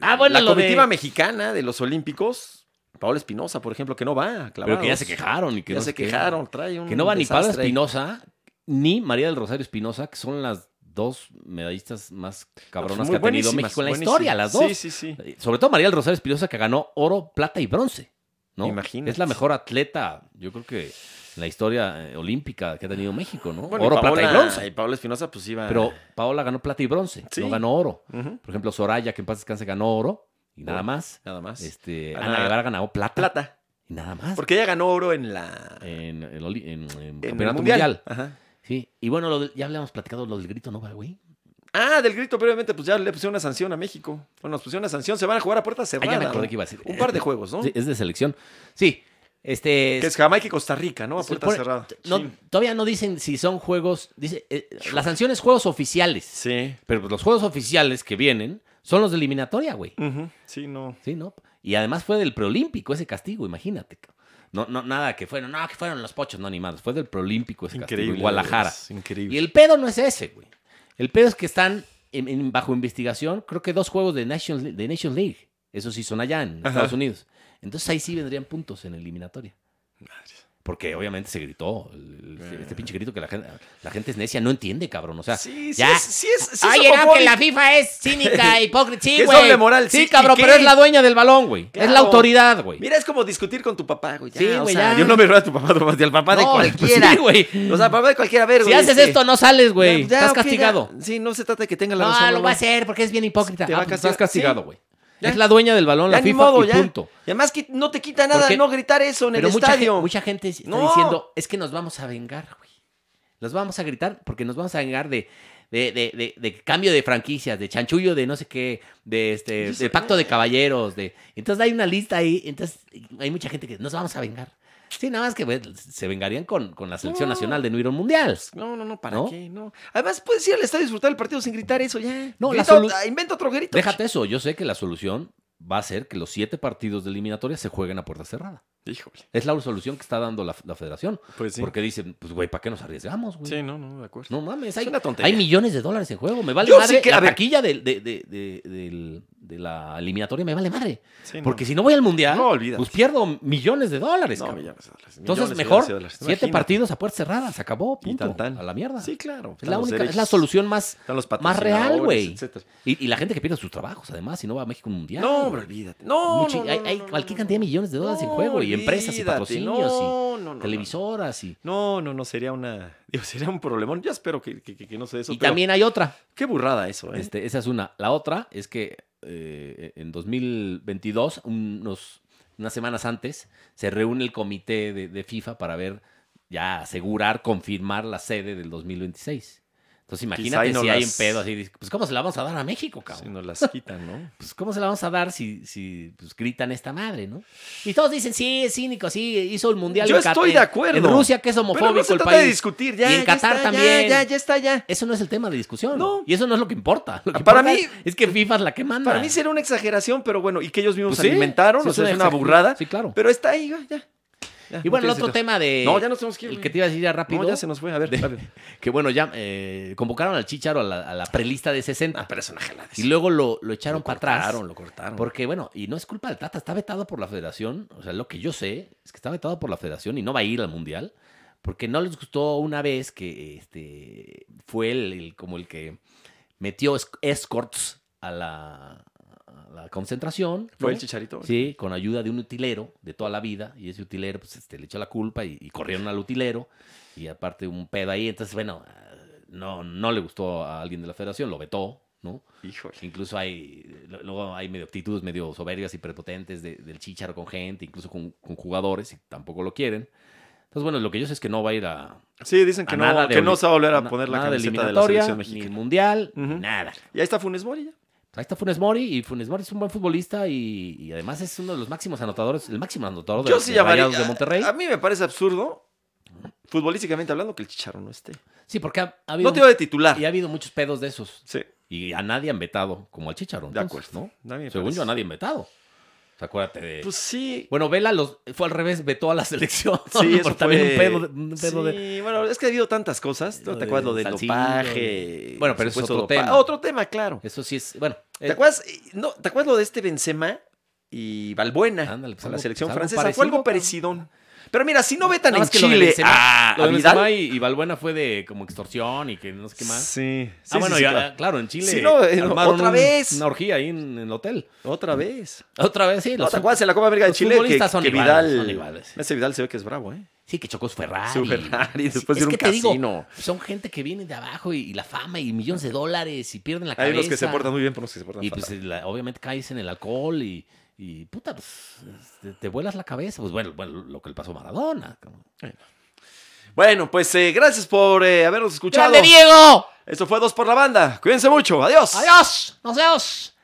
Speaker 2: Ah, bueno,
Speaker 1: la
Speaker 2: lo de-
Speaker 1: comitiva mexicana de los Olímpicos. Paola Espinosa, por ejemplo, que no va. a
Speaker 2: Pero que ya
Speaker 1: clavados.
Speaker 2: se quejaron y que
Speaker 1: Ya
Speaker 2: no
Speaker 1: se
Speaker 2: sé qué.
Speaker 1: quejaron. Trae un
Speaker 2: Que no va ni Paula
Speaker 1: desastre ahí.
Speaker 2: Espinosa ni María del Rosario Espinosa, que son las dos medallistas más
Speaker 1: Pues
Speaker 2: cabronas
Speaker 1: Muy
Speaker 2: que ha tenido
Speaker 1: buenísimas,
Speaker 2: México en la
Speaker 1: buenísimas.
Speaker 2: historia, las dos.
Speaker 1: Sí, sí, sí.
Speaker 2: Eh, Sobre todo María del Rosario Espinosa, que ganó oro, plata y bronce. ¿no?
Speaker 1: Imagínate.
Speaker 2: Es la mejor atleta, yo creo que en la historia eh, olímpica que ha tenido México, ¿no?
Speaker 1: Bueno,
Speaker 2: oro, plata y
Speaker 1: Paola-
Speaker 2: bronce.
Speaker 1: Y Paola Espinosa, pues iba.
Speaker 2: Pero Paola ganó plata y bronce,
Speaker 1: Sí.
Speaker 2: no ganó oro.
Speaker 1: Ujú,
Speaker 2: Por ejemplo, Soraya, que en paz descanse, ganó oro y nada
Speaker 1: Oro.
Speaker 2: más.
Speaker 1: nada más.
Speaker 2: Este,
Speaker 1: Ana-
Speaker 2: Ana, Guevara ganó plata,
Speaker 1: Plata.
Speaker 2: y nada más.
Speaker 1: Porque ella ganó oro en la.
Speaker 2: En, el oli- en- en
Speaker 1: en el
Speaker 2: campeonato mundial.
Speaker 1: mundial. Ajá.
Speaker 2: Sí. Y bueno, lo del- ya habíamos platicado lo del grito Nova, güey.
Speaker 1: Ah, del grito, previamente, pues ya le pusieron una sanción a México. Bueno, nos pusieron una sanción. Se van a jugar a puerta
Speaker 2: Ah,
Speaker 1: cerrada.
Speaker 2: ya me acordé
Speaker 1: ¿no?
Speaker 2: que iba a decir. Eh,
Speaker 1: Un par de juegos, ¿no?
Speaker 2: Sí, es de selección. Sí. Este.
Speaker 1: Que es Jamaica y Costa Rica, ¿no? A
Speaker 2: se
Speaker 1: puerta
Speaker 2: supone-
Speaker 1: cerrada.
Speaker 2: no,
Speaker 1: Sí.
Speaker 2: Todavía no dicen si son juegos. Dice, eh, la sanción es juegos oficiales.
Speaker 1: Sí.
Speaker 2: Pero pues los juegos oficiales que vienen son los de eliminatoria, güey.
Speaker 1: Ujú, Sí, no.
Speaker 2: Sí, ¿no? Y además fue del preolímpico ese castigo, imagínate. cabrón. No, no, nada que fueron, no, que fueron los pochos, no animados. Fue del preolímpico ese castigo, en Guadalajara.
Speaker 1: es Increíble.
Speaker 2: Y el pedo no es ese, güey. El pedo es que están en- en- bajo investigación, creo que dos juegos de Nations, Le- de Nations League. Eso sí son allá en
Speaker 1: Ajá.
Speaker 2: Estados Unidos. Entonces ahí sí vendrían puntos en eliminatoria. Porque obviamente se gritó. el- el- este pinche grito que la gente, la gente es necia, no entiende, cabrón. O sea,
Speaker 1: sí, sí,
Speaker 2: ya.
Speaker 1: es- sí, es, sí es
Speaker 2: Oye, no, que
Speaker 1: homofóbico.
Speaker 2: la FIFA es cínica, hipócrita.
Speaker 1: Que
Speaker 2: Sí,
Speaker 1: es
Speaker 2: güey.
Speaker 1: doble moral,
Speaker 2: Sí,
Speaker 1: sí, ¿y
Speaker 2: cabrón,
Speaker 1: qué?
Speaker 2: pero es la dueña del balón, güey. Es la
Speaker 1: Claro.
Speaker 2: autoridad, güey.
Speaker 1: Mira, es como discutir con tu papá, güey. ya,
Speaker 2: Sí,
Speaker 1: o
Speaker 2: güey,
Speaker 1: sea,
Speaker 2: ya.
Speaker 1: Yo no me ruego a tu papá, tu papá, al papá de
Speaker 2: No, pues
Speaker 1: cualquiera.
Speaker 2: sí, güey.
Speaker 1: O sea, papá de cualquiera, a ver,
Speaker 2: Si
Speaker 1: güey.
Speaker 2: haces
Speaker 1: este,
Speaker 2: esto, no sales, güey.
Speaker 1: ya, ya,
Speaker 2: Estás
Speaker 1: ok, ya.
Speaker 2: castigado.
Speaker 1: Sí, no se trata de que tenga la razón.
Speaker 2: No, lo
Speaker 1: no
Speaker 2: va a
Speaker 1: más.
Speaker 2: hacer porque es bien hipócrita.
Speaker 1: Te va
Speaker 2: Ah,
Speaker 1: a
Speaker 2: pues
Speaker 1: castigar.
Speaker 2: estás castigado,
Speaker 1: Sí.
Speaker 2: güey.
Speaker 1: Ya.
Speaker 2: Es la dueña del balón, la
Speaker 1: Ya, ni
Speaker 2: FIFA
Speaker 1: modo,
Speaker 2: y
Speaker 1: ya.
Speaker 2: punto.
Speaker 1: Y además que no te quita nada
Speaker 2: Porque-
Speaker 1: no gritar eso en
Speaker 2: Pero
Speaker 1: el
Speaker 2: mucha,
Speaker 1: estadio.
Speaker 2: gen- mucha gente está
Speaker 1: No.
Speaker 2: diciendo, es que nos vamos a vengar, güey. Nos vamos a gritar porque nos vamos a vengar de, de, de- de- de cambio de franquicias, de chanchullo, de no sé qué, de este,
Speaker 1: Yo
Speaker 2: de
Speaker 1: sé.
Speaker 2: pacto de caballeros, de. Entonces hay una lista ahí, entonces hay mucha gente que nos vamos a vengar. Sí, nada más que pues, se vengarían con, con la selección
Speaker 1: No.
Speaker 2: nacional de no ir a un mundial.
Speaker 1: No, no, no, ¿para
Speaker 2: ¿No?
Speaker 1: qué? No. Además, puedes ir al estadio a disfrutar el partido sin gritar eso ya.
Speaker 2: No, la
Speaker 1: Grita
Speaker 2: solu-
Speaker 1: otra- inventa otro grito.
Speaker 2: Déjate eso, yo sé que la solución va a ser que los siete partidos de eliminatoria se jueguen a puerta cerrada.
Speaker 1: Híjole.
Speaker 2: Es la solución que está dando la, la federación.
Speaker 1: Pues sí.
Speaker 2: Porque dicen, pues güey, ¿para qué nos arriesgamos, güey?
Speaker 1: Sí, no, no, de acuerdo.
Speaker 2: No mames, hay,
Speaker 1: es una tontería.
Speaker 2: hay millones de dólares en juego. Me vale
Speaker 1: Yo
Speaker 2: madre
Speaker 1: sí que-
Speaker 2: la
Speaker 1: a ver.
Speaker 2: taquilla del- de, de- de- del- de la eliminatoria, me vale madre.
Speaker 1: Sí, no.
Speaker 2: Porque si no voy al mundial,
Speaker 1: No, olvídate.
Speaker 2: pues pierdo millones de dólares.
Speaker 1: No, pues,
Speaker 2: cabrón.
Speaker 1: millones de dólares,
Speaker 2: Entonces,
Speaker 1: millones,
Speaker 2: mejor
Speaker 1: millones de dólares.
Speaker 2: siete
Speaker 1: Imagínate.
Speaker 2: partidos a puerta cerrada, se acabó,
Speaker 1: Y
Speaker 2: punto,
Speaker 1: tan, tan.
Speaker 2: a la mierda.
Speaker 1: Sí, claro.
Speaker 2: es la
Speaker 1: Están los
Speaker 2: única, es la
Speaker 1: derechos,
Speaker 2: solución más
Speaker 1: Están los
Speaker 2: más real,
Speaker 1: patrocinadores,
Speaker 2: güey.
Speaker 1: etcétera.
Speaker 2: y, y la gente que pierde sus trabajos, además, si no va a México un mundial.
Speaker 1: No,
Speaker 2: güey.
Speaker 1: hombre, olvídate. No,
Speaker 2: Muchi-
Speaker 1: no, no,
Speaker 2: hay,
Speaker 1: no,
Speaker 2: hay
Speaker 1: no,
Speaker 2: cualquier
Speaker 1: no,
Speaker 2: cantidad de
Speaker 1: no.
Speaker 2: millones de dólares en
Speaker 1: No,
Speaker 2: juego y empresas y
Speaker 1: olvídate,
Speaker 2: patrocinios
Speaker 1: no, no,
Speaker 2: y
Speaker 1: no,
Speaker 2: televisoras y,
Speaker 1: No, no, no, sería una. Digo, sería un problemón. Yo espero que, que- que- que no sea eso.
Speaker 2: y
Speaker 1: pero
Speaker 2: también hay otra.
Speaker 1: Qué burrada eso, ¿eh?
Speaker 2: Este, esa es una. La otra es que eh, en 2022, unos, unas semanas antes, se reúne el comité de, de FIFA para ver, ya asegurar, confirmar la sede del 2026. Entonces imagínate
Speaker 1: ahí no
Speaker 2: si hay un
Speaker 1: las-
Speaker 2: pedo así, dices, pues ¿cómo se la vamos a dar a México, cabrón?
Speaker 1: Si nos las quitan, ¿no?
Speaker 2: pues, ¿cómo se la vamos a dar si, si pues, gritan esta madre, no? Y todos dicen, sí, es cínico, sí, hizo el mundial.
Speaker 1: Yo
Speaker 2: en Qatar.
Speaker 1: estoy de acuerdo.
Speaker 2: En Rusia, que es
Speaker 1: Pero
Speaker 2: homofóbico
Speaker 1: no se
Speaker 2: el
Speaker 1: trata de
Speaker 2: país.
Speaker 1: discutir, ya.
Speaker 2: Y en
Speaker 1: ya
Speaker 2: Qatar
Speaker 1: está, ya,
Speaker 2: también.
Speaker 1: Ya, ya está, ya.
Speaker 2: Eso no es el tema de discusión.
Speaker 1: No.
Speaker 2: Y eso no es lo que importa. Lo que
Speaker 1: Para
Speaker 2: importa
Speaker 1: mí-
Speaker 2: es- es que FIFA es la que manda.
Speaker 1: Para mí sería una exageración, pero bueno, y que ellos mismos
Speaker 2: Pues sí,
Speaker 1: alimentaron,
Speaker 2: sí,
Speaker 1: o sea, es una
Speaker 2: exageración.
Speaker 1: burrada.
Speaker 2: Sí, claro.
Speaker 1: Pero está ahí, ya. ya. Ya,
Speaker 2: y bueno, el
Speaker 1: no tiene
Speaker 2: otro
Speaker 1: sentido.
Speaker 2: tema de...
Speaker 1: No, ya nos tenemos que ir.
Speaker 2: El que te iba a decir ya rápido.
Speaker 1: No, ya se nos fue. A ver,
Speaker 2: de-
Speaker 1: rápido.
Speaker 2: Que bueno, ya eh, convocaron al Chicharo a la, a la prelista de 60.
Speaker 1: Ah, pero es una jalada.
Speaker 2: y luego lo, lo echaron
Speaker 1: Lo
Speaker 2: para atrás.
Speaker 1: cortaron, lo cortaron.
Speaker 2: Porque, bueno, y no es culpa del Tata, está vetado por la federación. O sea, lo que yo sé es que está vetado por la federación y no va a ir al Mundial. Porque no les gustó una vez que este fue el, el- como el que metió esc- escorts a la, a la concentración.
Speaker 1: Fue
Speaker 2: ¿no?
Speaker 1: el chicharito.
Speaker 2: Sí, con ayuda de un utilero de toda la vida. Y ese utilero, pues, este, le echó la culpa y, y corrieron al utilero. Y aparte un pedo ahí. Entonces, bueno, eh, no, no le gustó a alguien de la federación, lo vetó, ¿no?
Speaker 1: Híjole.
Speaker 2: Incluso hay, lo- luego hay medio actitudes medio soberbias y prepotentes de- del chicharo con gente, incluso con, con jugadores, y tampoco lo quieren. Entonces, bueno, lo que yo sé es que no va a ir a,
Speaker 1: Sí, dicen que,
Speaker 2: a
Speaker 1: no,
Speaker 2: de
Speaker 1: que no
Speaker 2: oli-
Speaker 1: se va a volver a
Speaker 2: na-
Speaker 1: poner la
Speaker 2: nada de
Speaker 1: camiseta de la
Speaker 2: eliminatoria,
Speaker 1: selección
Speaker 2: Ni el
Speaker 1: mexicana.
Speaker 2: mundial,
Speaker 1: Ujú.
Speaker 2: nada.
Speaker 1: Y ahí está Funes Mori ya.
Speaker 2: Ahí está Funes Mori, y Funes Mori es un buen futbolista y, y además es uno de los máximos anotadores, el máximo anotador de
Speaker 1: Yo
Speaker 2: los
Speaker 1: sí llamaría.
Speaker 2: Rayados de Monterrey.
Speaker 1: A, a mí me parece absurdo, futbolísticamente hablando, que el Chicharro no esté.
Speaker 2: sí, porque ha, ha habido,
Speaker 1: No te iba de titular.
Speaker 2: y ha habido muchos pedos de esos.
Speaker 1: Sí,
Speaker 2: Y a nadie han vetado, como al Chicharo.
Speaker 1: de
Speaker 2: entonces,
Speaker 1: acuerdo.
Speaker 2: ¿no?
Speaker 1: A mí me
Speaker 2: Según
Speaker 1: parece.
Speaker 2: yo, a nadie han vetado. O sea, acuérdate de...
Speaker 1: Pues sí.
Speaker 2: Bueno, Vela los, fue al revés, vetó a la selección.
Speaker 1: Sí,
Speaker 2: ¿no?
Speaker 1: eso
Speaker 2: Por también
Speaker 1: fue-
Speaker 2: un pedo, de- un pedo de.
Speaker 1: Sí, bueno, es que ha habido tantas cosas. ¿no?
Speaker 2: Lo
Speaker 1: ¿Te acuerdas
Speaker 2: de
Speaker 1: lo del
Speaker 2: Salcido,
Speaker 1: dopaje?
Speaker 2: y- Bueno, pero ese es
Speaker 1: supuesto
Speaker 2: otro
Speaker 1: dopa-
Speaker 2: tema.
Speaker 1: Otro tema, claro.
Speaker 2: Eso sí es. Bueno.
Speaker 1: ¿Te
Speaker 2: eh,
Speaker 1: acuerdas? eh, No, ¿te acuerdas lo de este Benzema y Balbuena
Speaker 2: Ándale, pues
Speaker 1: a la
Speaker 2: algo-
Speaker 1: selección
Speaker 2: pues algo
Speaker 1: francesa? Fue algo
Speaker 2: parecido,
Speaker 1: parecido. Pero mira, si no vetan en
Speaker 2: nada más que lo de
Speaker 1: Chile
Speaker 2: Benzema-
Speaker 1: a,
Speaker 2: lo de
Speaker 1: a
Speaker 2: Benzema
Speaker 1: Vidal.
Speaker 2: y, y Balbuena fue de como extorsión y que no sé qué más.
Speaker 1: Sí, sí,
Speaker 2: ah, bueno,
Speaker 1: sí,
Speaker 2: ya,
Speaker 1: claro.
Speaker 2: claro. en Chile.
Speaker 1: Sí, no, eh, no,
Speaker 2: armaron
Speaker 1: otra
Speaker 2: un-
Speaker 1: vez.
Speaker 2: Una orgía ahí en, en el hotel.
Speaker 1: Otra vez.
Speaker 2: Otra vez, sí.
Speaker 1: No,
Speaker 2: Los,
Speaker 1: ¿Te acuerdas en la Copa América de
Speaker 2: los
Speaker 1: Chile? Que,
Speaker 2: futbolistas son
Speaker 1: que
Speaker 2: iguales,
Speaker 1: Vidal.
Speaker 2: son iguales.
Speaker 1: Ese Vidal se ve que es bravo, ¿eh?
Speaker 2: sí, que chocó su Ferrari.
Speaker 1: Su Ferrari,
Speaker 2: Sí,
Speaker 1: después de
Speaker 2: es
Speaker 1: ir a
Speaker 2: que
Speaker 1: un
Speaker 2: te digo,
Speaker 1: casino.
Speaker 2: son gente que viene de abajo y, y la fama y millones de dólares y pierden la cabeza.
Speaker 1: Hay unos que se portan muy bien, pero unos que se portan
Speaker 2: Y
Speaker 1: fatal.
Speaker 2: pues la- obviamente caes en el alcohol y, y, puta, pues te, te vuelas la cabeza. Pues bueno, bueno, lo que le pasó a Maradona. cabrón.
Speaker 1: Bueno, pues eh, gracias por eh, habernos escuchado.
Speaker 2: ¡Grande Diego!
Speaker 1: Esto fue Dos por la Banda. Cuídense mucho. Adiós.
Speaker 2: ¡Adiós! ¡Nos vemos!